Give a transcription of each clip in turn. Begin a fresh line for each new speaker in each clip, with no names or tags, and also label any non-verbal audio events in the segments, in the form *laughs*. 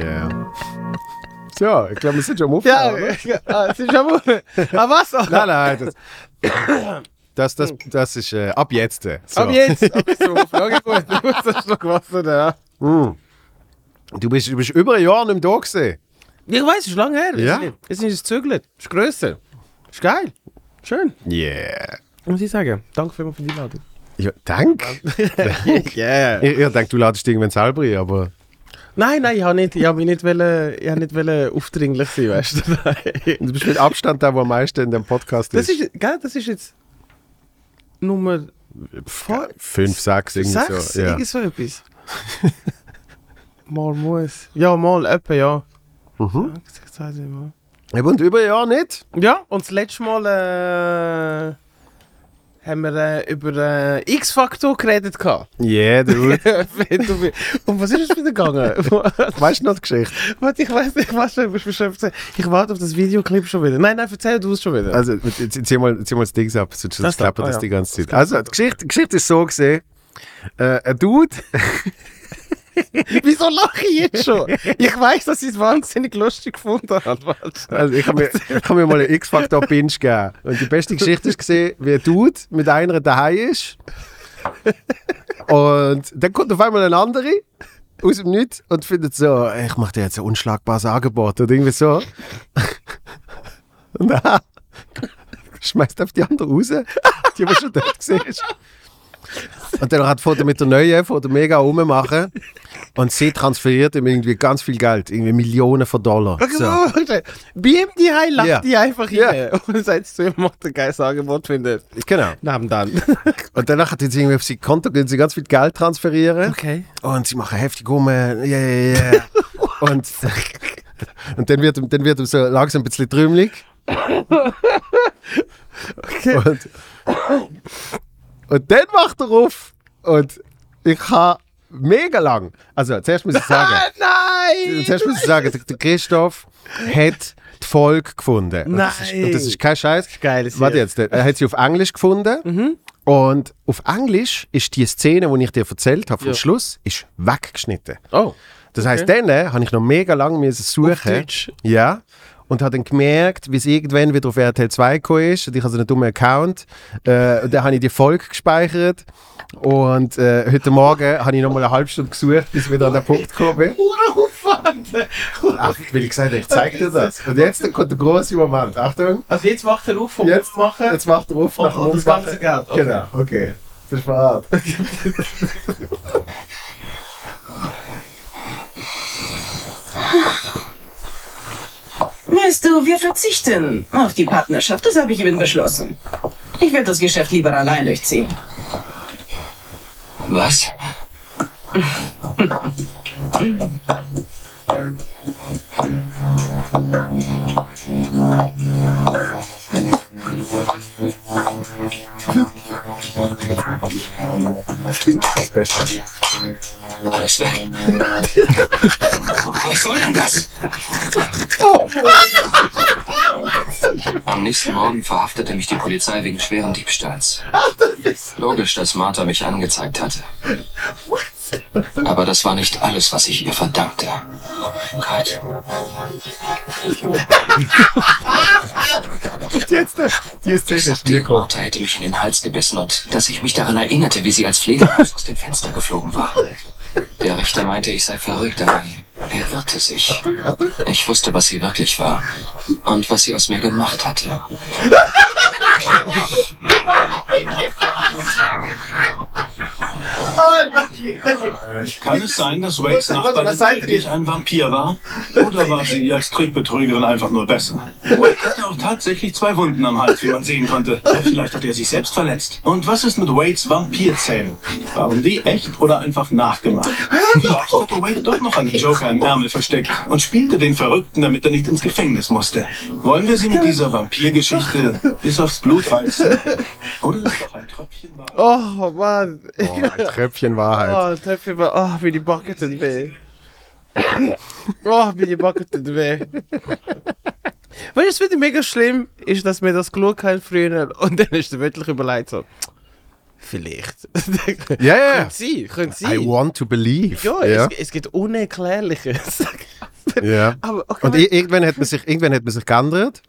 Ja. So, ich glaube, wir sind schon am
Ja,
Aufhören, oder?
ah, es ist schon wohl. Aber was?
Nein, nein, das, das, das, das ist äh, ab jetzt. äh, So.
Ab jetzt, ab jetzt zum Aufhören. Ja, gut, du musst einen Schluck Wasser da.
Hm. Du, bist, du bist über ein Jahr nicht mehr da gewesen.
Ich weiß, es ist lange her.
Ja.
Jetzt ist es gezügelt. Es ist grösser. Ist geil. Schön.
Yeah.
Muss ich sagen. Danke vielmals für die Einladung.
Ja, danke.
*laughs* Yeah.
Ich, ich denke, du ladest irgendwann selber ein, aber
Nein, nein, ich habe nicht, ich hab mich nicht, wollen, ich hab nicht wollen aufdringlich sein, weißt du. Nein.
du bist mit Abstand der, der am meisten in dem Podcast
Das
ist.
ist, gell, das ist jetzt Nummer
Pff, Fünf, sechs, irgendwie
6,
so. Ja.
irgend so etwas. mal muss. Ja, mal, etwa, ja.
Mhm.
Sechs, sechs, sechs, Mal.
Eben, Und über ein Jahr
*laughs*
nicht?
Ja, und das letzte Mal äh, haben wir äh, über äh, X-Faktor geredet. gehabt. *laughs*
Yeah, du.
Wenn du- und was ist es
*laughs*
wieder gegangen? *laughs*
weißt du noch die Geschichte?
Warte, ich weiß nicht, was schon, ich, beschäftigt. ich warte auf das Videoclip schon wieder. Nein, nein, erzähl du es schon wieder.
Also, jetzt- jetzt zieh mal, zieh mal das Ding ab, sonst
Das
das
da,
klappert
ah,
das
ja.
die ganze Zeit. Also, die Geschichte, die Geschichte ist so gesehen: äh, Ein Dude.
Wieso lache ich jetzt schon? Ich weiß, dass ich es wahnsinnig lustig gefunden
*laughs*
habe. Warte.
Also ich habe mir, ich hab mir mal einen X-Factor-Binge gegeben. Und die beste Geschichte ist gesehen, wie ein Dude mit einer daheim ist. Und dann kommt auf einmal ein anderer aus dem Nichts und findet so, «Ey, ich mache dir jetzt ein unschlagbares Angebot oder irgendwie so. Und dann *laughs* schmeißt auf die andere raus, die man schon dort gesehen ist. Und dann hat von der mit der neuen, von der mega rummachen. Und sie transferiert ihm irgendwie ganz viel Geld, irgendwie Millionen von Dollar.
Schau
So.
mal, warte. Bei ihm die High lacht
Ja.
die einfach
Ja.
rein. Und sagt zu ihm, macht ein geiles Angebot, findet.
Genau.
Na dann.
Und danach hat sie irgendwie auf sein Konto, können sie ganz viel Geld transferieren.
Okay.
Und sie machen heftig um, äh, rum. Yeah, yeah, *laughs* yeah. und, äh, und dann wird ihm dann wird ihm so langsam ein bisschen trümmelig. Und, und dann macht er auf. Und ich habe mega lang. Also, zuerst muss ich sagen.
*laughs* Ah, nein!
Zuerst muss ich sagen, der- der Christoph hat die Folge gefunden. Und das ist,
Nein.
und das ist kein Scheiß.
geil, das Mhm.
Warte
hier.
jetzt, er hat sie auf Englisch gefunden. Und auf Englisch ist die Szene, die ich dir erzählt habe, vom
Ja.
Schluss, ist weggeschnitten.
Oh.
Das heisst, dann äh, habe ich noch mega lange müssen suchen.
Deutsch?
Ja. Und habe dann gemerkt, wie es irgendwann wieder auf RTL 2 gekommen ist. Und ich habe so einen dummen Account. Äh, und dann habe ich die Folge gespeichert. Und äh, heute Morgen habe ich nochmal eine halbe Stunde gesucht, bis ich wieder an den Punkt gekommen bin.
Uraufwand!
Ach, weil ich gesagt habe, ich zeig dir das. Und jetzt kommt der große Moment. Achtung,
Also jetzt wacht er auf vom
Jetzt-
Aufmachen.
jetzt macht er auf
Und-
nach
und Oh, das
Mundwache.
ganze Geld, okay.
Genau, okay. Das ist verrat.
*laughs*
Weißt du, wir verzichten auf die Partnerschaft. Das habe ich eben beschlossen. Ich werde das Geschäft lieber allein durchziehen.
Was? Alles weg. Was soll denn das? Am nächsten Morgen verhaftete mich die Polizei wegen schweren Diebstahls. Logisch, dass Martha mich angezeigt hatte. Aber das war nicht alles, was ich ihr verdankte. Gott.
Jetzt, äh, die ist
Ich sagte, die Martha hätte mich in den Hals gebissen und dass ich mich daran erinnerte, wie sie als Fledermaus aus dem Fenster geflogen war. Der Richter meinte, ich sei verrückt, aber er irrte sich. Ich wusste, was sie wirklich war und was sie aus mir gemacht hatte.
Kann es sein, dass
Warte,
Wakes
warte,
Nachbarin
was seid ihr?
wirklich ein Vampir war? Oder war sie als Trickbetrügerin einfach nur besser? Wake hatte auch tatsächlich zwei Wunden am Hals, wie man sehen konnte. Vielleicht hat er sich selbst verletzt. Und was ist mit Wakes Vampirzähnen? Waren die echt oder einfach nachgemacht? Vielleicht hatte Wake doch noch einen Joker im Ärmel versteckt und spielte den Verrückten, damit er nicht ins Gefängnis musste. Wollen wir sie mit dieser Vampirgeschichte bis aufs Blut walzen? Oder ist doch ein Tröpfchen
Oh
warm?
Mann.
Oh, ein Tröpfchen halt. Wahrheit.
Oh, Töpfe, oh, wie die Backen tut weh. Oh, wie die Backen tut weh. Weißt du, was wieder mega schlimm ist, dass wir das geschaut haben früher und dann ist der wirklich überlegt so, vielleicht. Oh,
Ja, ja.
Könnte sein, könnte
I
sein.
want to believe.
Ja,
ja.
Es, es gibt *laughs* Unerklärliches.
ja.
Aber okay. Mhm.
Und ir- irgendwann hat man sich, irgendwann hat man sich geändert.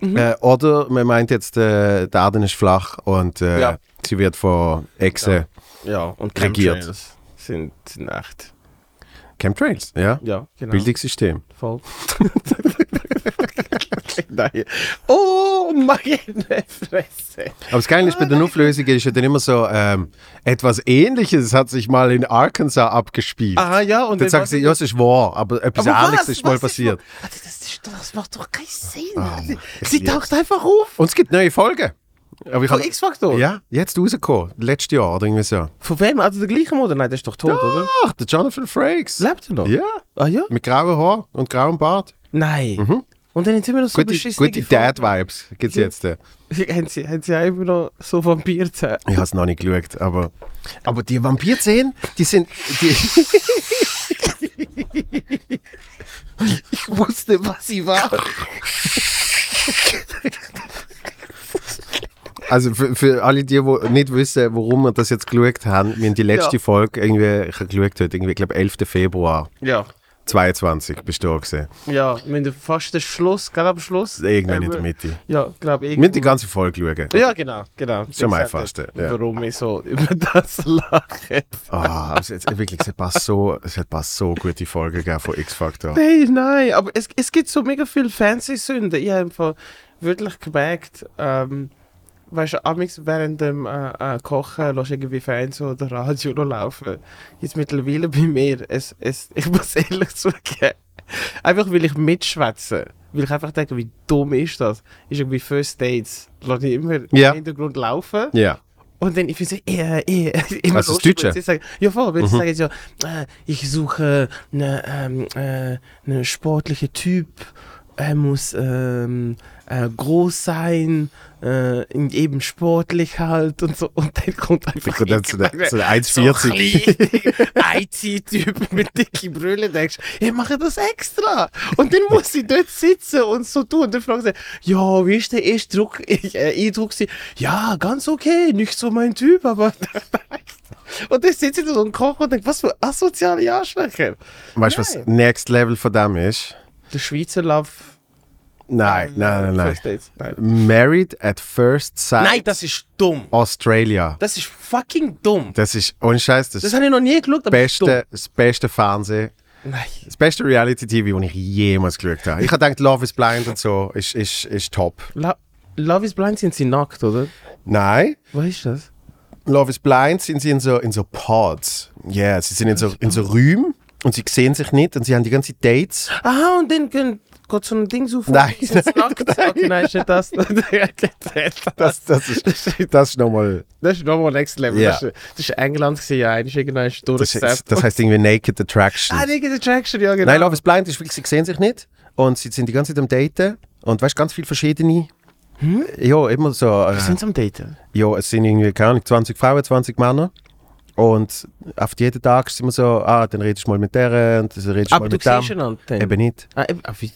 Äh, oder man meint jetzt, äh, der Aden ist flach und äh,
Ja.
sie wird von Echse
ja, und
regiert.
Chemtrails sind, sind echt.
Chemtrails. Ja.
Ja, genau.
Bildungssystem. *laughs*
Voll. Nein. Oh, meine Fresse.
Aber das Geile ist, bei den Auflösungen ist ja dann immer so, ähm, etwas Ähnliches hat sich mal in Arkansas abgespielt.
Aha, Ah ja, und
dann sagen sie, ja, es ist wahr, aber etwas Ähnliches ist mal passiert. Oh,
Also das, ist, das macht doch keinen Sinn. Also,
Mann, ich
sie
lieb's.
taucht einfach auf.
Und es gibt neue Folgen. Aber ich
Von
hab-
X-Factor?
Ja, jetzt rausgekommen. Letztes Jahr oder irgendwie so.
Von wem? Also der gleiche Mode? Nein, der ist doch tot, oder?
Ach, der Jonathan Frakes.
Lebt er noch?
Ja,
Ah ja?
mit grauem Haar und grauem Bart.
Nein.
Mhm.
Und dann haben sie immer noch so
Gute,
beschissene
gute
Folgen.
Dad-Vibes gibt es jetzt. äh.
*laughs* Haben sie, haben sie auch immer noch so Vampir zu
Ich habe es noch nicht geschaut, aber... Aber die Vampir-Szenen, die sind... Die
Ich wusste, was sie war.
Also für, für alle, die wo nicht wissen, warum wir das jetzt geschaut haben, wir haben die letzte
Ja.
Folge irgendwie ich hab geschaut heute, irgendwie, ich glaube 11. Februar
Ja.
22 bist du da gewesen.
Ja, wir haben fast den Schluss, gerade am Schluss.
Irgendwann in
Ähm,
der Mitte.
Ja, glaube ich.
Wir haben die ganze Folge geschaut.
ja, genau, genau.
ist am
Ich sag
einfachsten,
dir,
ja.
Warum ich so *laughs* über das lache.
Ah, also jetzt wirklich, es hat passt so, es hat passt so gute Folge gegeben von X-Factor.
Nein, nein, aber es, es gibt so mega viele Fernsehsünden. Ich habe einfach wirklich gemerkt, ähm, weißt du, amigs während dem äh, äh, Kochen lässt irgendwie Fernsehen oder Radio noch laufen. Jetzt mittlerweile bei mir, es, es, ich muss *laughs* ehrlich zugeben, einfach weil ich mitschwätze. Weil ich einfach denke, wie dumm ist das? Ist irgendwie First Dates, lasse ich immer
Ja.
im Hintergrund laufen.
Ja.
Und dann, ich finde so, eh, eh, *laughs* immer
Also das
lustig,
Deutsche? Mhm.
wenn sie sagen, ja voll, wenn sie sagen, so, äh, ich suche einen ähm, äh, ne sportlichen Typ, er muss ähm, äh, groß sein, äh, in- eben sportlich halt und so. Und dann kommt einfach
Gut, dann zu der-
irgendeiner,
zu der
so
1,40.
klein, IT-Typ *laughs* mit dicken Brille denkst, ich mache das extra. Und dann muss ich dort sitzen und so tun. Und dann fragen sie, ja, wie ist der erste Druck, *laughs* ich, äh, Eindruck? gewesen? Ja, ganz okay, nicht so mein Typ, aber... *laughs* und dann sitze ich da und koche und denke, was für asoziale Arschlöcher.
Weißt du, was
Nein.
Next Level von dem ist?
Der Schweizer Love...
Nein, nein, nein,
First Dates. Nein.
nein. Married at First Sight
nein, das ist dumm.
Australia.
Das ist fucking dumm.
Das ist, ohne Scheiß, das,
Das
das,
habe ich noch nie geschaut, aber das ist
beste, das beste Fernsehen.
dumm. Nein.
Das beste Reality-TV, das ich jemals geschaut habe. Ich habe gedacht, Love is Blind und so ist, ist, ist top.
La Love is Blind sind sie nackt, oder?
Nein,
Was ist das?
Love is Blind sind sie in so, in so Pods. Ja, yeah, sie sind in so, in so Räumen und sie sehen sich nicht und sie haben die ganzen Dates.
Aha, und dann gehen, geht so ein Ding suchen.
Nein,
Ist jetzt nackt. Okay, *laughs* nein, ist nicht *laughs* das.
Das, das ist, das ist nochmal.
Das ist nochmal Next Level.
Ja.
Das, ist, das ist England, gewesen, ja, eigentlich irgendwann ist
Das,
durchgesetzt.
ist- das heißt irgendwie Naked Attraction.
ah, Naked Attraction, ja, genau.
Nein, Love is Blind ist wirklich, sie sehen sich nicht und sie sind die ganze Zeit am Daten und weißt ganz viele verschiedene. Ja, immer so. äh,
sind sie am Daten?
ja, es sind irgendwie, keine Ahnung, 20 Frauen, 20 Männer. Und auf jeden Tag ist es immer so, ah, dann redest du mal mit der und dann redest du
Aber
mal
du
mit dem.
siehst einander dann?
Eben nicht.
Ah, eben, ah, wie?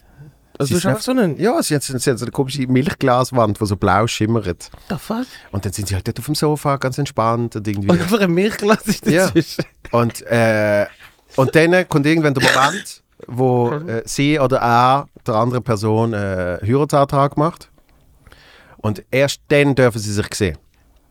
Also,
Sie
du
ist
hast einfach
nicht-
so einen. What
Ja, sie hat, sie hat so eine komische Milchglaswand, die so blau schimmert.
the fuck?
Und dann sind sie halt dort auf dem Sofa, ganz entspannt und irgendwie.
Und einfach ein Milchglas
*laughs*
ist
Ja.
dazwischen.
Und, äh, und dann kommt irgendwann der Moment, wo äh, sie oder er der anderen Person äh, Heiratsantrag macht. Und erst dann dürfen sie sich sehen.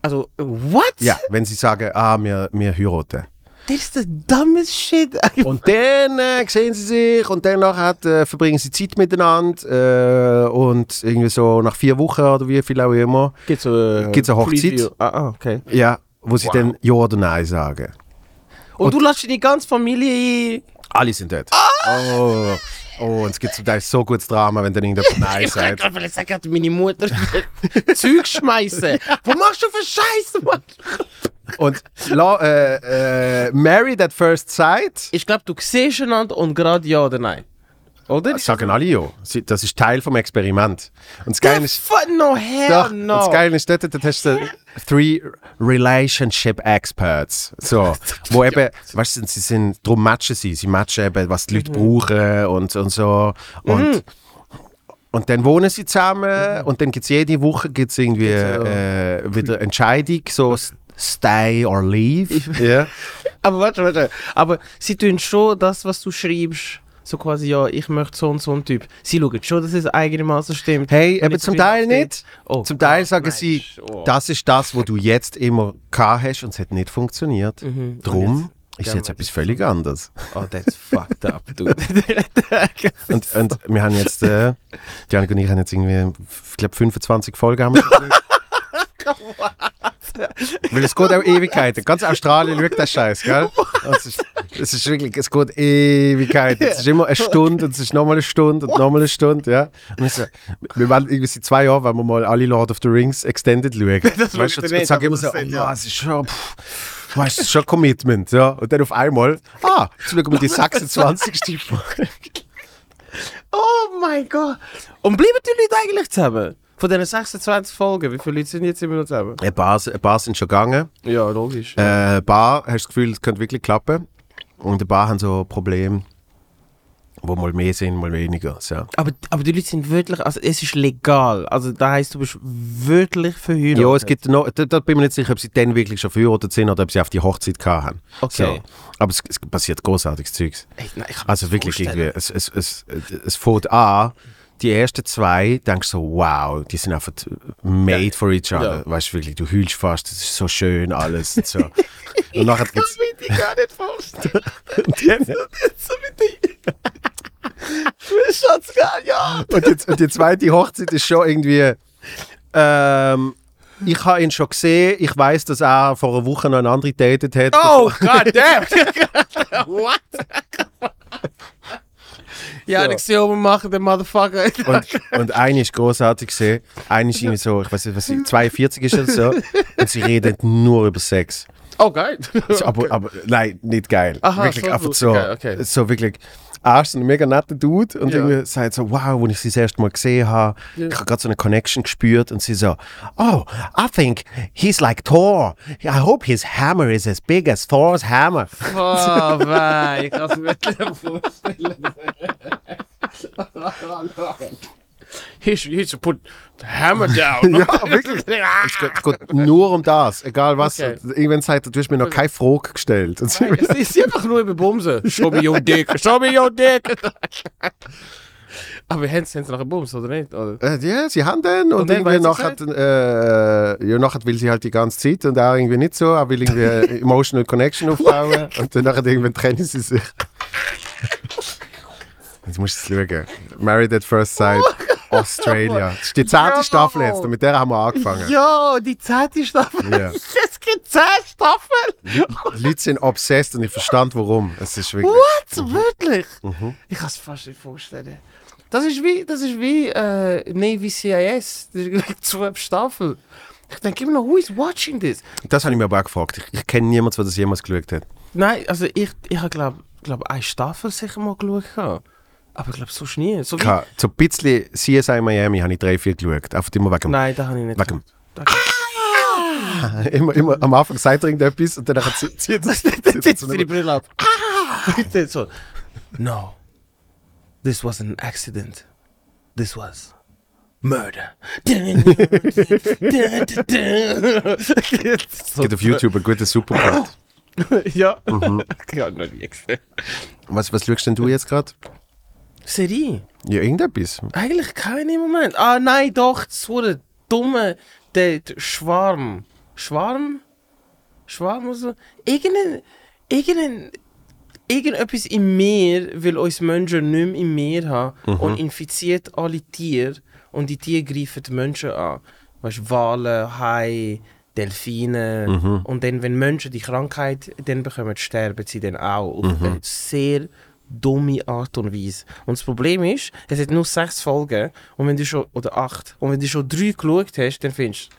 Also, what?
Ja, wenn sie sagen, ah, wir, wir heiraten.
Das ist das dumbest shit.
*laughs* Und dann äh, sehen sie sich und danach hat, äh, verbringen sie Zeit miteinander äh, und irgendwie so nach vier Wochen oder wie viel auch immer,
Gibt's, äh,
Gibt's eine Hochzeit?
Preview? Ah, ah, okay.
ja, wo sie dann Ja oder Nein sagen.
Und, du lässt die ganze Familie
Alle sind dort. Oh, oh, und es gibt zum Teil so gutes Drama, wenn dann irgendjemand *laughs* Nein
Ich kann
sagt.
gerade sagen, meine Mutter *laughs* Zeug schmeißen. *laughs* Was machst du für Scheiße, Mann?
Und la, äh, äh, Married at First Sight,
Ich glaube, du siehst einander und gerade ja oder nein. Oder?
Das sagen alle ja. Sie- Das ist Teil vom Experiment. Und das Geile
The
ist,
fuck no,
doch,
hell
und
no.
das Geile ist dort, dort hast du Three Relationship Experts.
*laughs*
So, wo eben, weißt du, sie sind, drum matchen sie. Sie matchen eben, was die
Mhm.
Leute brauchen und, und so. Und, und dann wohnen sie zusammen
Mhm.
und dann gibt es jede Woche gibt's irgendwie äh,
Hm.
wieder Entscheidung, so s- Stay or Leave.
*laughs*
ja.
Aber warte, warte. Aber sie tun schon das, was du schreibst. So quasi, ja, ich möchte so und so einen Typ. Sie schauen schon, dass es einigermaßen stimmt.
Hey,
Und
eben
jetzt
zum
bin ich
Teil
dort.
nicht.
Oh,
zum Teil
Gott,
sagen
nein,
sie,
oh.
das ist das, was du jetzt immer gehabt hast und es hat nicht funktioniert. Drum ist
Mhm. gehen
jetzt
wir
etwas völlig anderes.
Oh, that's fucked up, dude.
Und, und wir haben jetzt, äh, Janik und ich haben jetzt irgendwie, ich glaube, 25 Folgen haben wir schon gemacht. Weil es geht auch Ewigkeiten. Ganz Australien schaut das Scheiß, gell? Es ist, es ist wirklich, es geht Ewigkeiten. Es ist immer eine Stunde und es ist nochmal eine Stunde und nochmal eine Stunde, ja. Und ich so, wir wollen irgendwie seit zwei Jahren, wenn wir mal alle Lord of the Rings Extended schauen. Das
schaut ihr nicht,
sage
aber
immer
das
so,
seht ihr.
oh, es ist schon, pff, weißt, es ist schon Commitment, ja. Und dann auf einmal, ah, jetzt schauen wir die 26. Folge.
*laughs* oh mein Gott. Und bleiben die Leute eigentlich zusammen? Von diesen 26 Folgen, wie viele Leute sind jetzt immer noch zusammen?
Ein paar, ein paar sind schon gegangen.
Ja, logisch.
Äh, ein paar hast du das Gefühl, es könnte wirklich klappen. Und ein paar haben so Probleme, wo mal mehr sind, mal weniger. So.
Aber, aber die Leute sind wirklich, also es ist legal. Also das heisst, du bist wirklich verheiratet.
Ja, es gibt noch, da, da bin ich mir nicht sicher, ob sie dann wirklich schon verheiratet sind oder ob sie auf die Hochzeit gehabt haben.
Okay.
So. Aber es, es passiert großartiges Zeugs.
Echt, nein, ich kann mir
Also
das
wirklich
vorstellen.
irgendwie, es, es, es, es fängt an, die ersten zwei denkst so, wow, die sind einfach made for each other. Weißt du wirklich, du hüllst fast, es ist so schön alles. und So.
*laughs*
und nachher gibt's,
Ich will die gar nicht vorstellen. Und jetzt, und jetzt so mit dir. Ich will Schatz gar ja.
und, jetzt, und die zweite Hochzeit ist schon irgendwie. Ähm, ich habe ihn schon gesehen. Ich weiß, dass er vor einer Woche noch einen anderen datet hat.
Oh, god damn. *laughs* What? ja,
So.
ich sehe oben machen, den Motherfucker.
Und, und eine ist großartig gesehen. Eine ist irgendwie so, ich weiß nicht, was sie 42 ist oder so. Und sie redet nur über Sex.
oh, geil.
So, aber, aber nein, nicht geil.
Aha,
wirklich
so
einfach
gut,
so.
okay, okay.
So wirklich. Er ist ein mega netter Dude und
Ja.
irgendwie sagt so, wow, als ich sie das erste Mal gesehen habe, ich habe gerade so eine Connection gespürt und sie so, oh, I think he's like Thor. I hope his hammer is as big as Thor's hammer.
Oh, wei, ich kann es mir nicht vorstellen. He should, he should put the hammer
*laughs*
down. *laughs*
Ja, wirklich. Es geht, es geht nur um das, egal was.
Okay.
Irgendwann sagt er, du hast mir noch keine Frage gestellt. Und sie
Es ist einfach nur über Bumsen. Show me your dick, show me your dick. *laughs* Ah, Aber wir haben es nachher Bums, oder nicht? Oder?
Äh, ja, sie haben den und,
dann,
irgendwie
was
nachher,
hat
äh, ja, nachher will sie halt die ganze Zeit und er irgendwie nicht so, er will irgendwie eine
*laughs*
emotional connection aufbauen und dann nachher irgendwann trennen sie sich. Jetzt musst du es schauen. Married at First
*laughs*
Sight, Australia. Das ist die zehnte
Bravo.
Staffel jetzt und mit der haben wir angefangen.
*laughs* Ja, die zweite Staffel.
Ja.
*laughs* Es gibt zehn Staffeln.
Die Leute sind obsessed und ich verstand warum. Es ist wirklich...
What? Wirklich? Ich kann es fast nicht vorstellen. Das ist wie, das ist wie äh, Navy CIS. Das ist gleich *laughs* zwölf Staffeln. Ich denke immer noch, who is watching this?
Das habe ich mir aber auch gefragt. Ich, ich kenne niemanden, der das jemals geschaut hat.
Nein, also ich, ich habe, glaube glaub, eine Staffel sicher mal geschaut. gehabt. Aber ich glaube, so nie. So wie,
Ich habe so ein bisschen CSI Miami habe ich drei, vier geschaut. Einfach immer wegen dem
Nein, da habe ich nicht.
Wegen-
geschaut. Da-
Ah, Immer, immer am Anfang sagt er irgendetwas und dann zieht zieht
*laughs*
er
Zieht
es.
sie die Brille ab. Ah! *laughs* so. No. This was an accident. This was murder. *laughs* so,
Geht Mhm. auf YouTube ein guter Supercut.
ja. Ich habe noch nie gesehen.
Was, was schaust denn du jetzt gerade?
Serie?
Ja, irgendetwas.
Eigentlich keine im Moment. Ah nein, doch, das wurde dumme, der der Schwarm. Schwarm? Schwarm oder so? Irgendein, irgendein, irgendetwas im Meer will uns Menschen nicht mehr im Meer haben und infiziert alle Tiere und die Tiere greifen die Menschen an. Weißt du, Wale, Haie, Delfine und dann, wenn Menschen die Krankheit dann bekommen, sterben sie dann auch. Auf eine sehr dumme Art und Weise. Und das Problem ist, es hat nur sechs Folgen und wenn du schon, oder acht, und wenn du schon drei geschaut hast, dann findest du,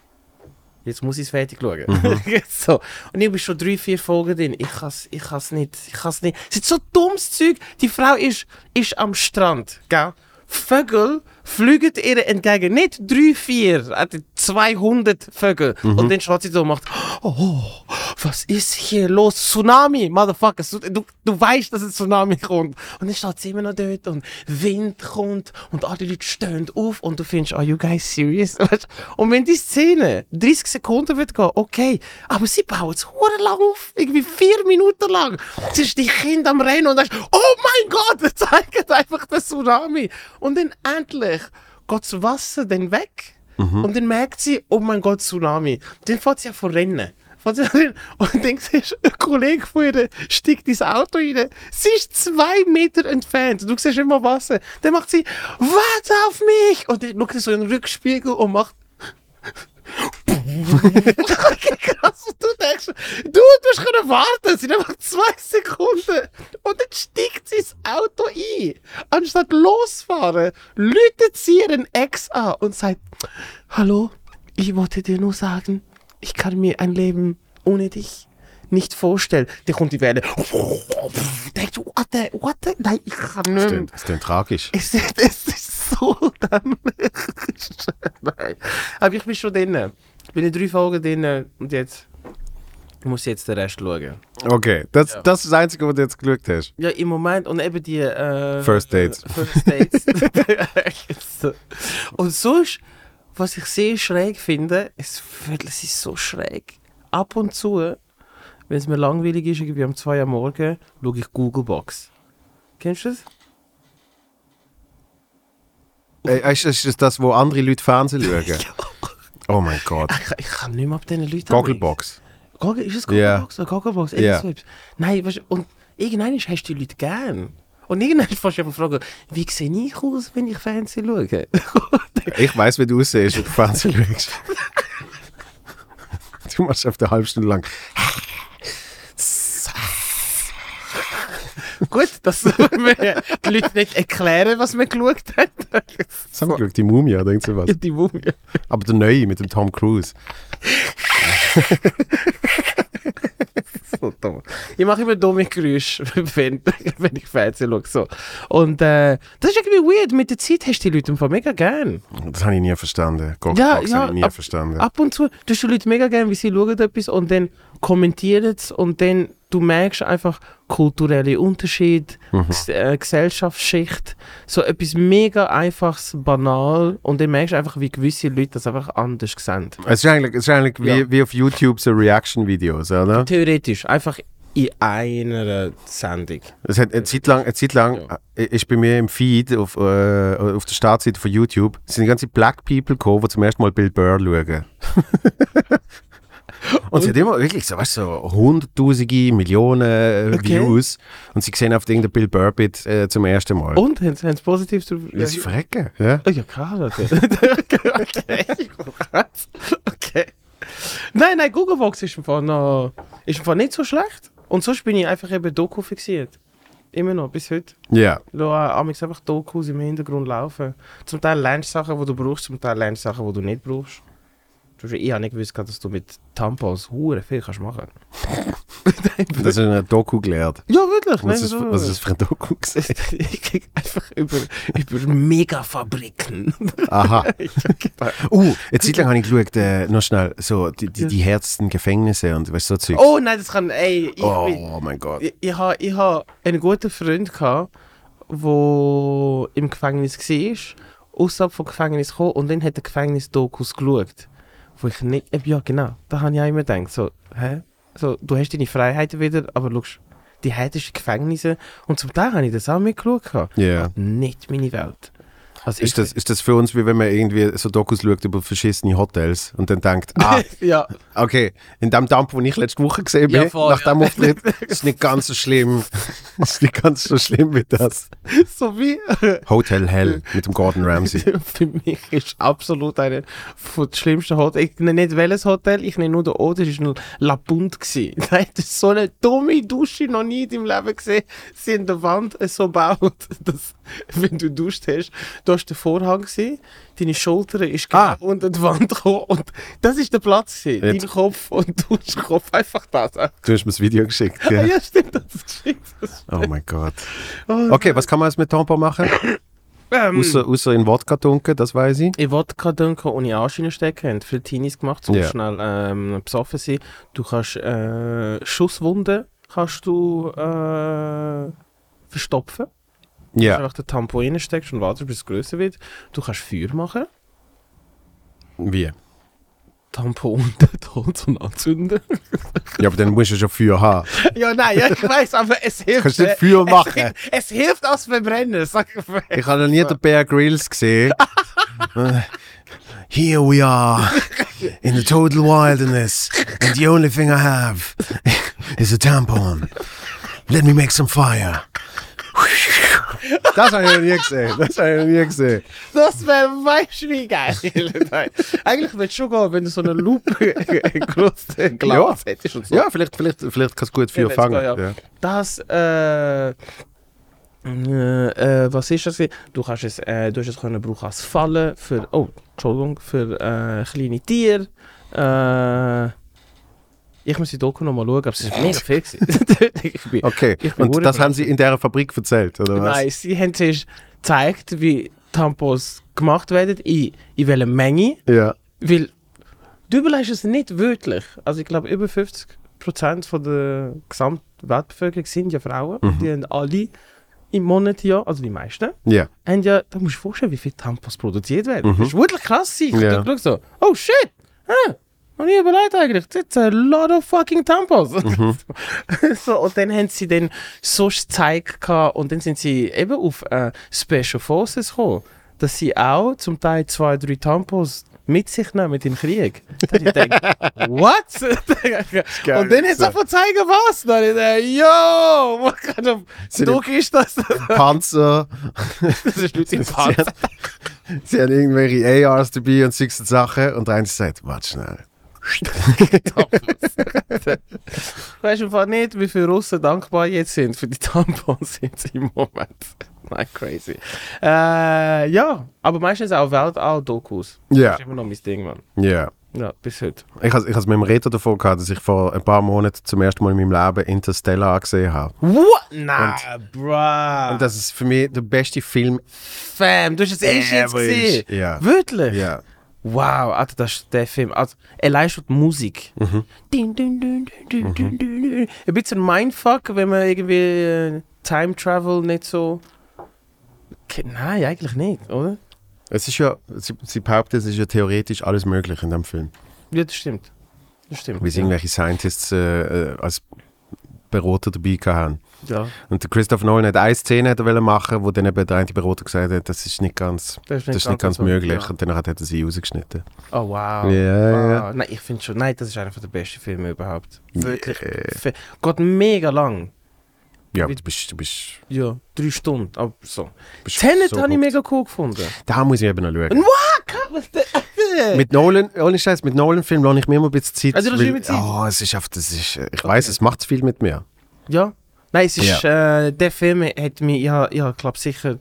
jetzt muss ich es fertig schauen. *laughs* so. Und ich bin schon drei, vier Folgen drin. Ich kann's, ich kann's nicht, ich kann's nicht. Es ist so dummes Zeug. Die Frau ist, ist am Strand, gell? Vögel fliegen ihr entgegen. Nicht drei, vier, also 200 Vögel. Und dann schaut sie so und macht, oh, was ist hier los? Tsunami, Motherfucker. Du, du, du weißt, dass ein Tsunami kommt. Und dann steht sie immer noch dort und Wind kommt und alle Leute stehen auf und du findest, are you guys serious? *laughs* Weißt du? Und wenn die Szene 30 Sekunden wird gehen, okay, aber sie baut es hure lang auf, irgendwie vier Minuten lang. Es ist die Kind am Rennen und dann ist, oh mein Gott, er zeigt einfach den Tsunami. Und dann endlich geht das Wasser dann weg und dann merkt sie, oh mein Gott, Tsunami. Dann fährt sie ja von Rennen. Fährt sie an Rennen. Und dann *laughs* siehst du, ein Kollege von ihr steigt ins Auto rein. Sie ist zwei Meter entfernt. Du siehst immer Wasser. Dann macht sie, warte auf mich! Und dann schaut sie so in den Rückspiegel und macht krass. Und du denkst, du, du hast können warten. Es sind einfach zwei Sekunden. Und dann steigt sein Auto ein. Anstatt losfahren, läutet sie ihren Ex an und sagt, hallo, ich wollte dir nur sagen, ich kann mir ein Leben ohne dich nicht vorstellen. Dann kommt die Welle. Denkst du, what the, what the? Nein, ich kann nicht mehr.
Ist denn tragisch?
Es *laughs* ist, es ist so dämlich. *laughs* Nein. Aber ich bin schon drin. Ich bin in drei Folgen drin und jetzt muss ich jetzt den Rest schauen.
Okay, das, das ist das Einzige, was du jetzt geglückt hast.
Ja, im Moment und eben die. Äh,
First Dates.
*laughs* First Dates. *laughs* und sonst, was ich sehr schräg finde, ist, wirklich, es ist so schräg. Ab und zu, wenn es mir langweilig ist, irgendwie um 2 Uhr am morgen, schaue ich Google Box. Kennst du das?
Äh, ist, ist das das, wo andere Leute *laughs* Fernsehen schauen? Oh mein Gott.
Ich, ich kann nicht mehr ab diesen Leuten.
Gogglebox.
Goggle, ist es Äh,
Ja.
Gogglebox oder Gogglebox?
Ja.
Yeah. Nein, weißt, du, und irgendwann hast du die Leute gern. Und irgendwann fährst du einfach fragen, wie sehe ich aus, wenn ich Fernsehen schaue? *laughs*
Ich weiß, wie du aussiehst, wenn du Fernsehen *laughs* schaust. Du machst auf der halben Stunde lang.
Gut, dass wir die Leute nicht erklären, was wir geschaut *laughs* haben.
Das haben wir Glück, die Mumie oder irgend sowas.
die Mumie.
Aber der neue mit dem Tom Cruise.
So dumm. Ich mache immer dumme Geräusche, *laughs* wenn, wenn ich Fernsehen schaue. So. Und äh, das ist irgendwie weird. Mit der Zeit hast du die Leute im Fall mega gern.
Das habe ich nie verstanden. Gogglebox habe ich nie
ab,
verstanden.
Ab und zu, du hast die Leute mega gerne, wie sie schauen etwas und dann kommentieren es und dann du merkst einfach kulturelle Unterschied, Ges- äh, Gesellschaftsschicht, so etwas mega einfaches, banal und dann merkst du einfach, wie gewisse Leute das einfach anders sehen.
Es ist eigentlich, es ist eigentlich wie,
Ja.
wie auf YouTube so Reaction-Videos, oder?
Theoretisch, einfach in einer Sendung.
Es hat eine Zeit lang, eine Zeit lang äh, ist bei mir im Feed auf, äh, auf der Startseite von YouTube sind die ganzen Black People gekommen, die zum ersten Mal Bill Burr
*laughs*
schauen. Und sie hat immer wirklich so, weißt du, so hunderttausende, Millionen äh,
Okay.
Views und sie sehen auf irgendein Bill Burr-Bit äh, zum ersten Mal.
Und, haben sie haben sie positiv zu...
Ja, sie verrecken, ja.
Oh ja, klar, Leute. *laughs* okay. Was? okay. Nein, nein, Google Box ist im Fall noch, ist im Fall nicht so schlecht. Und sonst bin ich einfach eben Doku fixiert. Immer noch, bis heute.
Ja.
Lass amix einfach Dokus im Hintergrund laufen. Zum Teil lernst du Sachen, die du brauchst, zum Teil lernst du Sachen, die du nicht brauchst. Zum Beispiel, Ich habe nicht gewusst, dass du mit Tampons hure viel kannst machen
Das ist eine Doku gelernt.
Ja, wirklich.
Was ist, was ist für ein Doku? gewesen?
*laughs* ich krieg einfach über, über Megafabriken.
Aha.
*laughs*
Uh, eine Zeit lang habe ich geschaut, äh, noch schnell, so die, die, die härtesten Gefängnisse und weißt du, so Zeug.
oh nein, das kann. Ey, ich bin.
Oh mein Gott.
ich, ich habe ich ha einen guten Freund, gehabt, der im Gefängnis war, außerhalb vom Gefängnis kam und dann hat er Gefängnis-Dokus geschaut. Wo ich nicht, eben, ja genau, da habe ich auch immer gedacht, so, hä? So, du hast deine Freiheiten wieder, aber schau, die härtesten Gefängnisse und zum Teil habe ich das auch mitgeschaut. gehabt.
Ja.
Nicht meine Welt. Also ich-
Ist das, ist das für uns wie wenn man irgendwie so Dokus schaut über verschissene Hotels und dann denkt,
*laughs*
ah,
ja,
okay, in dem Dump, wo ich letzte Woche gesehen bin,
Ja, voll,
nach dem
ja.
Auftritt,
*laughs*
ist nicht ganz so schlimm. ist nicht ganz so schlimm wie das.
so wie
Hotel Hell mit dem Gordon Ramsay.
*laughs* für mich ist absolut eine von den schlimmsten Hotels. Ich nenne nicht welches Hotel, ich nenne nur den Ort, das war ein La Punt. gewesen. *laughs* Nein, das ist so eine dumme Dusche noch nie in deinem Leben gesehen. Sie haben die Wand so gebaut, *laughs* dass wenn du duscht hast, da war der Vorhang, gewesen, deine Schulter ist genau
Ah.
unter die Wand gekommen und das ist der Platz. Gewesen.
Jetzt.
Dein Kopf und *laughs* Duschkopf, einfach das. Ah,
Du hast mir das Video geschickt.
*laughs* Ja,
Gell?
stimmt, das ist geschickt. Das-
Oh mein Gott. Okay, was kann man jetzt mit Tampon machen?
Ähm,
Außer, außer in Wodka tunken, das weiß ich.
Ich wollte gerade denken, ohne Arsch reinstecken, haben viele Teenies gemacht, zum
Ja.
schnell ähm, besoffen sein. Du kannst äh, Schusswunden kannst du äh, verstopfen. Du
Ja.
einfach den Tampon reinsteckst und wartest, bis es grösser wird. Du kannst Feuer machen,
Wie?
Tampon *laughs* und den Tod und anzünden.
Ja, aber dann musst du schon Feuer *laughs* haben.
*laughs* ja, nein, ja, ich weiß, aber es hilft.
Kannst nicht
äh,
Feuer
es
machen.
hilft- Es, hilft als Verbrennen, sag ich mal.
Ich habe noch nie den Bear Grylls gesehen. Äh, *laughs* Here we are in the total wilderness and the only thing I have is a tampon. Let me make some fire. Das habe ich noch nie gesehen. Das habe ich noch nie gesehen.
Das wäre weißt du,
*laughs*
wie geil. Nein. Eigentlich würde es schon gehen, wenn du so eine Lupe *laughs* groß Glas hättest und so.
Ja, vielleicht, vielleicht, vielleicht kannst du gut Feuer
Ja,
fangen.
let's go, ja.
Ja.
Das, äh, äh, äh, was ist das? gewesen? Du kannst es, äh, du hast es können brauchen als Falle für, oh, Entschuldigung, für äh, kleine Tiere. Äh, ich muss die Doku nochmal schauen, aber es ist mega viel. gewesen. *laughs* ich bin,
Okay,
Ich bin
und
hure
das haben sie in dieser Fabrik erzählt, oder was?
Nein, sie haben sich gezeigt, wie Tampons gemacht werden, in, in welcher Menge.
Ja.
Weil du überlegst es nicht wirklich. Also ich glaube, über 50% von der gesamten Weltbevölkerung sind ja Frauen. Die haben alle im Monat ja, also die meisten,
*laughs* Ja.
haben ja, da musst du dir vorstellen, wie viele Tampons produziert werden. Das ist wirklich krass. Ich
Ja.
yeah. so, oh shit, ah, noch nie überlegt eigentlich, that's a lot of fucking Tampons. *laughs* so, und dann haben sie dann so gezeigt gehabt und dann sind sie eben auf äh, Special Forces gekommen, dass sie auch zum Teil zwei, drei Tampons mit sich nehmen in den Krieg. Da hab ich gedacht, what? *laughs* und dann hat sie einfach zeigen, was. Dann hab ich gedacht, yo, what kind of
Sie-
Druck ist das?
Panzer.
das ist Leute im *laughs*
Sie
Panzer.
haben- Sie haben irgendwelche ARs dabei und solche Sachen und eins sagt, warte schnell.
Weißt du einfach nicht, wie viele Russen dankbar jetzt sind für die Tampons jetzt im Moment. *laughs* Nein, crazy. Äh, ja, aber meistens auch Weltall-Dokus.
Ja.
Das ist immer noch mein Ding, Mann.
Ja.
Ja, bis heute.
Ich habe ich has mit dem Reto davon gehabt, dass ich vor ein paar Monaten zum ersten Mal in meinem Leben Interstellar gesehen habe.
What? Na, bruh.
Und das ist für mich der beste Film.
Fam, du hast es eh schon
Average,
gesehen.
ja.
Wirklich?
Ja.
Wow, Alter, das ist der Film. Also, allein schon die Musik.
Mhm.
Dun, dun, dun, dun, dun, dun, dun. Ein bisschen Mindfuck, wenn man irgendwie äh, Time Travel nicht so. Ke- Nein, eigentlich nicht, oder?
Es ist ja, sie, sie behauptet, es ist ja theoretisch alles möglich in dem Film.
Ja, das stimmt. Das stimmt.
Wie sie irgendwelche Scientists äh, äh, als Berater dabei gehabt haben.
Ja,
Und der Christopher Nolan hat eine Szene hat er wollen machen, wo dann eben der eine Berater gesagt hat, das ist nicht ganz, das ist nicht ganz,
so,
möglich.
ja.
Und dann hat er sie rausgeschnitten.
oh
Ja,
wow.
ja.
Wow. Nein, ich finde schon, nein, das ist einer der besten Filme überhaupt. Wirklich. Fe- Geht mega lang.
Ja, aber du bist, du bist,
Ja, drei Stunden. Aber so.
bist
Tenet
so
habe ich
gut.
mega cool gefunden.
Da muss ich eben noch schauen.
Wow, krass, was der.
Mit Nolan, ohne Scheiß, mit Nolan-Filmen lasse ich mir immer ein bisschen Zeit.
Also, das
weil-
ist mit Zeit.
Oh, es ist, auf- das ist, ich weiß, es macht viel mit mir.
Ja. Nein, es ist, äh, der Film hat mich, ja, ja, glaube sicher,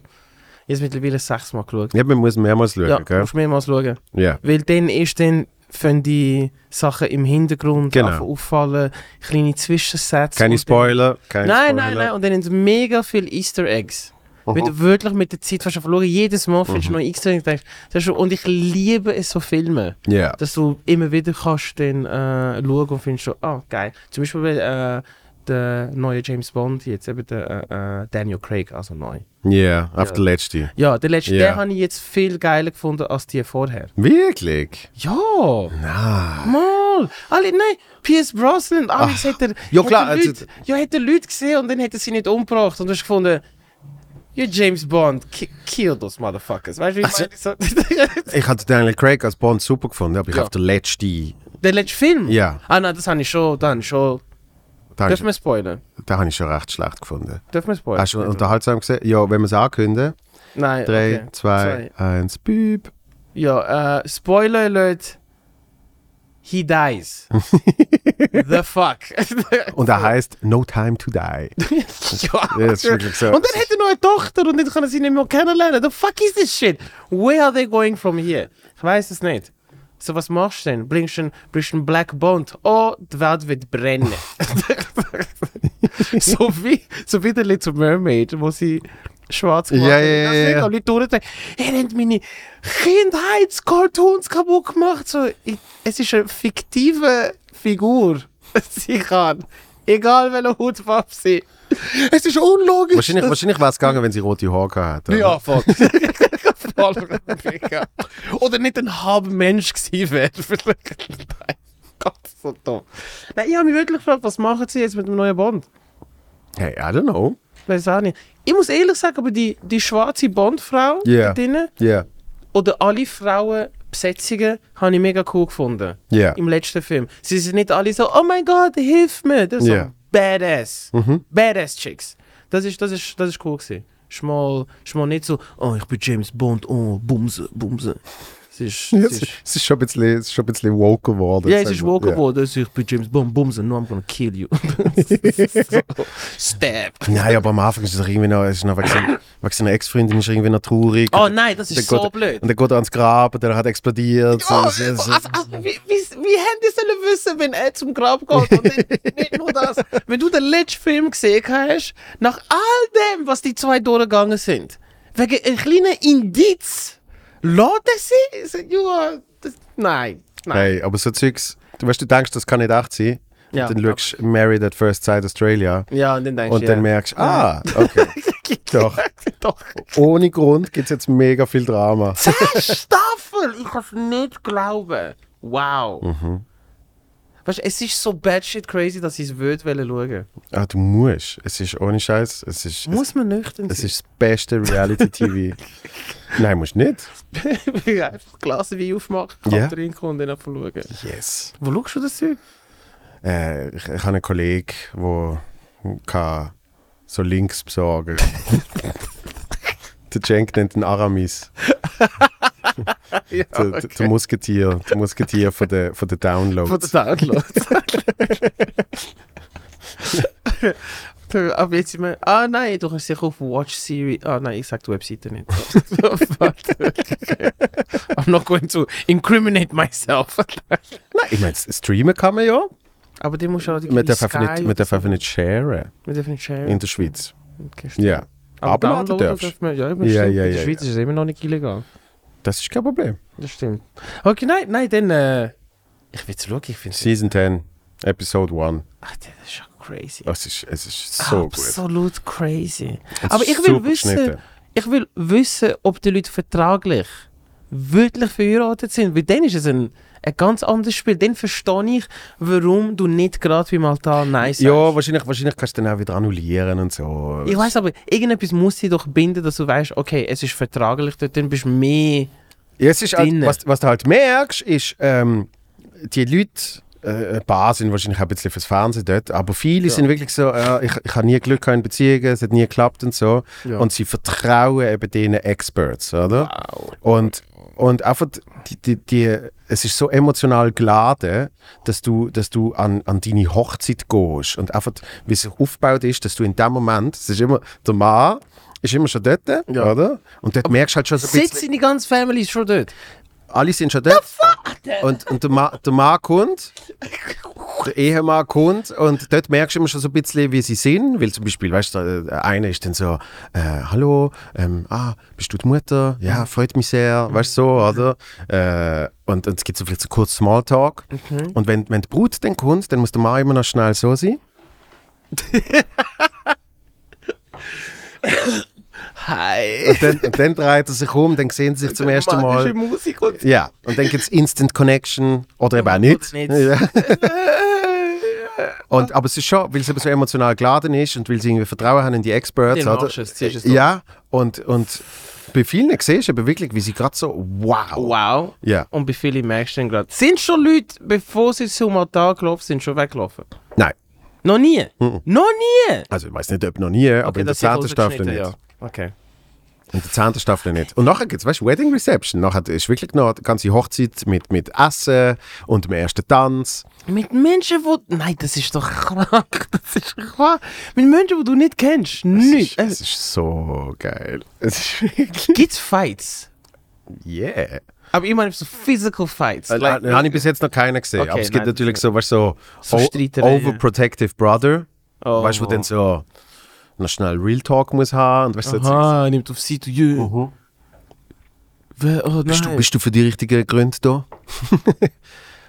jetzt mittlerweile sechsmal geschaut.
Ja, man muss mehrmals schauen,
Ja,
gell?
musst du mehrmals schauen.
Ja.
Weil dann ist dann, fangen die Sachen im Hintergrund
Genau.
anfangen auffallen, kleine Zwischensätze.
Keine
und dann-
Spoiler, keine
Nein,
Spoiler.
nein, nein. Und dann haben sie mega viele Easter Eggs. Wenn du wirklich mit der Zeit fast verloren jedes Mal findest
Mhm.
du noch Easter Eggs. Denkst, das ist schon, und ich liebe es so Filme.
Ja.
Dass du immer wieder kannst dann, äh, schauen und findest so, ah, geil. Zum Beispiel äh, der neue James Bond, jetzt eben der äh, äh, Daniel Craig, also neu.
Ja, auf der letzte.
Ja, der letzte,
Ja.
den habe ich jetzt viel geiler gefunden als die vorher.
Wirklich?
Ja! Mal! Alle, nein, Pierce Brosnan, Alex hat er,
Ja, klar,
hat er
also-
Leute, ja, hat er Leute gesehen und dann hat er sie nicht umgebracht und du hast gefunden, ja, James Bond, ki kill those motherfuckers. Weißt du, wie ich meine? *laughs* So,
Ich hatte Daniel Craig als Bond super gefunden, aber ich
Ja.
auf der letzte.
der letzte Film?
Ja. Ah,
Ah, nein, das habe ich schon, dann schon.
Da habe ich,
Dürfen wir spoilern?
da habe ich schon recht schlecht gefunden.
Dürfen wir spoilern?
Hast du unterhaltsam gesehen? Ja, wenn wir es ankündigen.
Nein.
3,
okay.
2, 1, büb.
Ja, äh, Spoiler, Leute. eh, he dies. The fuck.
*laughs*
*laughs*
Und er heißt No Time to Die. Ja,
ja.
das ist wirklich so.
Und dann hat er noch eine Tochter und dann kann er sie nicht mehr kennenlernen. The fuck is this shit? Where are they going from here? Ich weiß es nicht. So, was machst du denn? Bringst du einen, bringst du einen Black Bond? Oh, die Welt
*laughs*
wird brennen. so, wie, so wie der Little Mermaid, wo sie schwarz gemacht
Ja,
hat.
ja, ja,
Das
ja.
sind alle Leute durchgedacht. Er hat meine Kindheitscartoons kaputt gemacht. So, ich, es ist eine fiktive Figur. *laughs* Sie kann. Egal welche Hautfarbe sie. Es ist unlogisch.
Wahrscheinlich, wahrscheinlich wäre es gegangen, wenn sie rote Haare gehabt hätte.
Ja, voll. voll. mega. Oder nicht ein halber Mensch gewesen wäre. *laughs* Vielleicht. Nein, Gott, so dumm. Nein, ich habe mich wirklich gefragt, was machen sie jetzt mit dem neuen Bond?
Hey, I don't know.
Weiß auch nicht. Ich muss ehrlich sagen, aber die, die schwarze Bond-Frau
Ja.
da drinnen,
Yeah.
oder alle Frauenbesetzungen habe ich mega cool gefunden.
Ja.
Im letzten Film. Sie sind nicht alle so, oh mein Gott, hilf mir. Das sind
Ja.
so badass. Badass Chicks. Das ist, das ist, das ist cool gewesen. Schmal, schmal nicht so, oh, ich bin James Bond, oh, Bumse, Bumse. Es ist,
Ja,
es
Es,
ist,
es ist schon ein bisschen, es ist schon ein bisschen woke geworden.
ja, es
sagen
ist
wir.
woke
Ja.
geworden, also ich bin James Bond, Bumse, no, I'm gonna kill you. *laughs* so, stab.
Nein, aber am Anfang ist es doch irgendwie noch, es ist noch wegen, seiner- wegen seiner Ex-Freundin ist er irgendwie noch traurig.
Oh nein, das
Dann
ist
geht
so
er-
blöd.
Und dann geht er ans Grab und dann hat er explodiert.
Ja,
So, so, so.
also, also, wie, wie, wie hätten die sollen wissen, wenn er zum Grab geht?
*laughs*
Und nicht, nicht nur das. Wenn du den letzten Film gesehen hast, nach all dem, was die zwei durchgegangen sind, wegen einem kleinen Indiz, laden sie? sie you are, das, nein, nein.
Hey, aber so Zeugs, du weißt, du denkst, das kann nicht echt sein.
Ja,
und dann schaust du Married at First Sight Australia
Ja, und dann denkst
und
du,
dann
ja.
merkst ah,
*laughs*
okay. Doch.
Doch.
Ohne Grund gibt es jetzt mega viel Drama.
Zehn Staffel! Ich kann es nicht glauben. Wow.
Mhm.
Weißt du, es ist so bad shit crazy, dass ich es würde schauen.
Ah, du musst. Es ist ohne Scheiß. Es ist, es,
Muss man nüchtern sein?
es ist das beste Reality-TV. *laughs* Nein, musst nicht.
Wie *laughs* einfach Glas Wein aufmachen, Kaffee
Ja.
trinken und dann einfach schauen.
Yes.
Wo schaust du das Zeug?
Äh, ich, ich habe einen Kollegen, der kann so Links *laughs* besorgen Der Cenk nennt ihn *laughs* Aramis.
Ja,
Der, der- der Musketier. Der Musketier von der, von der Download.
Von der *laughs* Soundload. Aber jetzt sind wir. Ah nein, du kannst sicher auf Watch Series. Ah nein, ich sag die Webseite *laughs* nicht. Warte. I'm not going to incriminate myself.
Nein, ich meine, streamen kann man ja.
Aber die musst du auch die
Man darf
Sky
einfach nicht, man
oder
darf
so.
einfach nicht sharen
Wir dürfen nicht share.
in der Schweiz.
Okay, stimmt.
Ja.
Aber
Aber du
downloaden
darfst.
dürfen wir.
Ja, ja,
Ja, ja, ja, In
ja,
der Schweiz ist es immer noch nicht illegal.
Das ist kein Problem.
Das stimmt. Okay, nein, nein, dann. Äh, ich will schauen, ich finde es.
Season 10, Episode 1.
Ach, das ist schon crazy.
Es ist, es ist so gut.
Absolut crazy.
Es
Aber
ist
ich will
super
wissen,
geschnitten.
ich will wissen, ob die Leute vertraglich wirklich verheiratet sind. Weil dann ist es ein, ein ganz anderes Spiel. Dann verstehe ich, warum du nicht gerade beim Altar Nein sagst.
Ja, wahrscheinlich, wahrscheinlich kannst du dann auch wieder annullieren und so.
ich weiß aber, irgendetwas muss sie doch binden, dass du weißt, okay, es ist vertraglich, dort, dann bist du mehr.
Ja, es ist halt,
Drinnen.
was, was du halt merkst, ist, ähm, die Leute, äh, ein paar sind wahrscheinlich auch ein bisschen fürs Fernsehen dort, aber viele sind wirklich so, äh, ich, ich habe nie Glück gehabt in Beziehungen, es hat nie geklappt und so. Und sie vertrauen eben diesen Experts, oder? Und, und einfach, die, die, die, es ist so emotional geladen, dass du, dass du an, an deine Hochzeit gehst und einfach, wie es aufgebaut ist, dass du in dem Moment, es ist immer, der Mann ist immer schon dort, oder? Und dort merkst du halt schon so ein bisschen,
Sitzt in die ganze Family schon dort.
alle sind schon dort. Und, und der, Ma, der Mann kommt, der Ehemann kommt und dort merkst du immer schon so ein bisschen, wie sie sind. Weil zum Beispiel, weißt du, der eine ist dann so, äh, hallo, ähm, ah, bist du die Mutter? Ja, freut mich sehr, weißt du, so, oder? Äh, und, und es gibt so vielleicht so kurz Smalltalk. Und wenn, wenn die Brut dann kommt, dann muss der Mann immer noch schnell so sein.
Hi.
Und dann, und dann dreht er sich um, dann sehen sie sich zum ersten Mal.
Musik und
Ja, und dann gibt es Instant Connection oder eben auch nicht.
nicht.
Ja.
*laughs*
und, aber es ist schon, weil es eben so emotional geladen ist und weil sie irgendwie Vertrauen haben in die Experts.
Den
oder?
machst du es, ziehst es durch.
ja, und, und bei vielen siehst du eben wirklich, wie sie gerade so, wow.
Wow.
Ja.
Und bei vielen merkst du dann gerade. Sind schon Leute, bevor sie zum Altar gelaufen sind, schon weggelaufen?
Nein,
Noch nie? Noch nie?
also ich weiß nicht, ob noch nie, Mhm. aber in der
das ist
zweiten Staffel
rausgeschnitten,
nicht.
Ja. Okay.
In der 10. Staffel nicht. Und nachher gibt es, weißt du, Wedding Reception. Nachher ist wirklich noch die ganze Hochzeit mit, mit Essen und dem ersten Tanz.
Mit Menschen, wo. Nein, das ist doch krank. *laughs* Das ist krank. Mit Menschen, wo du nicht kennst. Nicht. Also,
Es ist, es ist so geil. Es ist wirklich.
Gibt's Fights?
Yeah.
Aber ich meine so physical Fights.
Also,
like-
habe ich bis jetzt noch keinen gesehen.
Okay,
aber es gibt
nein,
natürlich so, weißt du, so,
So
o-
Streitereien.
Overprotective Brother.
Oh.
Weißt du, wo dann so noch schnell Real Talk muss haben. Und weißt du, so-
Aha, er nimmt auf sie zu jö. Oh nein.
Mhm. bist, du, bist du für die richtigen Gründe da? *laughs* Und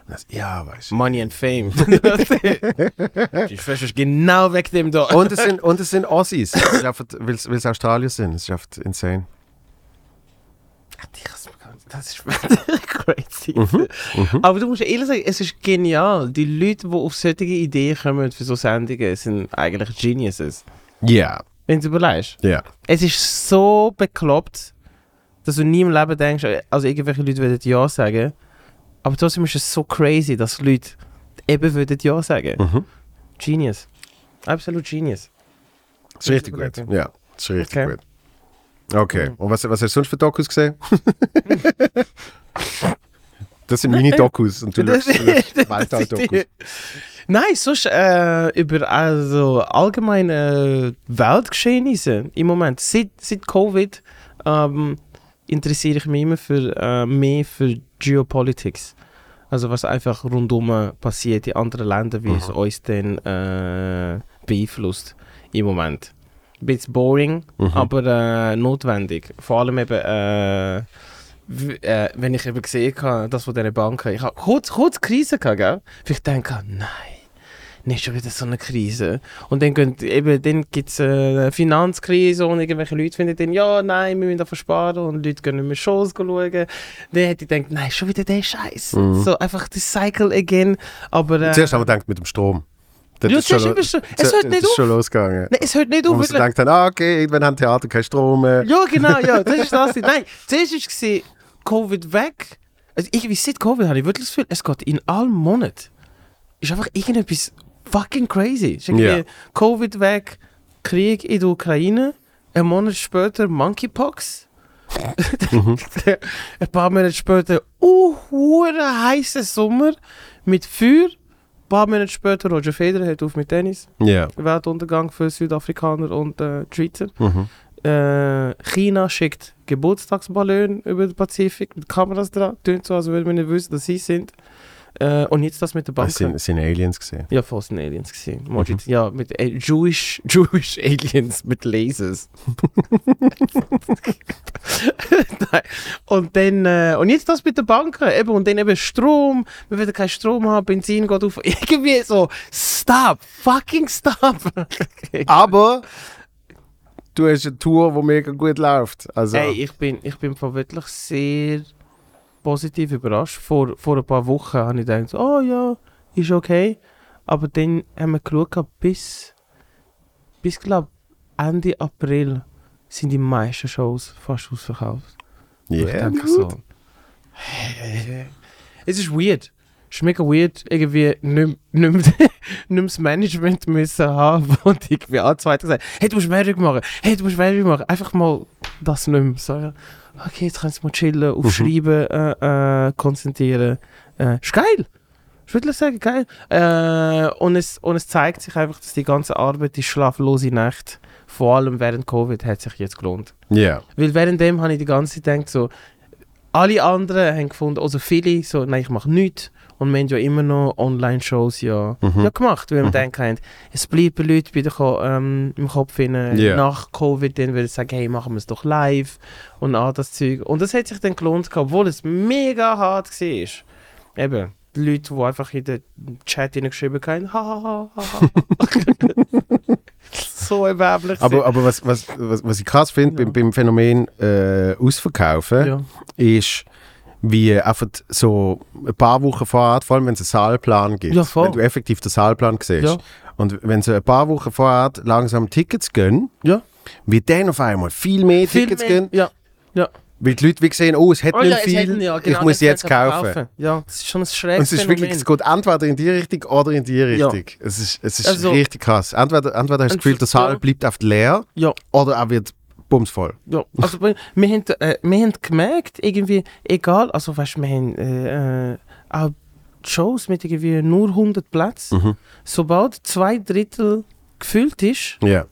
das- ja, weißt du.
Money and Fame. *laughs* die Fresh ist genau weg dem da.
Und es sind, und es sind Aussies, weil es Australier sind. Es ist einfach insane.
Das ist wirklich *laughs* crazy. Aber du musst ja ehrlich sagen, es ist genial. Die Leute, die auf solche Ideen kommen für so Sendungen, sind eigentlich Geniuses.
Ja,
Wenn du überlegst.
ja.
Es ist so bekloppt, dass du nie im Leben denkst, also irgendwelche Leute würden Ja sagen. Aber trotzdem ist es so crazy, dass Leute eben würden Ja sagen. Genius. Absolut genius.
Ist richtig
Muss ich
gut.
überlegen.
Ja, ist richtig
Okay. Mhm.
gut. Okay, und was, was hast du sonst für Dokus gesehen? *laughs* das sind Mini-Dokus und du
Das-
schaust du schaust Weltall-Dokus.
*laughs* Nein, sonst äh, über also allgemeine äh, Weltgeschehnisse im Moment. Seit, seit Covid ähm, interessiere ich mich immer für, äh, mehr für Geopolitics. Also was einfach rundum passiert in anderen Ländern, wie es uns dann äh, beeinflusst im Moment. Ein bisschen boring, aber äh, notwendig. Vor allem eben... Äh, w- äh, wenn ich eben gesehen habe, das von dieser Bank, ich habe kurz, kurz Krise gehabt, gell? Vielleicht denke ich, nein, nicht schon wieder so eine Krise. Und dann, gehen die- eben, dann gibt es eine Finanzkrise und irgendwelche Leute finden dann, ja, nein, wir müssen davon sparen und Leute gehen nicht mehr Shows schauen. Dann hätte ich gedacht, nein, schon wieder der Scheiß. So einfach das Cycle again. Aber äh,
Zuerst haben wir gedacht, mit dem Strom. Das
Ja,
ist schon
zuerst
lo-
ist schon- es
das-
hört
das
nicht
ist
auf. oh,
schon losgegangen.
nein, es hört nicht
Wo
auf.
wir so
wirklich.
gedacht haben, ah, okay, irgendwann haben Theater keinen Strom mehr.
Ja, genau, ja, das ist das. Nein, zuerst war Covid weg. Also irgendwie seit Covid habe ich wirklich das Gefühl, es geht in allen Monaten. Ist einfach irgendetwas fucking crazy. Ist irgendwie
Ja.
Covid weg, Krieg in der Ukraine, ein Monat später Monkeypox. *laughs* ein paar Monate später, uh, hure heißer Sommer mit Feuer. Ein paar Monate später, Roger Federer hört auf mit Tennis.
Ja.
Weltuntergang für Südafrikaner und äh, Schweizer.
Mhm.
Äh, China schickt Geburtstagsballon über den Pazifik mit Kameras dran. Tönt so, als würden wir nicht wissen, dass sie sind. Äh, und jetzt das mit der Bank.
Es sind, es sind Aliens gesehen.
Ja, voll sind Aliens gesehen. Ja, mit äh, Jewish, *laughs* Jewish Aliens mit Lasers. Nein. Und dann, äh, und jetzt das mit den Banken, eben, und dann eben Strom, wir werden keinen Strom haben, Benzin geht auf, *laughs* irgendwie so, stop, fucking stop.
Aber du hast eine Tour, die mega gut läuft. Also,
Ey, ich bin, ich bin von wirklich sehr positiv überrascht. Vor, vor ein paar Wochen habe ich gedacht, oh ja, ist okay. Aber dann haben wir geschaut, bis, bis glaube Ende April sind die meisten Shows fast ausverkauft. Und ich
yeah,
denke
gut.
so. Es ist weird. Es ist mega weird, irgendwie nicht, nicht, *laughs* nicht mehr das Management müssen haben *laughs* und irgendwie alle zwei Tage sagen, hey, du musst Werbung machen, hey, du musst Werbung machen. Einfach mal das nicht mehr. So, ja. Okay, jetzt kannst du mal chillen, aufschreiben, äh, äh, konzentrieren. Äh, ist geil. Ich würde sagen, geil. Äh, und, es, und es zeigt sich einfach, dass die ganze Arbeit, die schlaflose Nacht, vor allem während Covid, hat sich jetzt gelohnt.
Ja.
Weil währenddem habe ich die ganze Zeit gedacht, so, alle anderen haben gefunden, also viele, so, nein, ich mache nichts. Und wir haben ja immer noch Online-Shows ja,
Mhm.
ja gemacht, weil wir gedacht haben, es bleiben Leute bei der Ko ähm, im Kopf rein.
Ja.
Nach Covid dann würde ich sagen, hey, machen wir es doch live und all das Zeug. Und das hat sich dann gelohnt, gehabt, obwohl es mega hart war. Eben, die Leute, die einfach in den Chat hineingeschrieben haben, ha, ha, ha, ha, ha.
*laughs*
so erbärmlich.
Aber, aber was, was, was, was ich krass finde beim, beim Phänomen äh, Ausverkaufen,
Ja.
ist, wie einfach so ein paar Wochen vorher, vor allem wenn es einen Saalplan gibt,
Ja, voll.
wenn du effektiv den Saalplan siehst,
Ja.
und wenn sie ein paar Wochen vorher langsam Tickets gönnen,
ja,
wie dann auf einmal viel mehr
viel
Tickets
mehr-
gönnen,
Ja, ja.
weil die Leute wie sehen, oh, es hat
Oh
nicht
ja, es
viel,
hätten ja, genau,
ich muss
das
jetzt
hätten wir
kaufen.
Ja, das ist schon ein schräges
Und es ist wirklich,
Phänomen.
es geht entweder in die Richtung oder in die
Ja.
Richtung. Es ist, es ist
Also-
richtig krass. Entweder, entweder hast du das
Und
Gefühl, der
für-
Saal bleibt oft leer
Ja,
oder er wird bumsvoll.
Ja, also wir, wir, haben, äh, wir haben gemerkt, irgendwie, egal, also weißt du, wir haben äh, äh, auch Shows mit irgendwie nur 100 Plätzen. Sobald zwei Drittel gefüllt ist,
Ja,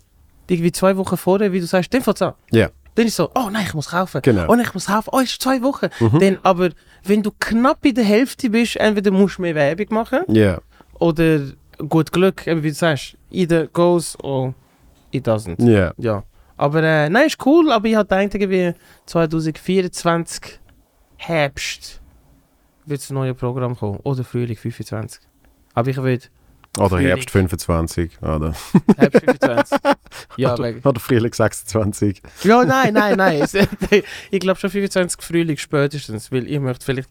irgendwie zwei Wochen vorher, wie du sagst, dann fängt an.
ja.
Dann ist so, oh nein, ich muss kaufen.
Genau.
Oh nein, ich muss kaufen. Oh, es ist zwei Wochen. Dann, aber wenn du knapp in der Hälfte bist, entweder musst du mehr Werbung machen
Ja,
oder gut Glück, eben wie du sagst, either goes or it doesn't.
ja.
Ja. Aber äh, nein, ist cool, aber ich habe gedacht, irgendwie 2024 Herbst wird ein neues Programm kommen. Oder Frühling 25. Aber ich will
Oder Herbst 25, oder?
Herbst 25. ja, wegen.
Oder Frühling 26.
Ja, nein, nein, nein. Es- *laughs* ich glaube schon 25 Frühling spätestens, weil ich möchte vielleicht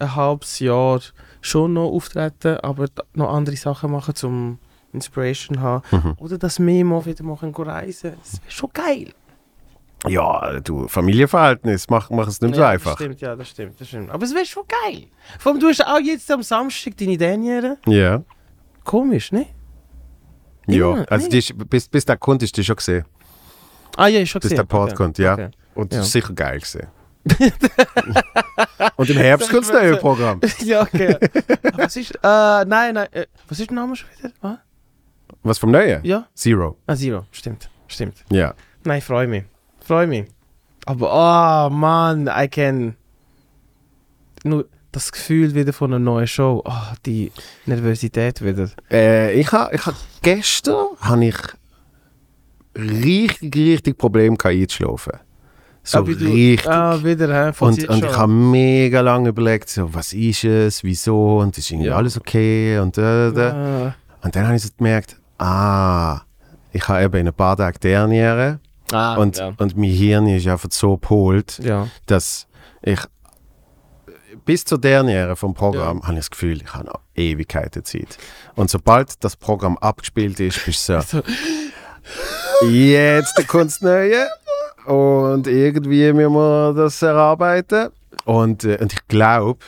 ein halbes Jahr schon noch auftreten, aber d- noch andere Sachen machen, zum Inspiration haben.
Mhm.
Oder dass wir mal wieder machen gehen reisen. Das wäre schon geil.
Ja, du, Familienverhältnis, mach, mach es nicht so
ja,
einfach.
Das stimmt, ja, das stimmt, das stimmt. Aber es wäre schon geil. Vor allem, du hast auch jetzt am Samstag deine Daniere.
Ja.
Komisch, ne?
Ja,
Ja,
also
nee.
die ist, bis, bis der Kunde ist, die schon gesehen.
Ah ja, ich schon
Bis
gesehen.
der Part
Okay.
kommt, ja.
Okay. *laughs*
Und das
Ja.
ist sicher geil
*laughs*
gesehen. Und im Herbst kommt das neue Programm.
ja, okay. was ist, äh, nein, nein, äh, was ist der Name schon wieder? Was?
Was vom Neuen?
Ja.
Zero.
Ah, Zero, stimmt, stimmt.
Ja.
Nein, ich freue mich. Freue mich. Aber oh Mann, I can. Nur das Gefühl wieder von einer neuen Show. Oh, die Nervosität wieder.
Äh, ich habe ich ha gestern habe ich richtig, richtig Probleme gehabt, einzuschlafen. So
Aber du-
richtig.
Ah, wieder, hä?
und, und ich habe mega lange überlegt, so, was ist es, wieso, und ist irgendwie
Ja.
alles okay, und da, da, da.
Ah,
Und dann habe ich so gemerkt, ah, ich habe eben in ein paar Tagen Derniere
ah,
und,
ja.
und mein Hirn ist einfach so gepolt,
ja.
dass ich bis zur Derniere vom Programm habe ich das Gefühl, ich habe noch Ewigkeiten Zeit. Und sobald das Programm abgespielt ist, bist du so,
Also
jetzt kommt das Neue und irgendwie müssen wir das erarbeiten. Und, äh, und ich glaube,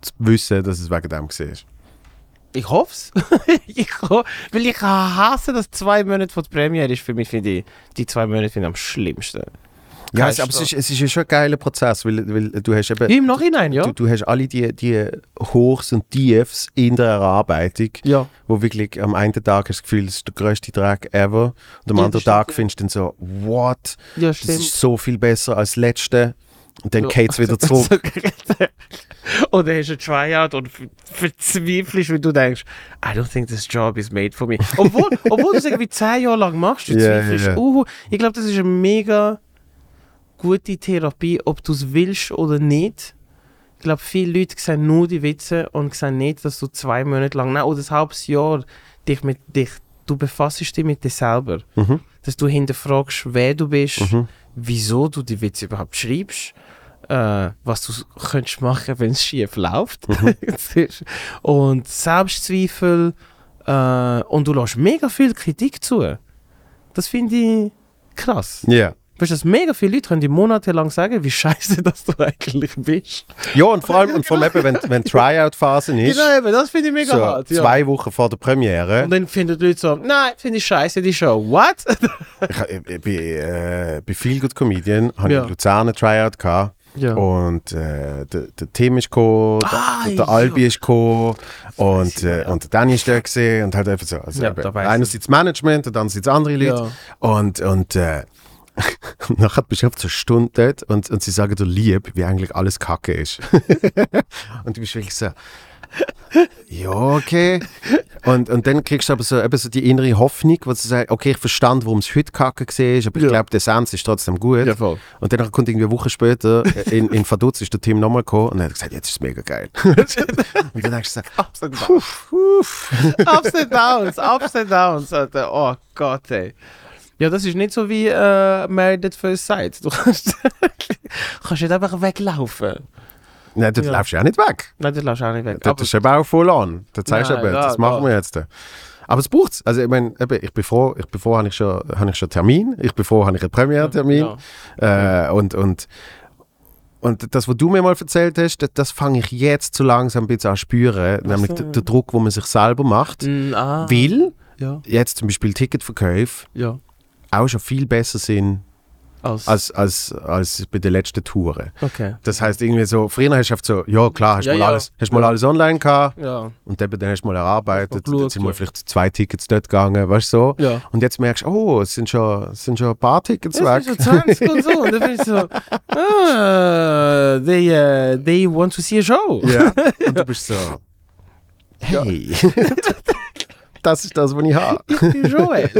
zu wissen, dass es wegen dem war.
Ich hoffe es. *laughs* ich ho weil ich hasse, dass zwei Monate vor der Premiere ist für mich, finde ich, die zwei Monate finde ich am schlimmsten.
Ja,
Kein
es, aber es
Stau.
ist, es ist ja schon ein geiler Prozess, weil, weil du hast eben,
Im Nachhinein, ja.
du, du hast alle die, die Hochs und Tiefs in der Erarbeitung,
Ja.
wo wirklich am einen Tag hast du das Gefühl, das ist der größte Dreck ever und am
Ja, das
anderen
stimmt,
Tag
ja.
findest du dann so, what,
Ja,
das
stimmt.
ist so viel besser als das letzte und dann
Ja.
geht es
*laughs*
wieder zurück.
oder hast du ein Tryout und ver- verzweifelst, weil du denkst, I don't think this job is made for me.
*laughs*
Obwohl, obwohl du es irgendwie zehn Jahre lang machst, du
Ja, ja,
zweifelst.
ja.
uhu. ich glaube, das ist eine mega gute Therapie, ob du es willst oder nicht. Ich glaube, viele Leute sehen nur die Witze und sehen nicht, dass du zwei Monate lang, nein, oder ein halbes Jahr dich mit dich, du befasst dich mit dir selber.
Mhm.
Dass du hinterfragst, wer du bist, wieso du die Witze überhaupt schreibst äh, was du s- könntest machen, wenn es schief läuft.
Mhm.
*laughs* Das ist- und Selbstzweifel äh, und du lässt mega viel Kritik zu. Das finde ich krass.
Ja.
Weißt du, dass mega viele Leute können die monatelang sagen, wie *laughs* scheiße dass du eigentlich bist.
ja, und vor allem, und vor allem eben, wenn,
*laughs*
wenn Tryout-Phase ist,
Genau, eben, das finde ich mega
so
hart. Ja.
zwei Wochen vor der Premiere,
Und dann finden die Leute so, nein, finde ich scheiße die Show. What?
Ich, ha- ich, ich, bin, äh, bei Feel Good Comedian hatte
Ja.
ich Luzerner Tryout gehabt.
Ja.
Und äh, der, der Tim ist gekommen, der-
Ah,
der,
ja.
der Albi ist gekommen und, äh, und der Danny ist da gewesen und halt einfach so. Also
Ja,
eben,
da weiss ich.
einerseits Management und andererseits andere Leute. Und, und äh, *laughs* nachher bist du einfach so eine Stunde dort und, und sie sagen dir lieb, wie eigentlich alles Kacke ist. *laughs* und du bist wirklich so, ja, okay. Und, und dann kriegst du aber so, eben so die innere Hoffnung, wo du sagst, okay, ich verstand, warum es heute kacke war, aber ich glaube, die Essenz ist trotzdem gut.
Ja, voll.
Und dann kommt irgendwie eine Woche später, äh, in, in Vaduz ist der Team nochmal gekommen und er hat gesagt, jetzt ist es mega geil. *laughs* und dann denkst du so,
Ups and downs. ups and downs, ups and downs, Alter. Oh Gott, ey. Ja, das ist nicht so wie äh, Married at First Sight. Du kannst, *laughs* kannst nicht einfach weglaufen.
nein, das
Ja.
läufst du ja nicht weg.
Nein, das läufst du auch nicht weg.
Das
Aber,
ist eben auch voll an. Das zeigst du
Nein,
eben,
da,
das machen
da.
wir jetzt. Aber es braucht es. Also ich meine, eben, ich bin froh, ich bin froh, habe ich schon, habe ich schon Termin, ich bin froh, habe ich einen Premiere-Termin. Äh, und, und, und das, was du mir mal erzählt hast, das, das fange ich jetzt so langsam ein bisschen an zu spüren, nämlich der, der Druck, wo man sich selber macht.
Mm, ah,
Weil
Ja,
jetzt zum Beispiel Ticketverkäufe
ja.
auch schon viel besser sind
Als,
als, als, als bei den letzten Touren.
okay.
Das heißt irgendwie so, früher hast du oft so, ja klar, hast du
Ja,
mal,
ja.
Alles, hast mal alles online gehabt
Ja.
und eben dann hast du mal erarbeitet,
Mal geschaut,
dann sind mal
ja.
vielleicht zwei Tickets dort gegangen, weißt du so.
Ja.
Und jetzt merkst du, oh, es sind schon, es sind schon ein paar Tickets
Das
weg. *laughs*
ist so 20 und so. Und dann bin ich so, ah, they, äh, they want to see a show. *laughs*
Ja. Und du bist so, hey, *laughs* das ist das, was ich habe. *laughs*
Joel.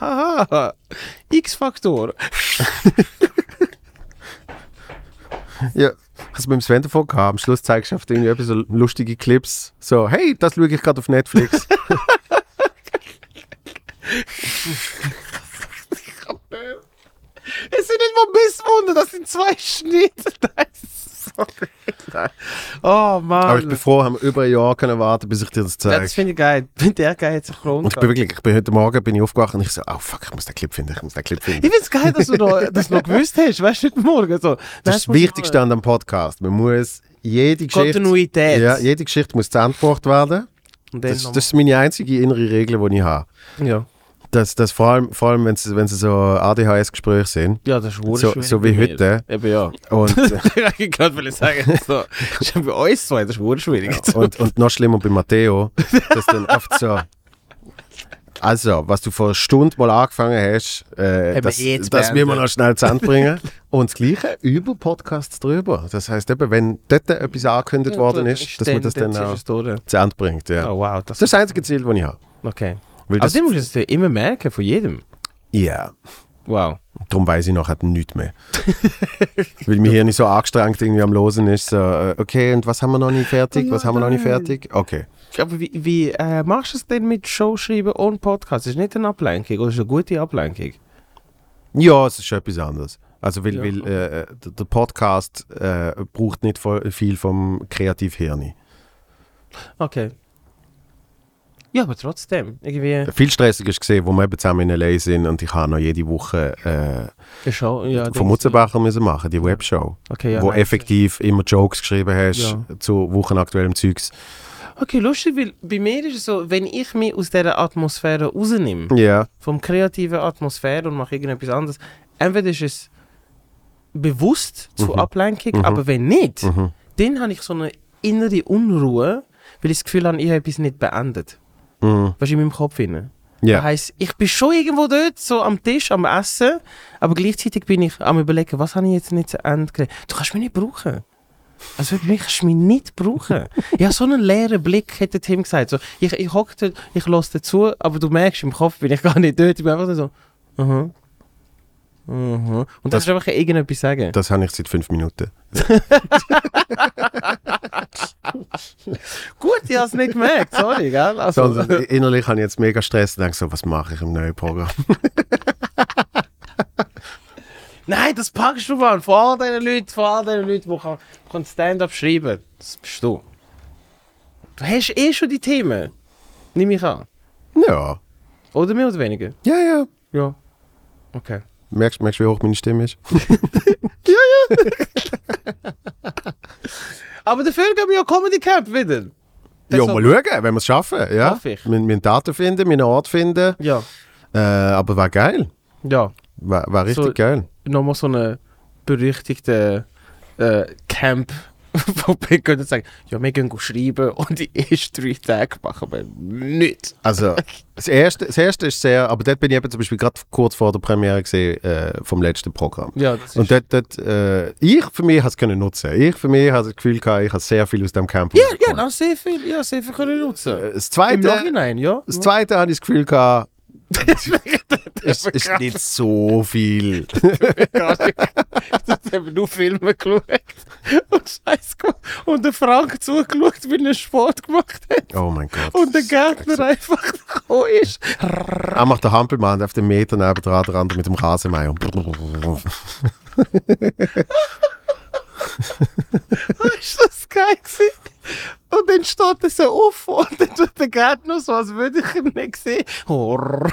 Haha. X-Faktor.
Ja, hast du mit dem Sven davon gehabt? Am Schluss zeigst du auf irgendwie etwas so lustige Clips. So, hey, das schaue ich gerade auf
*laughs*
Netflix.
Es sind nicht mal Misswunder, das sind zwei Schnitte. *laughs* Nein, sorry. Nein. Oh
Aber ich bin
Mann.
froh, haben wir über ein Jahr können warten, bis ich dir das
Ja, Das
zeige.
finde ich geil. *laughs* Der Geil hat sich
Und ich
runter.
bin wirklich, ich bin heute Morgen bin ich aufgewacht und ich so, oh fuck, ich muss den Clip finden, ich muss den Clip finden.
Ich finde es geil, dass
*laughs*
du noch, das noch gewusst hast. Weißt du, heute Morgen so.
Das ist das
muss ich
Wichtigste an dem Podcast. Man muss jede Geschichte...
Kontinuität.
Ja, jede Geschichte muss zu Ende gebracht werden.
machen. Und dann
Das,
noch
das ist meine einzige innere Regel, die ich habe.
mal- ja.
Das, das vor allem, vor allem wenn es wenn sie so ADHS-Gespräche sind.
ja, das
So-
ist wunderschön.
so wie heute.
Eben ja.
Und,
*laughs* ich gerade will
*laughs*
sagen, so, ist ja bei uns zwei, das ist wunderschwierig.
und, und noch schlimmer bei Matteo, dass dann oft so. Also, was du vor einer Stunde mal angefangen hast, äh,
wir
das,
jetzt
das müssen wir
beendet.
noch schnell zu Ende bringen. *laughs* Und das Gleiche über Podcasts drüber. Das heißt, eben, wenn dort etwas angekündigt worden ist, dass man das dann auch
auch.
zu Ende bringt. Ja.
Oh wow, das
Das ist das einzige Ziel, das ich habe.
Okay.
Weil
Aber
das,
den musst du es dir immer merken, von jedem.
ja,
Wow.
darum weiß ich nachher nichts
*laughs*
mehr. Weil mir hier nicht so angestrengt irgendwie am Losen ist. So, äh, okay, und was haben wir noch nicht fertig? Was haben wir noch nicht fertig? Okay.
Aber wie, wie äh, machst du es denn mit Show schreiben und Podcast? Ist nicht eine Ablenkung oder ist eine gute Ablenkung?
Ja, es ist schon etwas anderes. Also, weil,
Ja,
weil äh, äh, der der Podcast äh, braucht nicht voll, viel vom Kreativhirn.
Okay. Ja, aber trotzdem. Irgendwie.
Viel stressiger ist gesehen, wo wir eben zusammen in L.A. sind und ich habe noch jede Woche
Eine Show,
äh, vom
ja, denkst du-
Mutzenbacher müssen machen, die Webshow,
Okay, ja.
wo
nein.
effektiv immer Jokes geschrieben hast
Ja.
zu wochenaktuellem Zeugs.
Okay, lustig, weil bei mir ist es so, wenn ich mich aus dieser Atmosphäre rausnehme,
Ja,
vom kreativen Atmosphäre und mache irgendetwas anderes, entweder ist es bewusst zur
Mhm.
Ablenkung, aber wenn nicht, dann habe ich so eine innere Unruhe, weil ich das Gefühl habe, ich habe etwas nicht beendet.
Mhm.
Was in meinem Kopf finde. Das
ja.
heisst, ich bin schon irgendwo dort, so am Tisch, am Essen, aber gleichzeitig bin ich am überlegen, was habe ich jetzt nicht zu Ende gekriegt. Du kannst mich nicht brauchen. Also für mich kannst du mich nicht brauchen. ja, so einen leeren Blick hat der Tim gesagt. So, ich ich hocke dort, ich lasse dazu, aber du merkst, im Kopf bin ich gar nicht dort. Ich bin einfach nur so, mhm. Mhm. Und
Das-
das ist einfach irgendetwas sagen.
Das habe ich seit fünf Minuten.
Gut, ich habe es nicht gemerkt, sorry,
*laughs*
gell? Also,
Sondern innerlich habe ich jetzt mega Stress und denke so, was mache ich im neuen
*laughs*
Programm?
nein, das packst du, Mann. Vor all diesen Leuten, vor all diesen Leuten, die kann, kann Stand-up schreiben. Das bist du. Du hast eh schon die Themen. Nimm ich an.
ja,
Oder mehr oder weniger?
ja, ja.
Ja. Okay.
Merkst merkst du, wie hoch meine Stimme ist?
Aber dafür gehen wir ja Comedy Camp wieder.
Ja,
Das
mal schauen, wenn wir es schaffen. Ja.
Hoffe ich.
Wir wir müssen Daten finden, wir müssen einen Ort finden.
Ja.
Äh, aber war geil.
Ja.
War, war richtig
So-
geil.
Nochmal so eine berüchtigte äh, Camp, *laughs* wo wir können sagen, ja, wir gehen schreiben und die ersten drei Tage machen wir nichts.
Also,
*laughs*
das erste, das erste ist sehr, aber dort bin ich eben zum Beispiel gerade kurz vor der Premiere gesehen äh, vom letzten Programm.
Ja, das ist
Und dort, dort äh, ich für mich habe es können nutzen. Ich für mich habe das Gefühl gehabt, ich habe sehr viel aus dem Camp
Ja, ja,
rausgeholt.
noch sehr viel, ja, sehr viel können nutzen.
Das
Äh, Im
zweite,
Nachhinein, ja.
das zweite habe ich das Gefühl gehabt, es *laughs* ist nicht so viel.
Jetzt haben wir nur Filme geschaut und Scheiß gemacht. Und der Frank zugeschaut, wie er Sport gemacht hat.
Oh mein Gott.
Und der Gärtner einfach gekommen ist.
Er macht den Hampelmann auf dem Meter neben der anderen mit dem Rasenmeier.
Ist das geil gewesen? Und dann steht er so auf und dann tut der Gärtner so, als würde ich ihn nicht sehen. Horrrr.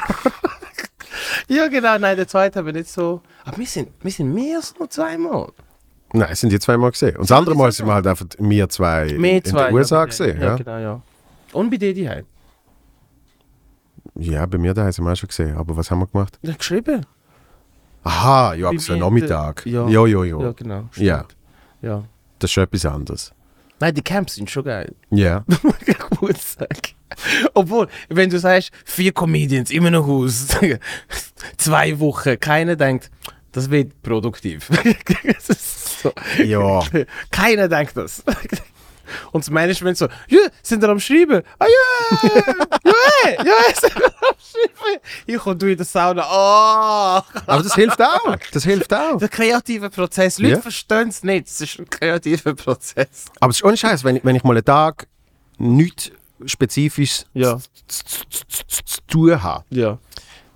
Ja, genau, nein, der zweite haben wir nicht so. Aber wir sind, wir sind mehr als nur zweimal.
*laughs* Nein, das sind die zweimal gesehen. Und das andere Mal sind wir halt einfach wir zwei
Mehr
in
zwei.
den USA
ja, genau.
gesehen.
Ja,
Ja.
genau, ja. Und bei dir die
Ja, bei mir da haben sie auch schon gesehen. Aber was haben wir gemacht?
Ja, geschrieben.
Aha, ja,
Bei
bis am
mir,
Nachmittag.
der-
Ja, ja,
ja.
ja. ja.
Ja, genau. stimmt.
Ja.
ja.
Das ist schon etwas anderes.
Nein, die Camps sind schon geil. *laughs*
Ja.
ich muss sagen. Obwohl, wenn du sagst, vier Comedians, immer noch Haus, *laughs* zwei Wochen, keiner denkt, das wird produktiv. *laughs* das ist so.
Ja.
Keiner denkt das. *laughs* Und das Management so, ja, sind wir am Schreiben? Ah ja, ja, ja, *laughs* sind wir am Schreiben? Ich komme du in der Sauna, oh,
Aber das hilft auch. Das hilft auch.
der kreative Prozess. Leute
Ja.
verstehen es nicht, es ist ein kreativer Prozess.
Aber es ist ohne Scheiß, wenn, ich- wenn ich mal einen Tag nichts Spezifisches
Ja.
zu- zu- zu zu- zu tun habe,
Ja.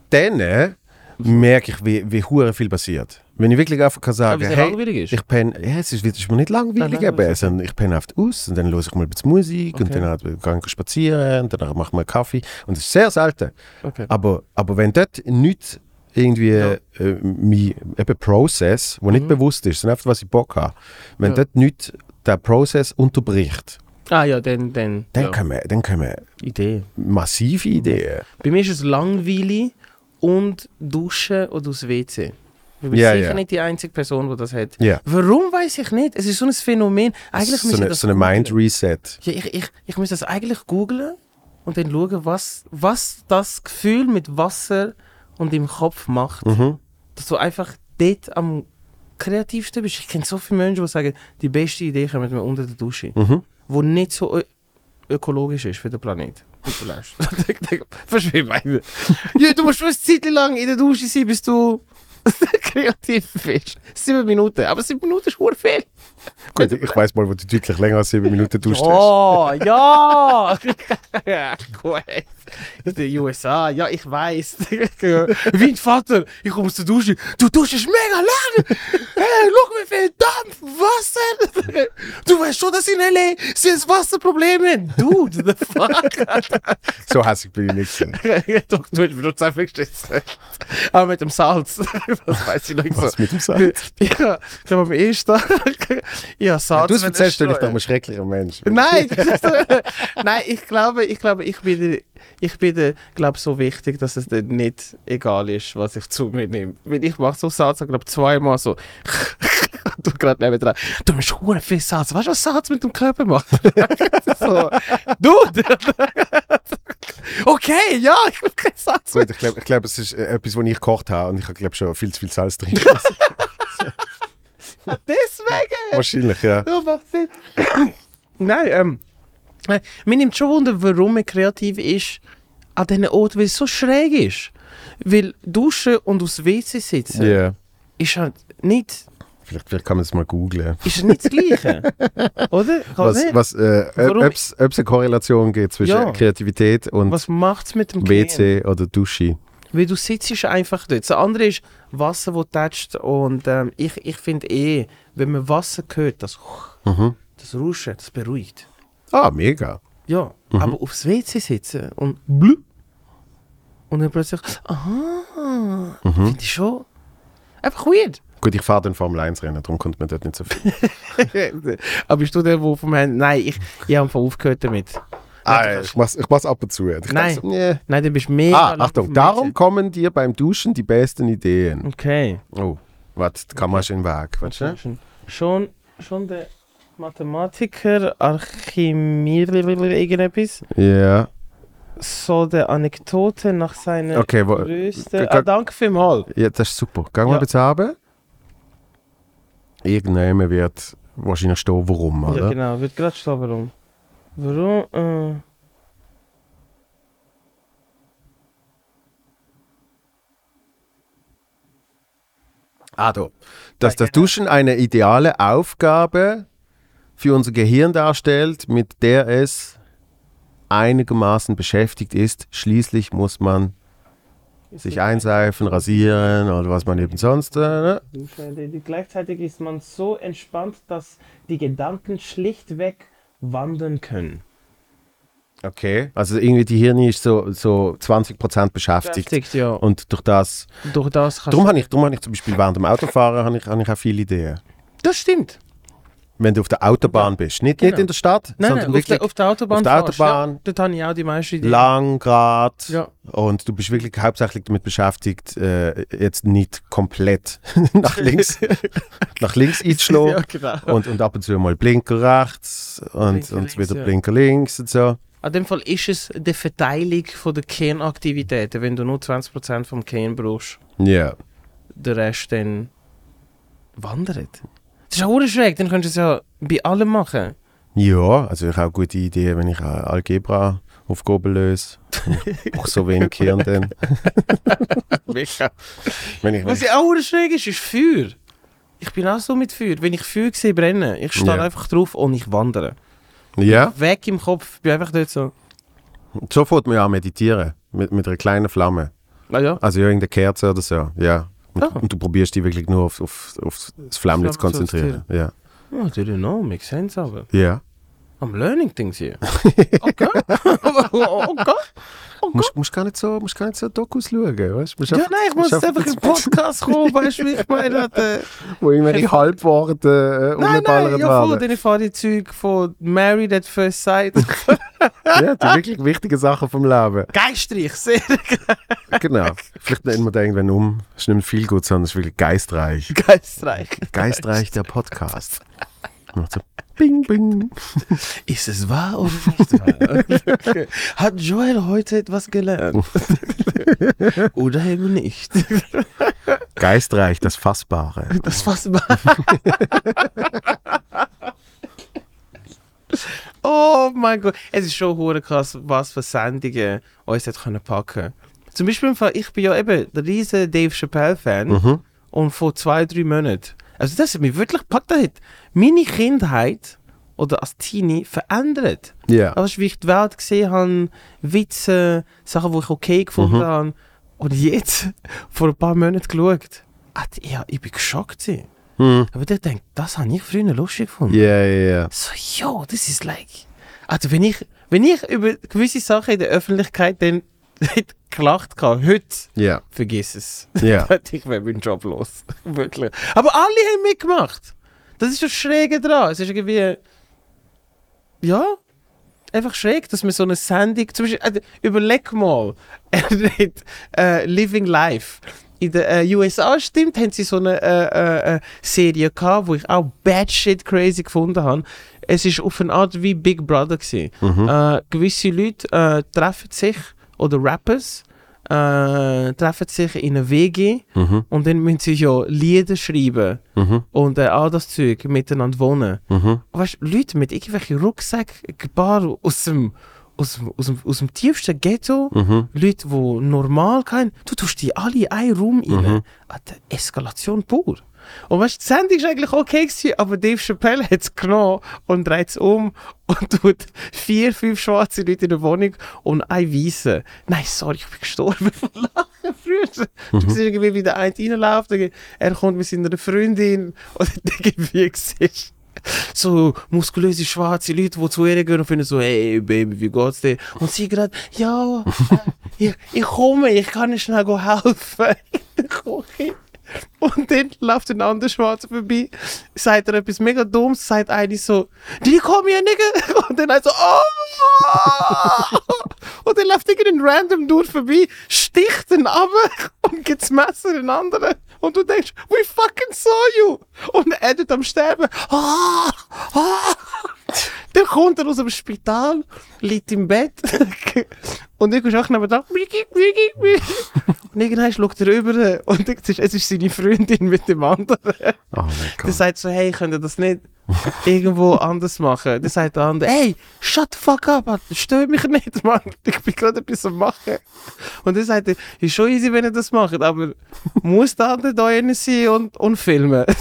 dann äh, merke ich, wie, wie hure viel passiert. Wenn ich wirklich einfach kann sagen,
Ja, weil es
hey,
langweilig ist.
ich penne, ja, es ist, es ist mir nicht langweilig,
Nein, nein,
eben, sondern ich penne oft aus und dann höre ich mal ein bisschen Musik und
Okay.
dann halt, gehe ich spazieren und danach mache ich mal einen Kaffee und das ist sehr selten.
Okay.
Aber, aber wenn dort nichts irgendwie äh, mein eben Prozess, wo
Mhm.
nicht bewusst ist, sondern einfach, was ich Bock habe, wenn dort nichts der Prozess unterbricht,
Ah ja, dann, dann,
dann,
ja.
kommen, dann kommen
Idee.
massive Ideen.
Bei mir ist es langweilig und duschen oder aus WC. Ich bin
Ja,
sicher
ja.
nicht die einzige Person, die das hat.
Ja.
Warum weiß ich nicht? Es ist so ein Phänomen. Eigentlich
so
müssen wir
eine,
das
so eine
googeln.
Mind Reset.
Ja, ich, ich, ich muss das eigentlich googlen und dann schauen, was, was das Gefühl mit Wasser und im Kopf macht. Dass du einfach dort am kreativsten bist. Ich kenne so viele Menschen, die sagen, die beste Idee kommt mir unter der Dusche. Wo nicht so ö- ökologisch ist für den Planet. Und du lernst. *laughs* Verstehe ich meine. Ja, du musst schon eine Zeit lang in der Dusche sein, bis du *laughs* kreativ bist. Sieben Minuten. Aber sieben Minuten ist hure viel.
Gut, ich weiß mal, wo du deutlich länger als sieben
*laughs*
Minuten duscht
Oh, *laughs* ja! ja, gut. In den USA, ja, ich weiß. *laughs* Wie ein Vater, ich komme aus der Dusche. Du duschst mega lang! Hey, schau, wie viel Dampf, Wasser! Du weißt schon, dass in L.A. sind es Wasserprobleme. Dude, the fuck?
So hässlich bin ich nicht. gewesen.
*laughs* Doch, du benutzt einfach geschissen. Aber mit dem Salz. Was weiß ich noch nicht so.
Was mit dem Salz?
Ja, ich glaube, am ersten. Ja, Salz.
Du hast erzählt, du bist doch
streuen.
ein schrecklicher Mensch.
Nein, *laughs* nein, ich glaube, ich glaube, ich bin, der- ich bin der, glaub, so wichtig, dass es dann nicht egal ist, was ich zu mir nehme. Weil ich mache so Salz, ich glaube zweimal so. *laughs* du gerade neben dran. Du musst hure viel Salz. Weißt du, was Salz mit dem Körper macht? *laughs* so, du. *laughs* okay, ja, ich will kein Salz.
Gut, ich glaube, ich glaub, es ist äh, etwas, was ich gekocht habe und ich habe glaub, schon viel zu viel Salz drin.
*laughs*
gelassen.
Deswegen.
Wahrscheinlich, ja.
Ja, macht Sinn. *coughs* Nein, ähm, äh, mir nimmt schon Wunder, warum er kreativ ist an diesen Orten, weil es so schräg ist. Weil duschen und aus WC sitzen
Ja.
ist halt nicht,
Vielleicht, vielleicht kann man das mal googlen.
ist nicht das Gleiche.
*laughs*
Oder? Kann
Was,
nicht?
was, äh,
Warum-
ob es eine Korrelation gibt zwischen
Ja.
Kreativität und
was macht es mit dem Gehirn?
WC oder Dusche.
Weil du sitzt einfach dort. Das andere ist Wasser, das tätscht. Und ähm, ich, ich finde eh, wenn man Wasser hört, das,
Mhm.
das Rauschen, das beruhigt.
Ah, mega.
Ja, aber aufs WC sitzen und blub. Und dann plötzlich, aha, finde ich schon einfach weird.
Gut, ich fahre den Formel 1 Rennen, darum kommt man dort nicht so viel.
*laughs* aber bist du der, der vom Herrn, nein, ich, ich habe aufgehört damit.
ah, ich mach's, ich mach's ab und zu. Ich
Nein.
dachte so, nee.
Nein, dann bist du mega
Ah,
lang auf
Achtung,
dem
darum
WC.
kommen dir beim Duschen die besten Ideen.
Okay.
Oh, warte, die Kamera ist im Weg. Warte. schnell.
Schon, schon, schon der Mathematiker Archimedes irgendetwas,
Ja.
so der Anekdote nach seiner
Okay, wo-
größten...
Ge- ge-
Ah, danke vielmals.
ja, das ist super. Gehen wir
Ja.
ein bisschen runter. Irgendjemand wird wahrscheinlich stehen, warum, oder?
Ja, genau, wird gerade stehen, warum. Warum? Äh,
Ah, da. Dass das
genau.
Duschen eine ideale Aufgabe für unser Gehirn darstellt, mit der es einigermaßen beschäftigt ist. Schließlich muss man sich einseifen, rasieren oder was man eben sonst. äh, Ne?
Gleichzeitig ist man so entspannt, dass die Gedanken schlichtweg wandern können.
Okay. Also irgendwie die Hirne ist so, so 20% beschäftigt.
ja. Und
Und durch das
durch das kannst
Darum habe ich, drum hab ich zum Beispiel während dem Autofahren hab ich, hab ich auch viele Ideen.
Das stimmt.
wenn du auf der Autobahn bist. Nicht, nicht
Genau.
in der Stadt,
Nein,
sondern
nein, auf,
wirklich
der, auf der Autobahn.
auf der
fahrst,
Autobahn.
Ja, dort habe ich auch die meisten. Die
lang, gerade.
Ja.
Und du bist wirklich hauptsächlich damit beschäftigt, äh, jetzt nicht komplett *laughs* nach
*laughs*
links, nach links einzuschlagen.
Ja, genau.
und, und ab und zu mal Blinker rechts und,
Blinker
und
links,
wieder
ja.
Blinker links und so.
An dem Fall ist es die Verteilung von der Kernaktivitäten. Wenn du nur 20% vom Kern brauchst,
Ja.
der Rest dann wandert. Das ist auch schräg, dann kannst du es ja bei allem machen.
Ja, also ich habe gute Ideen, wenn ich äh, Algebra Aufgaben löse. *laughs* Ich brauche so wenig Hirn dann.
Mega.
Wenn ich, wenn
Was
ich,
ja auch schräg ist, ist Feuer. Ich bin auch so mit Feuer. Wenn ich Feuer sehe brennen, ich stehe
Ja.
einfach drauf und ich wandere.
ja,
Weg im Kopf, bin einfach dort so.
sofort mir auch meditieren. Mit, mit einer kleinen Flamme.
Na Nou ja.
Also irgendeine Kerze oder so. Ja. Und,
Ah.
und du probierst dich wirklich nur auf, auf, auf das Flammlicht zu
Flamme zu
konzentrieren. Ja.
Oh, I didn't know, makes sense aber.
ja.
I'm learning things here. *laughs* Okay. okay.
Musst, musst, gar nicht so, musst gar nicht so Dokus schauen. Weißt? du? Musst
Oh Ja,
einfach-
nein, ich
musst
muss einfach im Podcast kommen, weißt du, wie ich meine? Äh,
*laughs* Wo irgendwelche Halbworte äh,
nein, nein,
umballert
ja voll,
werden.
dann fahre die Zeug von Married at First Sight.
Ja, die wirklich wichtigen Sachen vom Leben.
Geistreich, sehr. *laughs*
Genau. Vielleicht nennen wir den irgendwann um. Es ist nicht mehr viel gut, sondern es ist wirklich geistreich.
Geistreich.
Geistreich der Podcast. Macht so bing, bing.
Ist es wahr oder nicht wahr? Okay. Hat Joel heute etwas gelernt? oder eben nicht?
Geistreich, das Fassbare.
Das war's mal. *laughs* oh mein Gott. Es ist schon hure krass, was für Sendungen uns hat können packen Zum Beispiel, im Fall, ich bin ja eben der riesen Dave Chappelle-Fan. Und vor zwei, drei Monaten. Also das hat mich wirklich gepackt. Das hat meine Kindheit oder als Teenie verändert.
Ja.
Aber Also, wie ich die Welt gesehen habe, Witze, Sachen, die ich okay
Mhm.
gefunden habe. Und jetzt, *laughs* vor ein paar Monaten geschaut, hat- ja, ich bin geschockt. gewesen. Aber ich denke, das habe ich früher lustig gefunden.
Mhm. Ja, ja, ja.
So, ja, das ist like. Also, wenn ich, wenn ich über gewisse Sachen in der Öffentlichkeit dann *laughs* hätte gelacht habe, heute,
Ja.
vergiss es.
Ja.
*laughs* Dann hätte ich wäre meinen Job los. *laughs* Wirklich. Aber alle haben mitgemacht. Das ist das Schräge dran. Es ist irgendwie. Ja. Einfach schräg, dass man so eine Sendung. Zum Beispiel, äh, überleg mal, *laughs* er redet, äh, Living Life. In den äh, USA stimmt, haben sie so eine äh, äh, äh, Serie gehabt, wo ich auch bad shit crazy gefunden habe. Es ist auf eine Art wie Big Brother gewesen. Äh, gewisse Leute äh, treffen sich oder Rappers äh, treffen sich in einer WG und dann müssen sie ja Lieder schreiben und äh, all das Zeug miteinander wohnen. Weißt du, Leute mit irgendwelchen Rucksäcken, Gebar aus dem, aus, dem- aus, dem, aus dem tiefsten Ghetto, Leute, die normal kein, du tust die alle in einen Raum rein. Alter, Eskalation pur. Und weißt du, die Sendung war eigentlich okay, gewesen, aber Dave Chappelle hat es genommen und dreht es um und *laughs* tut vier, fünf schwarze Leute in der Wohnung und ein Weiße. Nein, sorry, ich bin gestorben von Lachen früher. Du siehst irgendwie, wie der eine reinläuft, dann- er kommt mit seiner Freundin und dann *laughs* irgendwie siehst so muskulöse schwarze Leute, die zu ihr gehen und finden so, hey Baby, wie geht's dir? Und sie gerade, ja, äh, ich, ich komme, ich kann nicht schnell go helfen. *laughs* Dann komm ich. Und dann läuft ein anderer Schwarzer vorbei, sagt er etwas mega Dummes, sagt eine so, die kommen hier, Nigga. *laughs* Und dann halt so, oh! Und dann läuft irgendein random Dude vorbei, sticht den ab *laughs* und gibt das Messer den anderen. Und du denkst, we fucking saw you! Und er tut am Sterben, ah! Ah! Dann kommt er aus dem Spital, liegt im Bett. *laughs* Und ich schaue neben da, Miki, Miki, Miki. Und irgendwann schaut er rüber und denkt, es ist seine Freundin mit dem anderen.
Oh mein
Der
Gott.
sagt so, hey, könnt ihr das nicht irgendwo anders machen? Dann sagt der andere, hey, shut the fuck up, Mann. stör mich nicht, *laughs* Mann. Ich bin gerade etwas am machen. Und dann sagt er, ist schon easy, wenn ihr das macht, aber muss der andere da drinnen sein und, und filmen? *laughs*